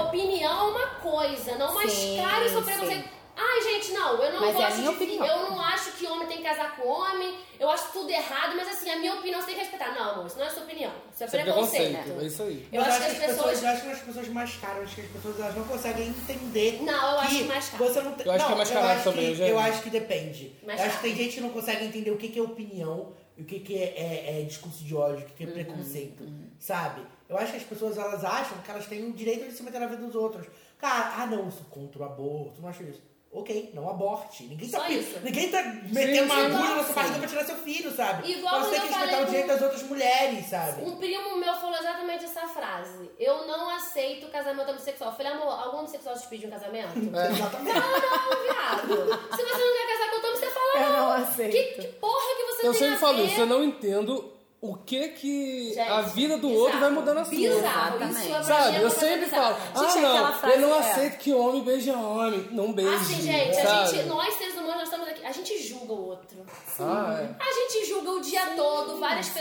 Speaker 5: opinião é uma coisa, não
Speaker 8: Sim,
Speaker 5: mascare o seu
Speaker 8: sim.
Speaker 5: preconceito. Ai, gente, não, eu não
Speaker 8: Mas é a
Speaker 5: gosto
Speaker 8: minha
Speaker 5: de fi-
Speaker 8: opinião.
Speaker 5: eu não acho que homem tem que casar com homem, eu acho tudo errado, mas assim, a minha opinião você tem que respeitar. Não, amor, isso não é sua opinião, isso é
Speaker 7: Isso é
Speaker 5: preconceito.
Speaker 7: preconceito, é isso aí.
Speaker 5: Eu acho que as pessoas-
Speaker 6: eu acho que as pessoas mascaram, acho que as pessoas elas não conseguem entender.
Speaker 5: Não, eu acho que é mascara.
Speaker 6: Você não tem-
Speaker 7: Eu acho
Speaker 6: não,
Speaker 7: que é mascarado
Speaker 6: acho
Speaker 7: também,
Speaker 6: que-
Speaker 7: Eugênio.
Speaker 6: Eu acho que depende. Eu
Speaker 5: Mascara.
Speaker 6: acho que tem gente que não consegue entender o que, que é opinião, o que, que é, é- é discurso de ódio, o que, que é
Speaker 5: Uhum,
Speaker 6: preconceito, sabe? Eu acho que as pessoas elas acham que elas têm o direito de se meter na vida dos outros. Cara, ah não, sou contra o aborto, não acho isso. Ok, não aborte. Ninguém tá,
Speaker 5: Só
Speaker 6: pi-
Speaker 5: isso.
Speaker 6: Ninguém tá metendo uma
Speaker 7: sim.
Speaker 6: agulha na sua barriga pra tirar seu filho, sabe?
Speaker 5: Igual
Speaker 6: Você tem
Speaker 5: quando
Speaker 6: que
Speaker 5: eu
Speaker 6: respeitar
Speaker 5: falei
Speaker 6: o direito
Speaker 5: com-
Speaker 6: das outras mulheres, sabe?
Speaker 5: Um primo meu falou exatamente essa frase. Eu não aceito casamento homossexual. Eu falei, amor, algum homossexual te pediu um casamento?
Speaker 7: É.
Speaker 6: Exatamente.
Speaker 5: Não, viado. Se você não quer casar com o Tom, você fala
Speaker 8: Eu
Speaker 5: não.
Speaker 8: não aceito.
Speaker 5: Que, que porra que você
Speaker 7: Eu
Speaker 5: tem a
Speaker 7: sempre falo
Speaker 5: ver?
Speaker 7: isso, eu não entendo o que que
Speaker 5: Gente,
Speaker 7: a vida do
Speaker 5: bizarro.
Speaker 7: outro vai mudar na sua.
Speaker 5: Bizarro, isso é pra
Speaker 7: Sabe,
Speaker 5: mim é
Speaker 7: eu
Speaker 5: uma coisa
Speaker 7: sempre
Speaker 5: bizarra.
Speaker 7: falo, ah
Speaker 11: Gente, é aquela
Speaker 7: não,
Speaker 11: frase,
Speaker 7: eu não
Speaker 11: é.
Speaker 7: aceito que homem beija homem, não beije.
Speaker 5: Assim, gente, a
Speaker 7: sabe?
Speaker 5: gente, nós seres humanos, nós estamos aqui, a gente julga o outro.
Speaker 7: Ah, é.
Speaker 5: A gente julga o dia todo, várias
Speaker 11: sim,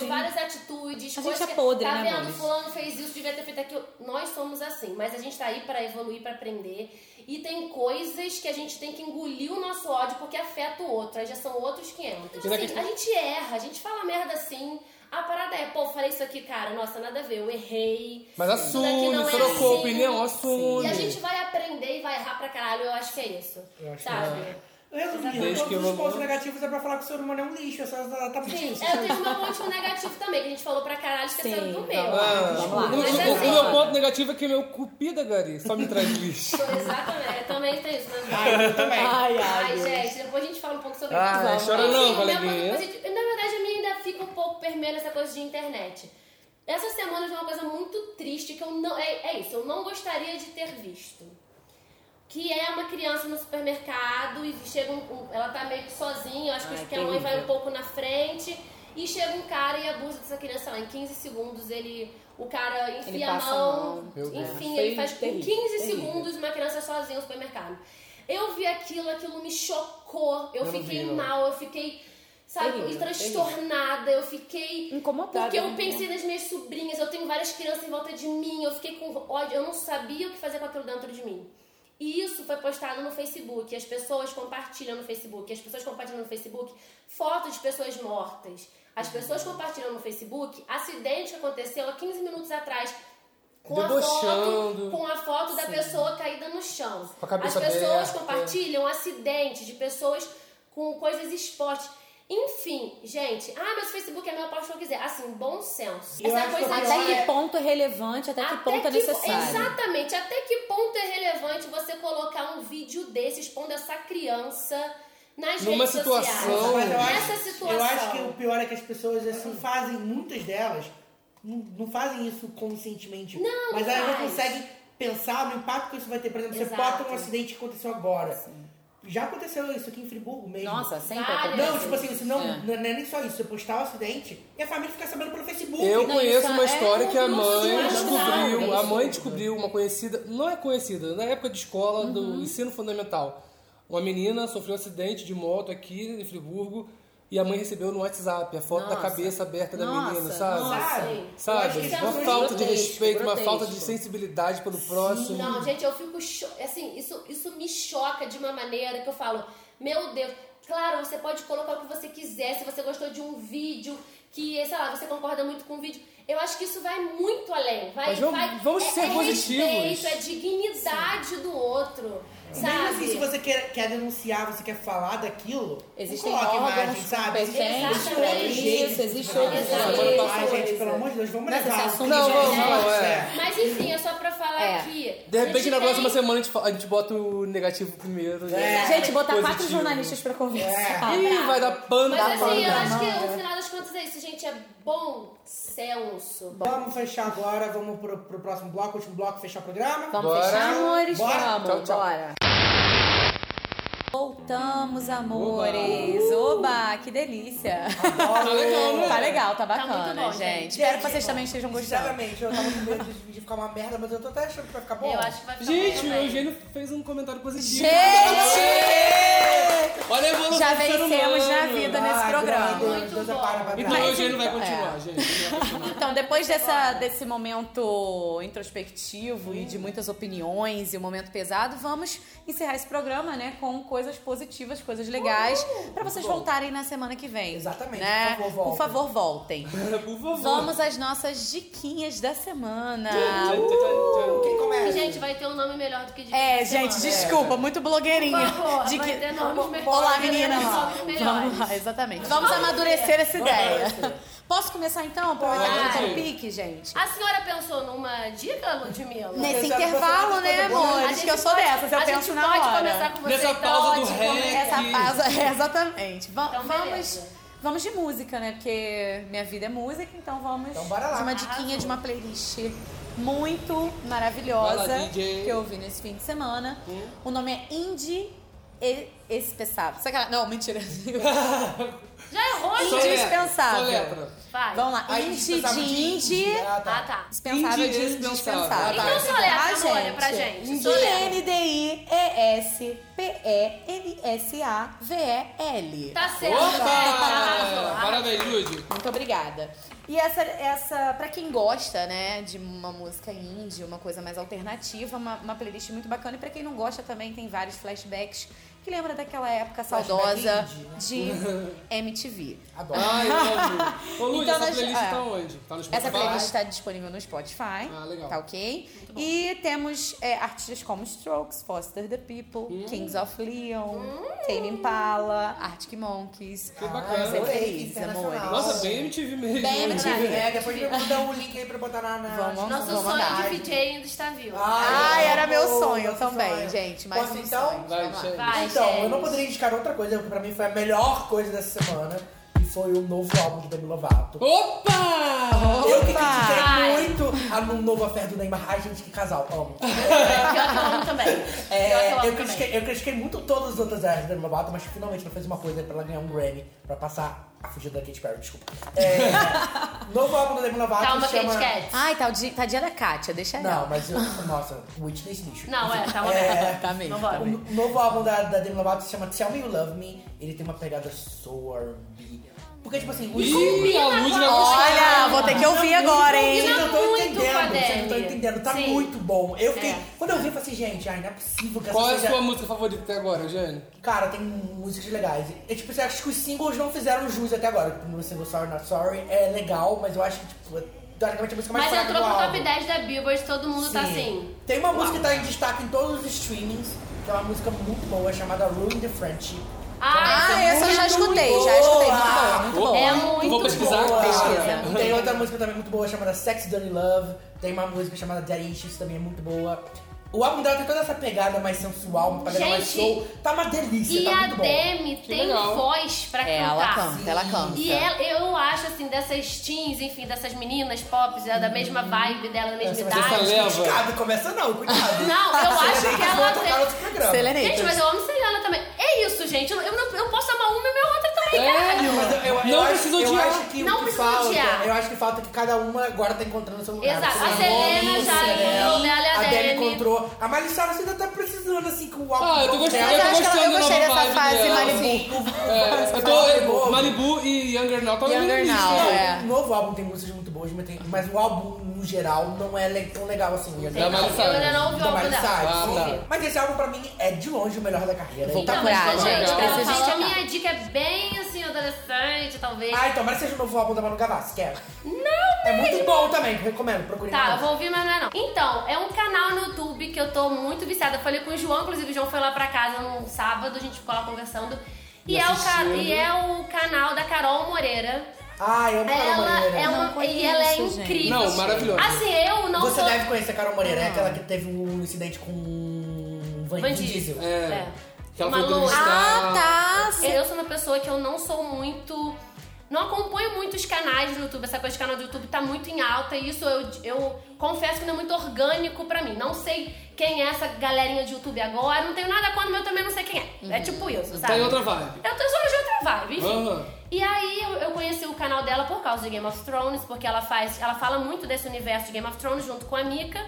Speaker 11: sim, sim.
Speaker 5: várias atitudes.
Speaker 8: A
Speaker 5: coisas
Speaker 8: gente é
Speaker 5: que-
Speaker 8: podre,
Speaker 5: Tá
Speaker 8: né,
Speaker 5: vendo?
Speaker 8: Boris?
Speaker 5: Fulano fez isso, devia ter feito aquilo. Nós somos assim, mas a gente tá aí pra evoluir, pra aprender. E tem coisas que a gente tem que engolir o nosso ódio porque afeta o outro. Aí já são outros 500. Então,
Speaker 7: E na
Speaker 5: assim,
Speaker 7: questão-
Speaker 5: a gente erra, a gente fala merda assim. A parada é, pô, falei isso aqui, cara, nossa, nada a ver, eu errei.
Speaker 7: Mas
Speaker 5: Isso daqui
Speaker 7: assume,
Speaker 5: não é
Speaker 7: trocou
Speaker 5: assim.
Speaker 7: opinião, assume.
Speaker 5: E a gente vai aprender e vai errar pra caralho, eu acho que é isso. sabe?
Speaker 6: Resumindo,
Speaker 7: Desde que
Speaker 6: todos os
Speaker 7: evolua.
Speaker 6: pontos negativos é pra falar que o ser humano é um lixo, essa tá muito
Speaker 5: Sim,
Speaker 6: difícil.
Speaker 5: É, eu tenho meu ponto negativo também, que a gente falou pra caralho, esquecendo do meu.
Speaker 7: Ah,
Speaker 5: Desculpa.
Speaker 7: o, o-
Speaker 5: Mas
Speaker 7: o- o
Speaker 5: assim,
Speaker 7: meu ponto negativo é que meu cupida, Gari, só me traz lixo.
Speaker 5: Exatamente, eu também tenho isso. Mas...
Speaker 6: Eu também.
Speaker 8: Ai,
Speaker 5: Ai,
Speaker 8: ai.
Speaker 5: gente, depois a gente fala um pouco sobre
Speaker 7: Ah,
Speaker 5: isso.
Speaker 7: chora
Speaker 5: Mas,
Speaker 7: não,
Speaker 5: assim,
Speaker 7: coleguinha.
Speaker 5: depois a gente- Na verdade, a minha ainda fica um pouco permeando essa coisa de internet. Essa semana foi uma coisa muito triste que eu não. É, é isso, eu não gostaria de ter visto. Que é uma criança no supermercado e chega um. um- ela tá meio que sozinha, eu acho que
Speaker 11: Ai,
Speaker 5: porque a mãe
Speaker 11: terrível.
Speaker 5: vai um pouco na frente. E chega um cara e abusa dessa criança sei lá, em 15 segundos. Ele. O cara enfia
Speaker 11: Ele
Speaker 5: a
Speaker 11: passa a
Speaker 5: mão.
Speaker 11: mão.
Speaker 7: Meu Deus.
Speaker 5: Enfim,
Speaker 11: Foi
Speaker 5: ele faz com 15
Speaker 11: terrível, terrível.
Speaker 5: segundos segundos uma criança sozinha no supermercado. Eu vi aquilo, aquilo me chocou.
Speaker 7: Eu
Speaker 5: Eu
Speaker 7: não
Speaker 5: fiquei
Speaker 7: vi, não.
Speaker 5: mal, eu fiquei, sabe,
Speaker 11: Terrível,
Speaker 5: transtornada, eu fiquei.
Speaker 8: Incomodada,
Speaker 5: Porque eu
Speaker 8: né?
Speaker 5: pensei nas minhas sobrinhas, eu tenho várias crianças em volta de mim, eu fiquei com ódio, eu não sabia o que fazer com aquilo dentro de mim. E isso foi postado no Facebook, as pessoas compartilham no Facebook, as pessoas compartilham no Facebook fotos de pessoas mortas. As pessoas compartilham no Facebook acidente que aconteceu há 15 minutos atrás com a foto,
Speaker 7: Debochando.
Speaker 5: com a foto da pessoa caída no chão.
Speaker 7: Com a cabeça
Speaker 5: As pessoas
Speaker 7: aberta.
Speaker 5: compartilham acidentes de pessoas com coisas expostas. Enfim, gente, ah, mas o Facebook é meu, eu posto o que eu quiser. Assim, bom senso.
Speaker 6: Eu
Speaker 5: Essa
Speaker 6: acho que
Speaker 5: coisa
Speaker 6: agora
Speaker 5: de-
Speaker 8: Até que ponto é relevante, até que ponto é
Speaker 5: que-
Speaker 8: necessário.
Speaker 5: Exatamente. Até que ponto é relevante você colocar um vídeo desse expondo essa criança nas
Speaker 7: Numa
Speaker 5: redes
Speaker 7: situação-
Speaker 5: sociais?
Speaker 6: Mas eu acho,
Speaker 5: Nessa situação.
Speaker 6: eu acho que o pior é que as pessoas assim fazem, muitas delas, não, não fazem isso conscientemente.
Speaker 5: Não,
Speaker 6: mas
Speaker 5: não
Speaker 6: elas não
Speaker 5: faz.
Speaker 6: conseguem pensar no impacto que isso vai ter. Por exemplo,
Speaker 5: Exato.
Speaker 6: você bota um acidente que aconteceu agora. Já aconteceu isso aqui em Friburgo mesmo.
Speaker 8: Nossa, sempre é
Speaker 5: Várias.
Speaker 8: acontece.
Speaker 6: Não, tipo assim, isso não,
Speaker 8: É.
Speaker 6: não é nem só isso. Você postar o acidente e a família fica sabendo pelo Facebook.
Speaker 7: Eu
Speaker 8: Não,
Speaker 7: conheço
Speaker 8: isso
Speaker 7: uma
Speaker 8: é
Speaker 7: história que a
Speaker 5: um
Speaker 7: mãe
Speaker 5: absurdo,
Speaker 7: descobriu,
Speaker 5: absurdo.
Speaker 7: a mãe descobriu uma conhecida, não é conhecida, na época de escola do ensino fundamental. Uma menina sofreu um acidente de moto aqui em Friburgo e a mãe recebeu no WhatsApp a foto da
Speaker 8: Nossa.
Speaker 7: cabeça aberta da
Speaker 8: Nossa,
Speaker 7: menina, sabe?
Speaker 8: nossa.
Speaker 6: Sabe? Eu acho
Speaker 7: Sabe?
Speaker 6: que isso é
Speaker 7: Uma
Speaker 6: muito
Speaker 7: falta de
Speaker 8: grotesco,
Speaker 7: respeito, uma
Speaker 8: grotesco.
Speaker 7: falta de sensibilidade pelo próximo.
Speaker 5: Não, gente, eu fico. cho- Assim, isso, isso me choca de uma maneira que eu falo, meu Deus. Claro, você pode colocar o que você quiser, se você gostou de um vídeo, que, sei lá, você concorda muito com o vídeo. Eu acho que isso vai muito além. Vai,
Speaker 7: Mas vamos-
Speaker 5: vai,
Speaker 7: vamos
Speaker 5: é,
Speaker 7: ser
Speaker 5: é
Speaker 7: positivos.
Speaker 5: Respeito, é dignidade do outro.
Speaker 6: Mesmo
Speaker 5: Sabe?
Speaker 6: assim, se você quer, quer denunciar, você quer falar daquilo,
Speaker 11: Existem
Speaker 6: não coloca
Speaker 11: órgãos
Speaker 6: imagem, sabe?
Speaker 11: competentes
Speaker 6: Existe
Speaker 5: pra
Speaker 6: outro
Speaker 5: isso,
Speaker 6: jeito de
Speaker 11: existe
Speaker 6: falar.
Speaker 5: outro jeito.
Speaker 6: Ai, gente, um pelo amor de Deus, vamos
Speaker 11: Mas esse
Speaker 6: levar
Speaker 11: assunto
Speaker 7: Não, vamos, não, é.
Speaker 5: Mas enfim, é só pra falar
Speaker 11: É.
Speaker 5: aqui.
Speaker 7: De repente, na
Speaker 5: A gente
Speaker 8: é
Speaker 7: próxima
Speaker 5: tem-
Speaker 7: semana, a gente fa- a gente bota o negativo primeiro. né?
Speaker 8: Gente, botar quatro
Speaker 7: Positivo.
Speaker 8: jornalistas pra conversar.
Speaker 6: É.
Speaker 7: Ih, vai dar pano,
Speaker 5: Mas
Speaker 7: dá pano.
Speaker 5: assim, eu
Speaker 7: dá
Speaker 5: acho
Speaker 7: pano.
Speaker 5: que no final das contas é isso, gente. É bom senso.
Speaker 6: Vamos fechar agora, vamos pro, pro próximo bloco, último bloco, fechar o programa.
Speaker 8: Vamos
Speaker 7: Bora.
Speaker 8: fechar, amores?
Speaker 6: Bora.
Speaker 8: Vamos,
Speaker 7: Tchau, tchau.
Speaker 8: bora. Voltamos, amores. Oba, que delícia.
Speaker 7: Tá legal, né?
Speaker 8: Tá legal, tá bacana,
Speaker 5: muito bom,
Speaker 8: gente.
Speaker 5: gente.
Speaker 8: Espero que vocês também estejam gostando.
Speaker 6: Sinceramente, eu tava com medo de vídeo ficar uma merda, mas eu tô até achando que vai ficar bom.
Speaker 5: Eu acho que vai ficar bom
Speaker 7: Gente, o
Speaker 5: também.
Speaker 7: Eugênio fez um comentário positivo.
Speaker 8: Gente!
Speaker 7: Olha a evolução
Speaker 8: Já
Speaker 7: do ser
Speaker 8: vencemos na
Speaker 7: humano.
Speaker 8: vida nesse programa.
Speaker 6: Deus, Deus é
Speaker 5: bom.
Speaker 6: para pra
Speaker 7: Então
Speaker 6: trás.
Speaker 7: o Eugênio vai
Speaker 8: então,
Speaker 7: continuar, gente.
Speaker 8: Então, depois dessa, desse momento introspectivo e de muitas opiniões e um momento pesado, vamos encerrar esse programa, né, com coisas positivas, coisas legais, pra vocês voltarem na semana que vem.
Speaker 6: Exatamente,
Speaker 8: né?
Speaker 6: por favor,
Speaker 8: Por favor, voltem.
Speaker 7: Por favor.
Speaker 8: Vamos às nossas diquinhas da semana. Uh,
Speaker 6: Quem
Speaker 5: E,
Speaker 6: começa?
Speaker 5: gente, vai ter um nome melhor do que de
Speaker 8: É,
Speaker 5: semana.
Speaker 8: gente, desculpa, muito blogueirinha.
Speaker 5: Por favor,
Speaker 8: Diqui-
Speaker 5: vai ter né? nomes melhores.
Speaker 8: Olá, meninas.
Speaker 5: Nomes
Speaker 8: Vamos
Speaker 5: melhores.
Speaker 8: lá, exatamente. Vamos amadurecer essa ideia. Posso começar então? Aproveitar que eu tô no pique, gente.
Speaker 5: A senhora pensou numa dica, Ludmilla?
Speaker 8: Nesse
Speaker 6: Eu já
Speaker 8: intervalo,
Speaker 6: tô
Speaker 8: né,
Speaker 6: pensando em
Speaker 5: A
Speaker 8: amores?
Speaker 5: gente
Speaker 8: Que eu sou
Speaker 5: pode-
Speaker 8: dessas, eu
Speaker 5: a
Speaker 8: penso
Speaker 5: gente
Speaker 8: na
Speaker 5: pode
Speaker 8: hora.
Speaker 5: começar com você,
Speaker 7: Nessa
Speaker 5: pode
Speaker 7: pausa do
Speaker 5: começar.
Speaker 7: rap.
Speaker 8: Essa
Speaker 7: Ih.
Speaker 8: pausa, é, exatamente. Va-
Speaker 5: Então,
Speaker 8: vamos,
Speaker 5: beleza.
Speaker 8: vamos de música, né? Porque minha vida é música, então vamos
Speaker 6: Então, bora lá.
Speaker 8: de uma diquinha de uma playlist muito
Speaker 7: Vai
Speaker 8: maravilhosa
Speaker 7: lá, DJ.
Speaker 8: que eu ouvi nesse fim de semana. O nome é Indie e- esse pensava. Sacanagem. Não, mentira.
Speaker 5: Já errou,
Speaker 7: Só
Speaker 5: gente.
Speaker 7: letra,
Speaker 8: Indispensável.
Speaker 7: Só letra.
Speaker 5: Vai.
Speaker 8: Vamos lá.
Speaker 6: Aí
Speaker 8: Indi,
Speaker 6: dispensava de
Speaker 8: dindi.
Speaker 6: indi. Ah,
Speaker 5: Ah,
Speaker 6: tá.
Speaker 5: tá.
Speaker 8: Dispensável,
Speaker 7: Indi,
Speaker 8: diz,
Speaker 7: indispensável.
Speaker 8: dispensável.
Speaker 7: Ah, tá.
Speaker 5: Então soletra, Amônia, pra gente.
Speaker 8: Um
Speaker 5: Soletra.
Speaker 8: N-D-I-E-S-P-E-N-S-A-V-E-L.
Speaker 5: Tá certo.
Speaker 7: Opa!
Speaker 5: Arrasou.
Speaker 7: Parabéns, Lud.
Speaker 8: Muito obrigada. E essa, essa para quem gosta, né, de uma música indie, uma coisa mais alternativa, uma, uma playlist muito bacana. E pra quem não gosta também, tem vários flashbacks que lembra daquela época
Speaker 6: Flashback
Speaker 8: saudosa
Speaker 6: indie,
Speaker 2: né?
Speaker 8: de MTV.
Speaker 6: Adoro.
Speaker 7: Ai, eu amo. Ô, Lud,
Speaker 8: Então,
Speaker 7: essa
Speaker 8: nós-
Speaker 7: playlist
Speaker 8: é.
Speaker 7: tá onde? Tá no Spotify?
Speaker 8: Essa playlist está disponível no Spotify.
Speaker 7: Ah, legal.
Speaker 8: Tá ok? E temos é, artistas como Strokes, Foster the People,
Speaker 7: Hum.
Speaker 8: Kings of Leon, Tame Impala, Arctic Monkeys.
Speaker 7: Que
Speaker 6: Ah,
Speaker 2: é
Speaker 7: bacana.
Speaker 6: adorei,
Speaker 8: Feliz,
Speaker 6: internacional.
Speaker 8: amores.
Speaker 7: Nossa, bem MTV mesmo.
Speaker 8: tá
Speaker 7: né?
Speaker 8: Bem
Speaker 7: hein?
Speaker 8: MTV.
Speaker 6: É, depois me manda um link aí pra botar na. na
Speaker 8: Vamos-
Speaker 5: Nosso
Speaker 8: Vamos Ah,
Speaker 5: sonho é
Speaker 8: andar.
Speaker 5: de DJ ainda está vivo.
Speaker 8: Ai,
Speaker 6: eu
Speaker 8: era
Speaker 6: amo,
Speaker 8: meu sonho
Speaker 6: nosso
Speaker 8: também,
Speaker 6: sonho.
Speaker 8: gente, mas
Speaker 6: Posso
Speaker 8: um
Speaker 6: então?
Speaker 8: sonho.
Speaker 7: Vai, chega.
Speaker 5: Vai,
Speaker 6: Então,
Speaker 5: gente.
Speaker 6: eu não poderia indicar outra coisa, que pra mim foi a melhor coisa dessa semana, que foi o novo álbum do Demi Lovato.
Speaker 7: Opa!
Speaker 6: Eu que
Speaker 5: Ai.
Speaker 6: critiquei muito a no novo affair do Neymar. Ai, gente, que casal, amo.
Speaker 5: Pior que eu amo também. Pior que eu
Speaker 6: É, eu,
Speaker 5: amo também.
Speaker 6: critiquei, eu critiquei muito todas as outras áreas da Demi Lovato, mas finalmente ela fez uma coisa pra ela ganhar um Grammy, pra passar a fugida da Katy Perry, desculpa. É, novo álbum da Demi Lovato
Speaker 5: Calma,
Speaker 6: chama...
Speaker 5: Kate Kat.
Speaker 8: Ai, tá o dia, tá dia da Kátia, deixa ela.
Speaker 6: Não, mas eu, nossa, Whitney Smith.
Speaker 5: Não, é, tá uma merda.
Speaker 6: É,
Speaker 8: Tá mesmo.
Speaker 5: Vambora.
Speaker 8: tá
Speaker 6: O
Speaker 8: mesmo.
Speaker 6: no- novo álbum da, da Demi Lovato se chama Tell Me You Love Me. Ele tem uma pegada so R&B. Porque, tipo assim, tá os...
Speaker 7: Ih, a Lud vai gostar.
Speaker 8: Olha, vou ter que ouvir agora, hein?
Speaker 6: Vocês não estão
Speaker 5: Tá muito
Speaker 6: entendendo,
Speaker 5: com a
Speaker 6: vocês não estão
Speaker 5: Demi.
Speaker 6: entendendo. Tá
Speaker 5: Sim.
Speaker 6: muito bom. Eu fiquei...
Speaker 5: É.
Speaker 6: Quando eu vi, eu falei assim, gente, ai, não é possível que essa
Speaker 7: Qual é a
Speaker 6: seja...
Speaker 7: sua música favorita até agora, Eugênio?
Speaker 6: Cara, tem músicas legais. É tipo, assim, acho que os singles não fizeram jus até agora. Tipo, O primeiro single, Sorry Not Sorry, é legal, mas eu acho que, tipo, é, teoricamente a música mais
Speaker 5: Mas
Speaker 6: fraca
Speaker 5: entrou
Speaker 6: do
Speaker 5: pro top
Speaker 6: álbum.
Speaker 5: 10 da Billboard, todo mundo tá
Speaker 6: Sim.
Speaker 5: assim.
Speaker 6: Tem uma música que tá em destaque em todos os streamings, que é uma música muito boa, chamada Ruin the Friendship.
Speaker 5: Ah,
Speaker 8: Ah, essa eu já
Speaker 6: muito
Speaker 8: escutei, já
Speaker 6: boa.
Speaker 8: escutei. Muito boa, muito
Speaker 7: Opa,
Speaker 8: boa.
Speaker 5: É muito
Speaker 7: Vou pesquisar. Ah,
Speaker 6: Boa.
Speaker 7: cara.
Speaker 6: Tem outra música também muito boa chamada Sex Dirty Love. Tem uma música chamada Daddy Issues também é muito boa. O álbum dela tem toda essa pegada mais sensual, uma pegada mais
Speaker 5: Gente,
Speaker 6: show. Tá uma delícia,
Speaker 5: e
Speaker 6: tá
Speaker 5: a
Speaker 6: muito bom.
Speaker 5: Demi tem
Speaker 7: legal.
Speaker 5: voz pra
Speaker 8: É, ela
Speaker 5: cantar.
Speaker 8: canta, ela canta.
Speaker 5: E ela, eu acho assim, dessas teens, enfim, dessas meninas pop, é da mesma
Speaker 8: Uhum.
Speaker 5: vibe dela, da mesma
Speaker 6: Essa
Speaker 5: idade.
Speaker 7: Essa leva.
Speaker 6: Criticado, começa não, cuidado.
Speaker 5: Não, eu acho
Speaker 6: Serenata,
Speaker 5: que ela
Speaker 6: vou
Speaker 5: tem-
Speaker 6: tocar outro programa.
Speaker 8: Selenita.
Speaker 5: Gente, mas eu amo Selena também. É isso, gente. Eu, eu não, eu posso amar uma e minha outra também,
Speaker 8: É.
Speaker 5: cara.
Speaker 6: Mas eu, eu, eu
Speaker 7: Não
Speaker 6: acho-
Speaker 7: precisa
Speaker 6: eu
Speaker 7: odiar.
Speaker 6: acho que o
Speaker 5: Não
Speaker 6: que
Speaker 5: precisa
Speaker 6: falta,
Speaker 5: odiar.
Speaker 6: Eu acho que falta que cada uma agora tá encontrando o seu lugar.
Speaker 5: Exato. A
Speaker 6: Você né?
Speaker 5: Selena já encontrou dela e a
Speaker 6: A Demi
Speaker 5: Demi.
Speaker 6: encontrou. A Miley Cyrus ainda tá precisando, assim, com o álbum
Speaker 7: Ah, eu tô
Speaker 6: novo
Speaker 7: gostando,
Speaker 6: dela.
Speaker 7: eu tô
Speaker 8: acho que ela- eu
Speaker 7: gostando da
Speaker 8: gostei
Speaker 7: nova vibe
Speaker 8: dessa fase
Speaker 7: dela.
Speaker 8: Malibu.
Speaker 7: É, eu tô, Malibu e Younger Now tá na minha
Speaker 8: Younger
Speaker 7: lista.
Speaker 8: Now,
Speaker 7: Não,
Speaker 8: é.
Speaker 6: O novo álbum tem músicas muito boas, mas, tem- mas o álbum, no geral, não é le- tão legal assim.
Speaker 7: Da Miley
Speaker 5: Eu ainda não ouvi o
Speaker 6: Da
Speaker 5: álbum
Speaker 6: Miley
Speaker 5: dela.
Speaker 7: Ah,
Speaker 6: Cyrus.
Speaker 7: tá.
Speaker 6: Mas esse álbum, pra mim, é de longe o melhor da carreira.
Speaker 8: Vou
Speaker 6: Ele tá
Speaker 5: Então,
Speaker 8: procurar,
Speaker 5: mas como
Speaker 8: gente,
Speaker 5: eu- eu
Speaker 8: preciso
Speaker 5: falo,
Speaker 8: escutar.
Speaker 5: a minha dica é bem assim, adolescente, talvez.
Speaker 6: Ah, então, mas seja o novo álbum da Manu Gavassi, quero.
Speaker 5: Não,
Speaker 6: É muito bom também, recomendo, procurem.
Speaker 5: Tá,
Speaker 6: lá.
Speaker 5: eu vou ouvir, mas não é não. Então, é um canal no YouTube que eu tô muito viciada. Eu falei com o João, inclusive o João foi lá pra casa num sábado, a gente ficou lá conversando. E,
Speaker 7: E
Speaker 5: é o, ca-
Speaker 7: assistindo.
Speaker 5: e é o canal da Carol Moreira.
Speaker 6: Ah, eu amo Carol
Speaker 5: Ela
Speaker 6: Moreira.
Speaker 5: é uma. e ela é incrível.
Speaker 7: Não, maravilhosa.
Speaker 5: Assim, eu não
Speaker 6: Você
Speaker 5: sou.
Speaker 6: deve conhecer a Carol Moreira,
Speaker 5: Hum.
Speaker 6: é aquela que teve um incidente com o Van
Speaker 5: Van
Speaker 6: Diesel.
Speaker 5: Diesel.
Speaker 7: É.
Speaker 5: É.
Speaker 7: Que ela
Speaker 5: Uma
Speaker 7: foi
Speaker 5: loura.
Speaker 7: entrevistar.
Speaker 8: Ah, tá.
Speaker 5: Eu sou uma pessoa que eu não sou muito. Não acompanho muito os canais do YouTube. Essa coisa de canal do YouTube tá muito em alta e isso eu, eu confesso que não é muito orgânico pra mim. Não sei quem é essa galerinha de YouTube agora, não tenho nada contra, mas eu também não sei quem é. É tipo isso, sabe?
Speaker 7: Tá em outra vibe.
Speaker 5: Eu tô só de outra vibe, enfim.
Speaker 7: Aham.
Speaker 5: E aí eu, eu conheci o canal dela por causa de Game of Thrones, porque ela faz. Ela fala muito desse universo de Game of Thrones junto com a Mika.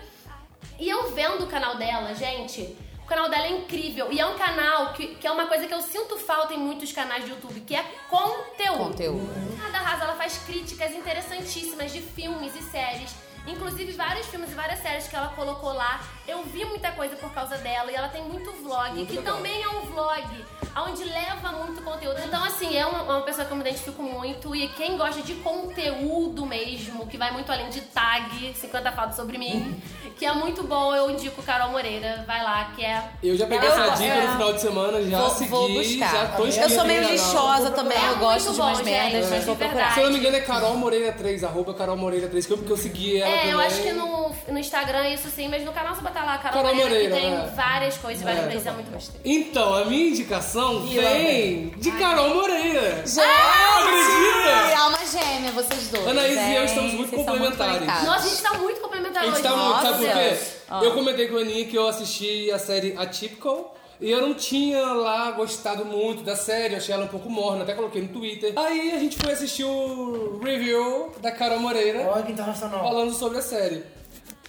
Speaker 5: E eu vendo o canal dela, gente, o canal dela é incrível. E é um canal que, que é uma coisa que eu sinto falta em muitos canais de YouTube, que é conteúdo.
Speaker 8: Conteúdo.
Speaker 5: Cada Arrasa, ela faz críticas interessantíssimas de filmes e séries. Inclusive, vários filmes e várias séries que ela colocou lá. Eu vi muita coisa por causa dela e ela tem muito vlog, que também é um vlog, onde leva muito conteúdo. Então, assim, é uma, uma pessoa que eu me identifico muito. E quem gosta de conteúdo mesmo, que vai muito além de tag, 50 fatos sobre mim, que é muito bom, eu indico Carol Moreira. Vai lá, que é.
Speaker 7: Eu já peguei
Speaker 5: Eu
Speaker 7: essa
Speaker 5: vou-
Speaker 7: dica
Speaker 5: é.
Speaker 7: no final de semana, já
Speaker 8: tá Vou,
Speaker 7: segui,
Speaker 8: vou
Speaker 7: já
Speaker 8: buscar.
Speaker 7: tô
Speaker 8: Eu
Speaker 7: inscrito
Speaker 8: sou meio
Speaker 7: no canal.
Speaker 8: lixosa também, eu
Speaker 5: É
Speaker 8: gosto
Speaker 5: muito
Speaker 8: de umas
Speaker 5: bom,
Speaker 8: merdas,
Speaker 5: gente,
Speaker 8: mas vou
Speaker 5: de
Speaker 8: procurar.
Speaker 7: Se eu não me engano é Carol Moreira 3, arroba Carol Moreira 3, que eu, porque eu segui ela
Speaker 5: É, eu
Speaker 7: também.
Speaker 5: acho que no, no Instagram é isso sim, mas no canal você botar lá Carol,
Speaker 7: Carol
Speaker 5: Moreira, que
Speaker 7: Moreira,
Speaker 5: tem
Speaker 7: é.
Speaker 5: várias coisas, várias
Speaker 7: É.
Speaker 5: coisas, é muito gostoso.
Speaker 7: Então, a minha indicação
Speaker 6: Ih, lá
Speaker 7: vem de Carol Moreira. Ah,
Speaker 8: Gente!
Speaker 7: acredita?
Speaker 8: Alma gêmea, vocês dois.
Speaker 7: Anaís e
Speaker 8: hein?
Speaker 7: eu estamos muito
Speaker 8: Vocês são
Speaker 7: complementares.
Speaker 8: conectados.
Speaker 5: Nossa, a gente tá muito complementar
Speaker 7: A gente
Speaker 5: hoje.
Speaker 7: tá muito, sabe por
Speaker 8: Nossa.
Speaker 7: quê? Eu comentei com a Aninha que eu assisti a série Atypical. E eu não tinha lá gostado muito da série, achei ela um pouco morna, até coloquei no Twitter. Aí a gente foi assistir o review da Carol Moreira
Speaker 6: É. Olha que internacional.
Speaker 7: falando sobre a série.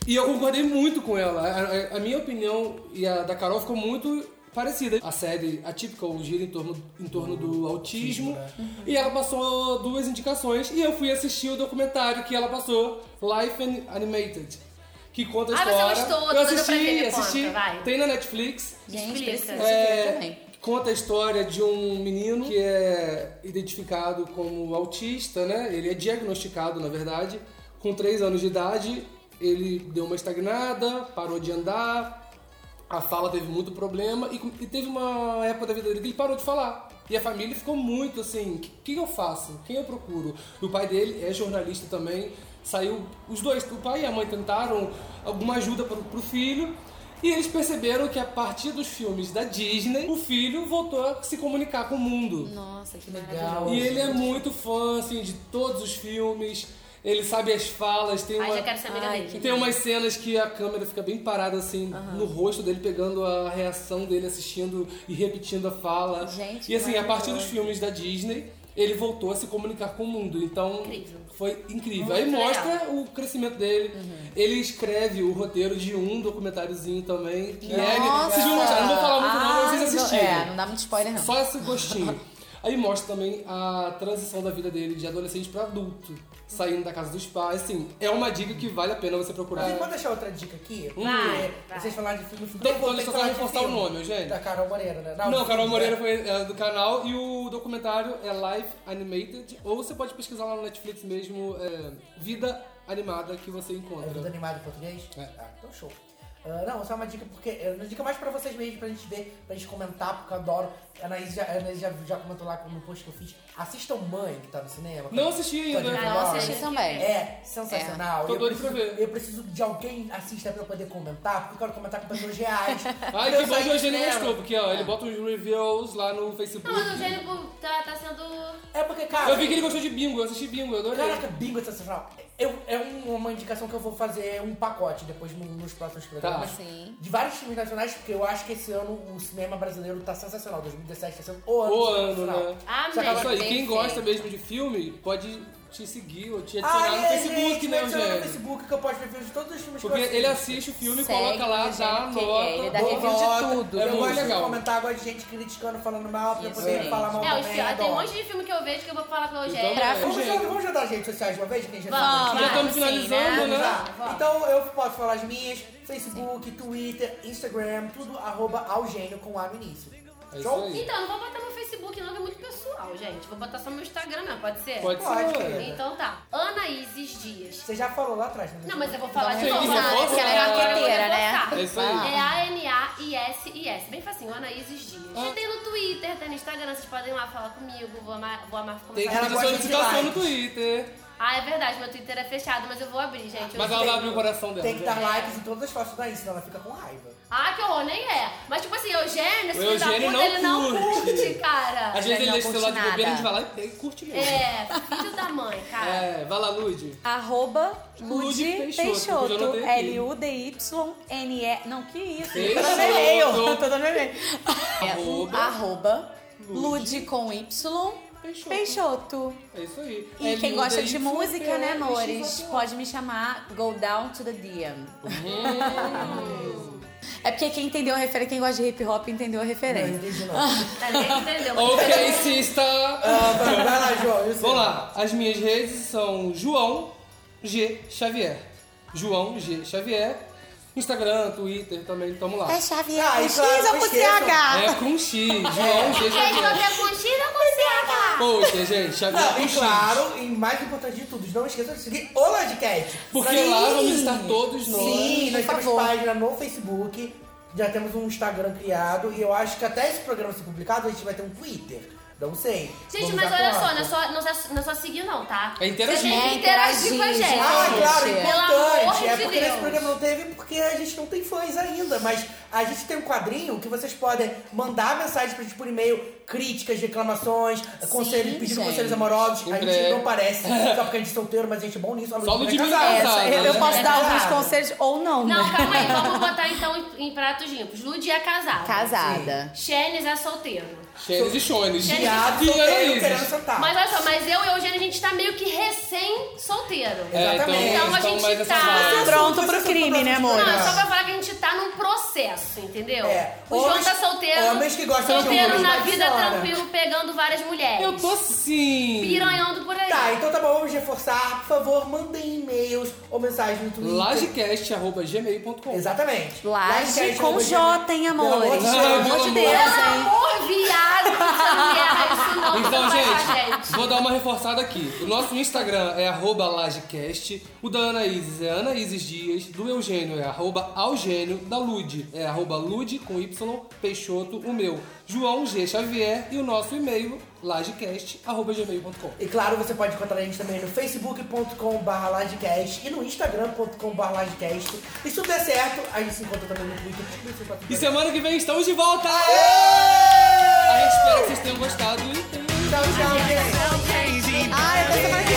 Speaker 7: E eu concordei muito com ela. A, a- a minha opinião e a da Carol ficou muito parecida. A série atípica gira em torno, em torno do autismo. E ela passou duas indicações. E eu fui assistir o documentário que ela passou, Life and Animated. Que conta a
Speaker 5: Ah, você
Speaker 7: história.
Speaker 5: gostou, tu
Speaker 7: eu
Speaker 5: mandou pra
Speaker 7: assisti,
Speaker 5: ver, me
Speaker 7: assisti.
Speaker 5: conta, vai.
Speaker 7: Tem na Netflix.
Speaker 8: Gente,
Speaker 5: Explica.
Speaker 8: precisa
Speaker 7: É,
Speaker 8: ver também.
Speaker 7: Conta a história de um menino que é identificado como autista, né? Ele é diagnosticado, na verdade, com 3 anos de idade. Ele deu uma estagnada, parou de andar, a fala teve muito problema e, e teve uma época da vida dele que ele parou de falar. E a família ficou muito assim: o que, que eu faço? Quem eu procuro? E o pai dele é jornalista também. Saiu, os dois, o pai e a mãe tentaram alguma ajuda pro, pro filho. E eles perceberam que a partir dos filmes da Disney, o filho voltou a se comunicar com o mundo.
Speaker 8: Nossa, que legal.
Speaker 6: Legal.
Speaker 7: E ele é muito fã, assim, de todos os filmes. Ele sabe as falas, tem
Speaker 5: Ai,
Speaker 7: uma.
Speaker 5: já quero ser amiga
Speaker 8: Ai,
Speaker 5: dele.
Speaker 8: que-
Speaker 7: Tem umas cenas que a câmera fica bem parada assim no rosto dele, pegando a reação dele assistindo e repetindo a fala.
Speaker 8: Gente,
Speaker 7: e assim, a partir dos
Speaker 8: maravilhoso.
Speaker 7: filmes da Disney, ele voltou a se comunicar com o mundo. Então,
Speaker 5: Incrível.
Speaker 7: foi incrível.
Speaker 5: Muito
Speaker 7: Aí mostra
Speaker 5: legal.
Speaker 7: o crescimento dele.
Speaker 8: Uhum.
Speaker 7: Ele escreve o roteiro de um documentáriozinho também. Que é,
Speaker 8: Nossa!
Speaker 7: vocês vão mostrar, não vou falar muito não, mas
Speaker 8: Ai,
Speaker 7: vocês
Speaker 8: não-
Speaker 7: assistirem.
Speaker 8: É, não dá muito spoiler não.
Speaker 7: Só esse gostinho. Aí mostra também a transição da vida dele de adolescente pra adulto, saindo da casa dos pais, assim, é uma dica que vale a pena você procurar.
Speaker 6: Você pode deixar outra dica
Speaker 5: Vai,
Speaker 6: aqui? Porque
Speaker 5: vai.
Speaker 6: Vocês falaram de filme, eu
Speaker 7: Então,
Speaker 6: vou ter
Speaker 7: então
Speaker 6: que
Speaker 7: só
Speaker 6: falar
Speaker 7: vai
Speaker 6: de
Speaker 7: reforçar o
Speaker 6: filme.
Speaker 7: nome, gente.
Speaker 6: Da Carol Moreira, né?
Speaker 7: Não, Carol
Speaker 6: filme,
Speaker 7: Moreira
Speaker 6: né?
Speaker 7: foi é, do canal e o documentário é Life Animated, ou você pode pesquisar lá no Netflix mesmo, é, Vida Animada que você
Speaker 6: É tudo
Speaker 7: encontra.
Speaker 6: animado em português?
Speaker 7: Uhum. É.
Speaker 6: Ah, então show. Ah, não, só uma dica, porque. é Uma dica mais pra vocês mesmo, pra gente ver, pra gente comentar, porque eu adoro. A Anaís já, a Anaís já, já comentou lá no post que eu fiz. Assistam Mãe, que tá no cinema.
Speaker 7: Não né? assisti ainda.
Speaker 6: Tony
Speaker 5: Não,
Speaker 6: Robbins.
Speaker 8: assisti também.
Speaker 6: É, sensacional.
Speaker 7: É. Tô
Speaker 6: Eu
Speaker 7: doido pra
Speaker 6: preciso-
Speaker 7: ver.
Speaker 6: Eu preciso de alguém assista pra eu poder comentar, porque eu quero comentar com pessoas reais.
Speaker 7: Ai,
Speaker 6: Eu
Speaker 7: que bom
Speaker 6: saí
Speaker 7: que
Speaker 6: do
Speaker 7: o Eugênio
Speaker 6: cinema.
Speaker 7: gostou, porque ó, ele bota uns reviews lá no Facebook.
Speaker 5: Não, mas o Eugênio tá, tá sendo.
Speaker 6: É porque, cara.
Speaker 7: Eu vi que ele gostou de bingo, eu assisti bingo, eu adorei.
Speaker 6: Caraca, bingo é sensacional. Eu, é um- uma indicação que eu vou fazer um pacote depois no- nos próximos
Speaker 7: Tá. É.
Speaker 6: programas.
Speaker 8: Sim.
Speaker 6: De vários filmes nacionais, porque eu acho que esse ano o cinema brasileiro tá sensacional. 2017 tá sendo o ano.
Speaker 7: O
Speaker 6: do cinema
Speaker 7: ano,
Speaker 6: nacional.
Speaker 7: né?
Speaker 8: Ah,
Speaker 5: Amém.
Speaker 6: Só que
Speaker 7: Isso
Speaker 6: agora-
Speaker 7: aí,
Speaker 8: bem
Speaker 7: quem
Speaker 8: feito.
Speaker 7: gosta mesmo de filme, pode te seguir ou te adicionar
Speaker 6: Ah,
Speaker 7: no
Speaker 6: é,
Speaker 7: Facebook,
Speaker 6: gente, me
Speaker 7: né,
Speaker 6: adiciona no
Speaker 7: Eugênio?
Speaker 6: Facebook que eu posso ver filmes de todos os filmes
Speaker 7: Porque
Speaker 6: que eu
Speaker 7: ele
Speaker 6: assisto.
Speaker 7: assiste o filme,
Speaker 8: Segue
Speaker 7: coloca lá,
Speaker 8: o
Speaker 7: dá
Speaker 8: Eugênio, que é, ele
Speaker 7: nota.
Speaker 8: dá
Speaker 6: Boa
Speaker 8: review de
Speaker 6: nota.
Speaker 8: tudo.
Speaker 7: É
Speaker 6: eu
Speaker 7: muito
Speaker 6: gosto de
Speaker 7: legal.
Speaker 6: comentar, eu gosto de gente criticando, falando mal, pra eu
Speaker 8: Isso
Speaker 6: poder
Speaker 8: aí.
Speaker 6: falar mal
Speaker 5: É, os
Speaker 6: também.
Speaker 5: fi- tem um
Speaker 6: adoro.
Speaker 5: monte de filme que eu vejo que eu vou falar com o Eugênio.
Speaker 7: Então,
Speaker 6: Vamos,
Speaker 7: Gente.
Speaker 6: jogar- vamos jogar as redes sociais de uma vez, que a gente já
Speaker 5: Vamos,
Speaker 6: sabe.
Speaker 7: Já estamos
Speaker 8: Claro, sim, né?
Speaker 7: finalizando, né?
Speaker 6: Tá, Então eu posso falar as minhas: Facebook, Twitter, Instagram, tudo arroba Algênio com A no início.
Speaker 7: É isso
Speaker 6: Show?
Speaker 7: aí.
Speaker 5: Então, não vou botar meu Facebook não, que é muito pessoal, gente. Vou botar só meu Instagram mesmo, pode ser?
Speaker 7: Pode
Speaker 6: Pode,
Speaker 7: ser.
Speaker 6: querida.
Speaker 5: Então tá. Ana Isis Dias.
Speaker 6: Você já falou lá atrás, né?
Speaker 5: Não, mas eu vou falar de
Speaker 7: Sim,
Speaker 5: novo.
Speaker 7: você
Speaker 5: Ana,
Speaker 7: pode
Speaker 5: porque
Speaker 7: falar.
Speaker 5: agora eu vou
Speaker 8: Marqueteira, né?
Speaker 5: reforçar.
Speaker 7: É isso aí.
Speaker 5: É A-N-A-I-S-I-S. Bem facinho, Ana Isis Dias.
Speaker 7: Ah.
Speaker 5: Tem no Twitter, tem no Instagram, vocês podem ir lá falar comigo. Vou amar, vou amar
Speaker 7: Tem que
Speaker 5: conversar.
Speaker 6: Ela
Speaker 7: pedir
Speaker 6: gosta de
Speaker 7: solicitação no
Speaker 6: likes.
Speaker 7: Twitter.
Speaker 5: Ah, é verdade, meu Twitter é fechado, mas eu vou abrir, gente. Eu
Speaker 7: Mas
Speaker 5: sei.
Speaker 7: ela um vai abrir o coração dela.
Speaker 6: Tem
Speaker 7: gente.
Speaker 6: que dar likes em todas as fotos da Insta, senão ela fica com raiva.
Speaker 5: Ah, que horror, nem é. Mas tipo assim, Eugênio, esse
Speaker 7: O
Speaker 5: filho da
Speaker 7: Eugênio
Speaker 5: puta,
Speaker 7: não
Speaker 5: ele não
Speaker 7: curte.
Speaker 5: curte, cara.
Speaker 7: Às vezes ele
Speaker 8: não
Speaker 7: deixa o celular de
Speaker 8: curte
Speaker 7: bobeira, a gente vai
Speaker 8: nada.
Speaker 7: lá e pega e curte mesmo.
Speaker 5: É, filho da mãe, cara.
Speaker 7: É, vai lá, Lud.
Speaker 8: Arroba
Speaker 7: Ludi Peixoto,
Speaker 8: Ludi
Speaker 7: que eu já
Speaker 8: Peixoto.
Speaker 7: anotei aqui.
Speaker 8: L-U-D-Y-N-E. Não, que isso?
Speaker 7: Peixoto.
Speaker 8: Tô dando e-mail. Tô dando e-mail.
Speaker 7: Arroba.
Speaker 8: É, Arroba Ludi com Y.
Speaker 7: Peixoto.
Speaker 8: Peixoto.
Speaker 7: É isso aí.
Speaker 8: E
Speaker 7: É
Speaker 8: quem
Speaker 7: Lud,
Speaker 8: gosta
Speaker 7: é
Speaker 8: de
Speaker 7: Y,
Speaker 8: música, né,
Speaker 7: é
Speaker 8: amores?
Speaker 7: X, Y.
Speaker 8: Pode me chamar Go Down to the DM.
Speaker 7: Hum.
Speaker 8: É porque quem entendeu a referência, quem gosta de hip hop entendeu a
Speaker 6: Não
Speaker 8: referência.
Speaker 6: entendi, não.
Speaker 5: Tá, ninguém entendeu. mas-
Speaker 7: Ok, sista.
Speaker 6: Ah, vai, vai lá, João. eu sei.
Speaker 7: Vamos lá, as minhas redes são João G Xavier. João G Xavier. Instagram, Twitter também, tamo lá.
Speaker 8: É Xavier
Speaker 6: Ah,
Speaker 8: com
Speaker 6: e
Speaker 7: então
Speaker 8: X
Speaker 6: claro, não
Speaker 8: ou com
Speaker 6: esqueçam.
Speaker 8: CH?
Speaker 7: É com X, João G
Speaker 5: Quem
Speaker 7: Xavier.
Speaker 5: joga mochila com CH?
Speaker 7: Poxa, gente, Xavier
Speaker 8: é
Speaker 6: Não,
Speaker 7: com
Speaker 6: e
Speaker 7: X.
Speaker 6: claro, e mais importante de tudo, não esqueçam de seguir o Lodcast.
Speaker 7: Porque
Speaker 6: Nós-
Speaker 7: lá vamos estar todos nós.
Speaker 6: Sim, nós
Speaker 8: Por
Speaker 6: temos
Speaker 8: favor.
Speaker 6: página no Facebook, já temos um Instagram criado e eu acho que até esse programa ser publicado a gente vai ter um Twitter. Não sei.
Speaker 5: Gente,
Speaker 6: Vamos
Speaker 5: mas
Speaker 6: dar
Speaker 5: olha
Speaker 6: conta.
Speaker 5: só, não é só, não é só- não é só seguir, não, tá?
Speaker 7: É interagir.
Speaker 5: Você tem que
Speaker 8: É
Speaker 5: interagir com a
Speaker 8: interagir,
Speaker 5: gente.
Speaker 6: Ah, claro,
Speaker 8: Gente,
Speaker 6: importante.
Speaker 5: pelo
Speaker 6: É
Speaker 5: amor de
Speaker 6: porque
Speaker 5: Deus.
Speaker 6: nesse programa não teve porque a gente não tem fãs ainda. Mas a gente tem um quadrinho que vocês podem mandar mensagem pra gente por e-mail, críticas, reclamações, conselhos, pedindo
Speaker 8: gente.
Speaker 6: conselhos amorosos.
Speaker 7: Em
Speaker 6: a gente
Speaker 7: breve.
Speaker 6: não parece, só porque a gente é solteiro, mas a gente é bom nisso. A
Speaker 7: Só
Speaker 6: Ludmilla é
Speaker 7: Ludmilla
Speaker 6: casada.
Speaker 7: é
Speaker 8: Essa,
Speaker 7: casada,
Speaker 8: eu, eu
Speaker 7: né?
Speaker 8: posso dar alguns
Speaker 6: Casada.
Speaker 8: conselhos ou não. né?
Speaker 5: Não, calma aí, vamos botar então em, em pratos limpos. Ludi é casado.
Speaker 8: Casada.
Speaker 5: Xenes é solteiro.
Speaker 7: Cheiros e chones.
Speaker 6: Viado,
Speaker 7: E
Speaker 6: solteiro, tá.
Speaker 7: Anaíses.
Speaker 6: querendo sentar.
Speaker 5: Mas olha só, mas eu e o Eugênio, a gente tá meio que recém-solteiro.
Speaker 7: É, então,
Speaker 6: Exatamente.
Speaker 5: Então a
Speaker 7: então
Speaker 5: gente
Speaker 7: mais essa
Speaker 5: tá-
Speaker 7: vibe.
Speaker 8: Pronto
Speaker 6: Vocês
Speaker 8: pro
Speaker 6: são
Speaker 8: crime,
Speaker 6: todos
Speaker 8: né, amor?
Speaker 5: Não, é
Speaker 6: mulheres.
Speaker 5: só pra falar que a gente tá num processo, entendeu?
Speaker 6: É.
Speaker 5: O João
Speaker 6: Homens-
Speaker 5: tá solteiro.
Speaker 6: homens que gostam de
Speaker 5: solteiro
Speaker 6: homens,
Speaker 5: na
Speaker 6: mas
Speaker 5: vida
Speaker 6: chora. assim.
Speaker 5: tranquilo, pegando várias mulheres.
Speaker 7: Eu tô sim.
Speaker 5: Piranhando por aí.
Speaker 6: Tá, então tá bom, vamos reforçar. Por favor, mandem e-mails ou mensagens no Twitter.
Speaker 7: Lagecast.gmail.com
Speaker 6: Exatamente.
Speaker 8: Laje
Speaker 6: Lagecast,
Speaker 8: com
Speaker 6: arroba
Speaker 8: J, hein,
Speaker 6: Pelo
Speaker 8: amor?
Speaker 6: amor de
Speaker 8: Pelo
Speaker 7: Deus.
Speaker 8: amor de Deus,
Speaker 6: então,
Speaker 5: Pelo
Speaker 8: hein?
Speaker 5: amor, viado, não guerra, isso não,
Speaker 7: Então,
Speaker 5: não vai com a gente.
Speaker 7: gente, vou dar uma reforçada aqui. O nosso Instagram é arroba Lagecast, o da Ana Isis é Ana Isis Dias, do Eugênio é arroba Algênio, da Lude é arroba Lude com Y, Peixoto, o meu, João G. Xavier, e o nosso e-mail, lagecast, arroba gmail.com.
Speaker 6: E claro, você pode encontrar a gente também no facebook.com.br Livecast e no instagram.com.br Livecast. E se tudo der certo, a gente se encontra também no Twitter.
Speaker 7: E semana que vem estamos de volta! A gente espera que vocês tenham gostado e tenham...
Speaker 6: Tchau, tchau, gente.
Speaker 12: Crazy.
Speaker 8: Ai, até semana que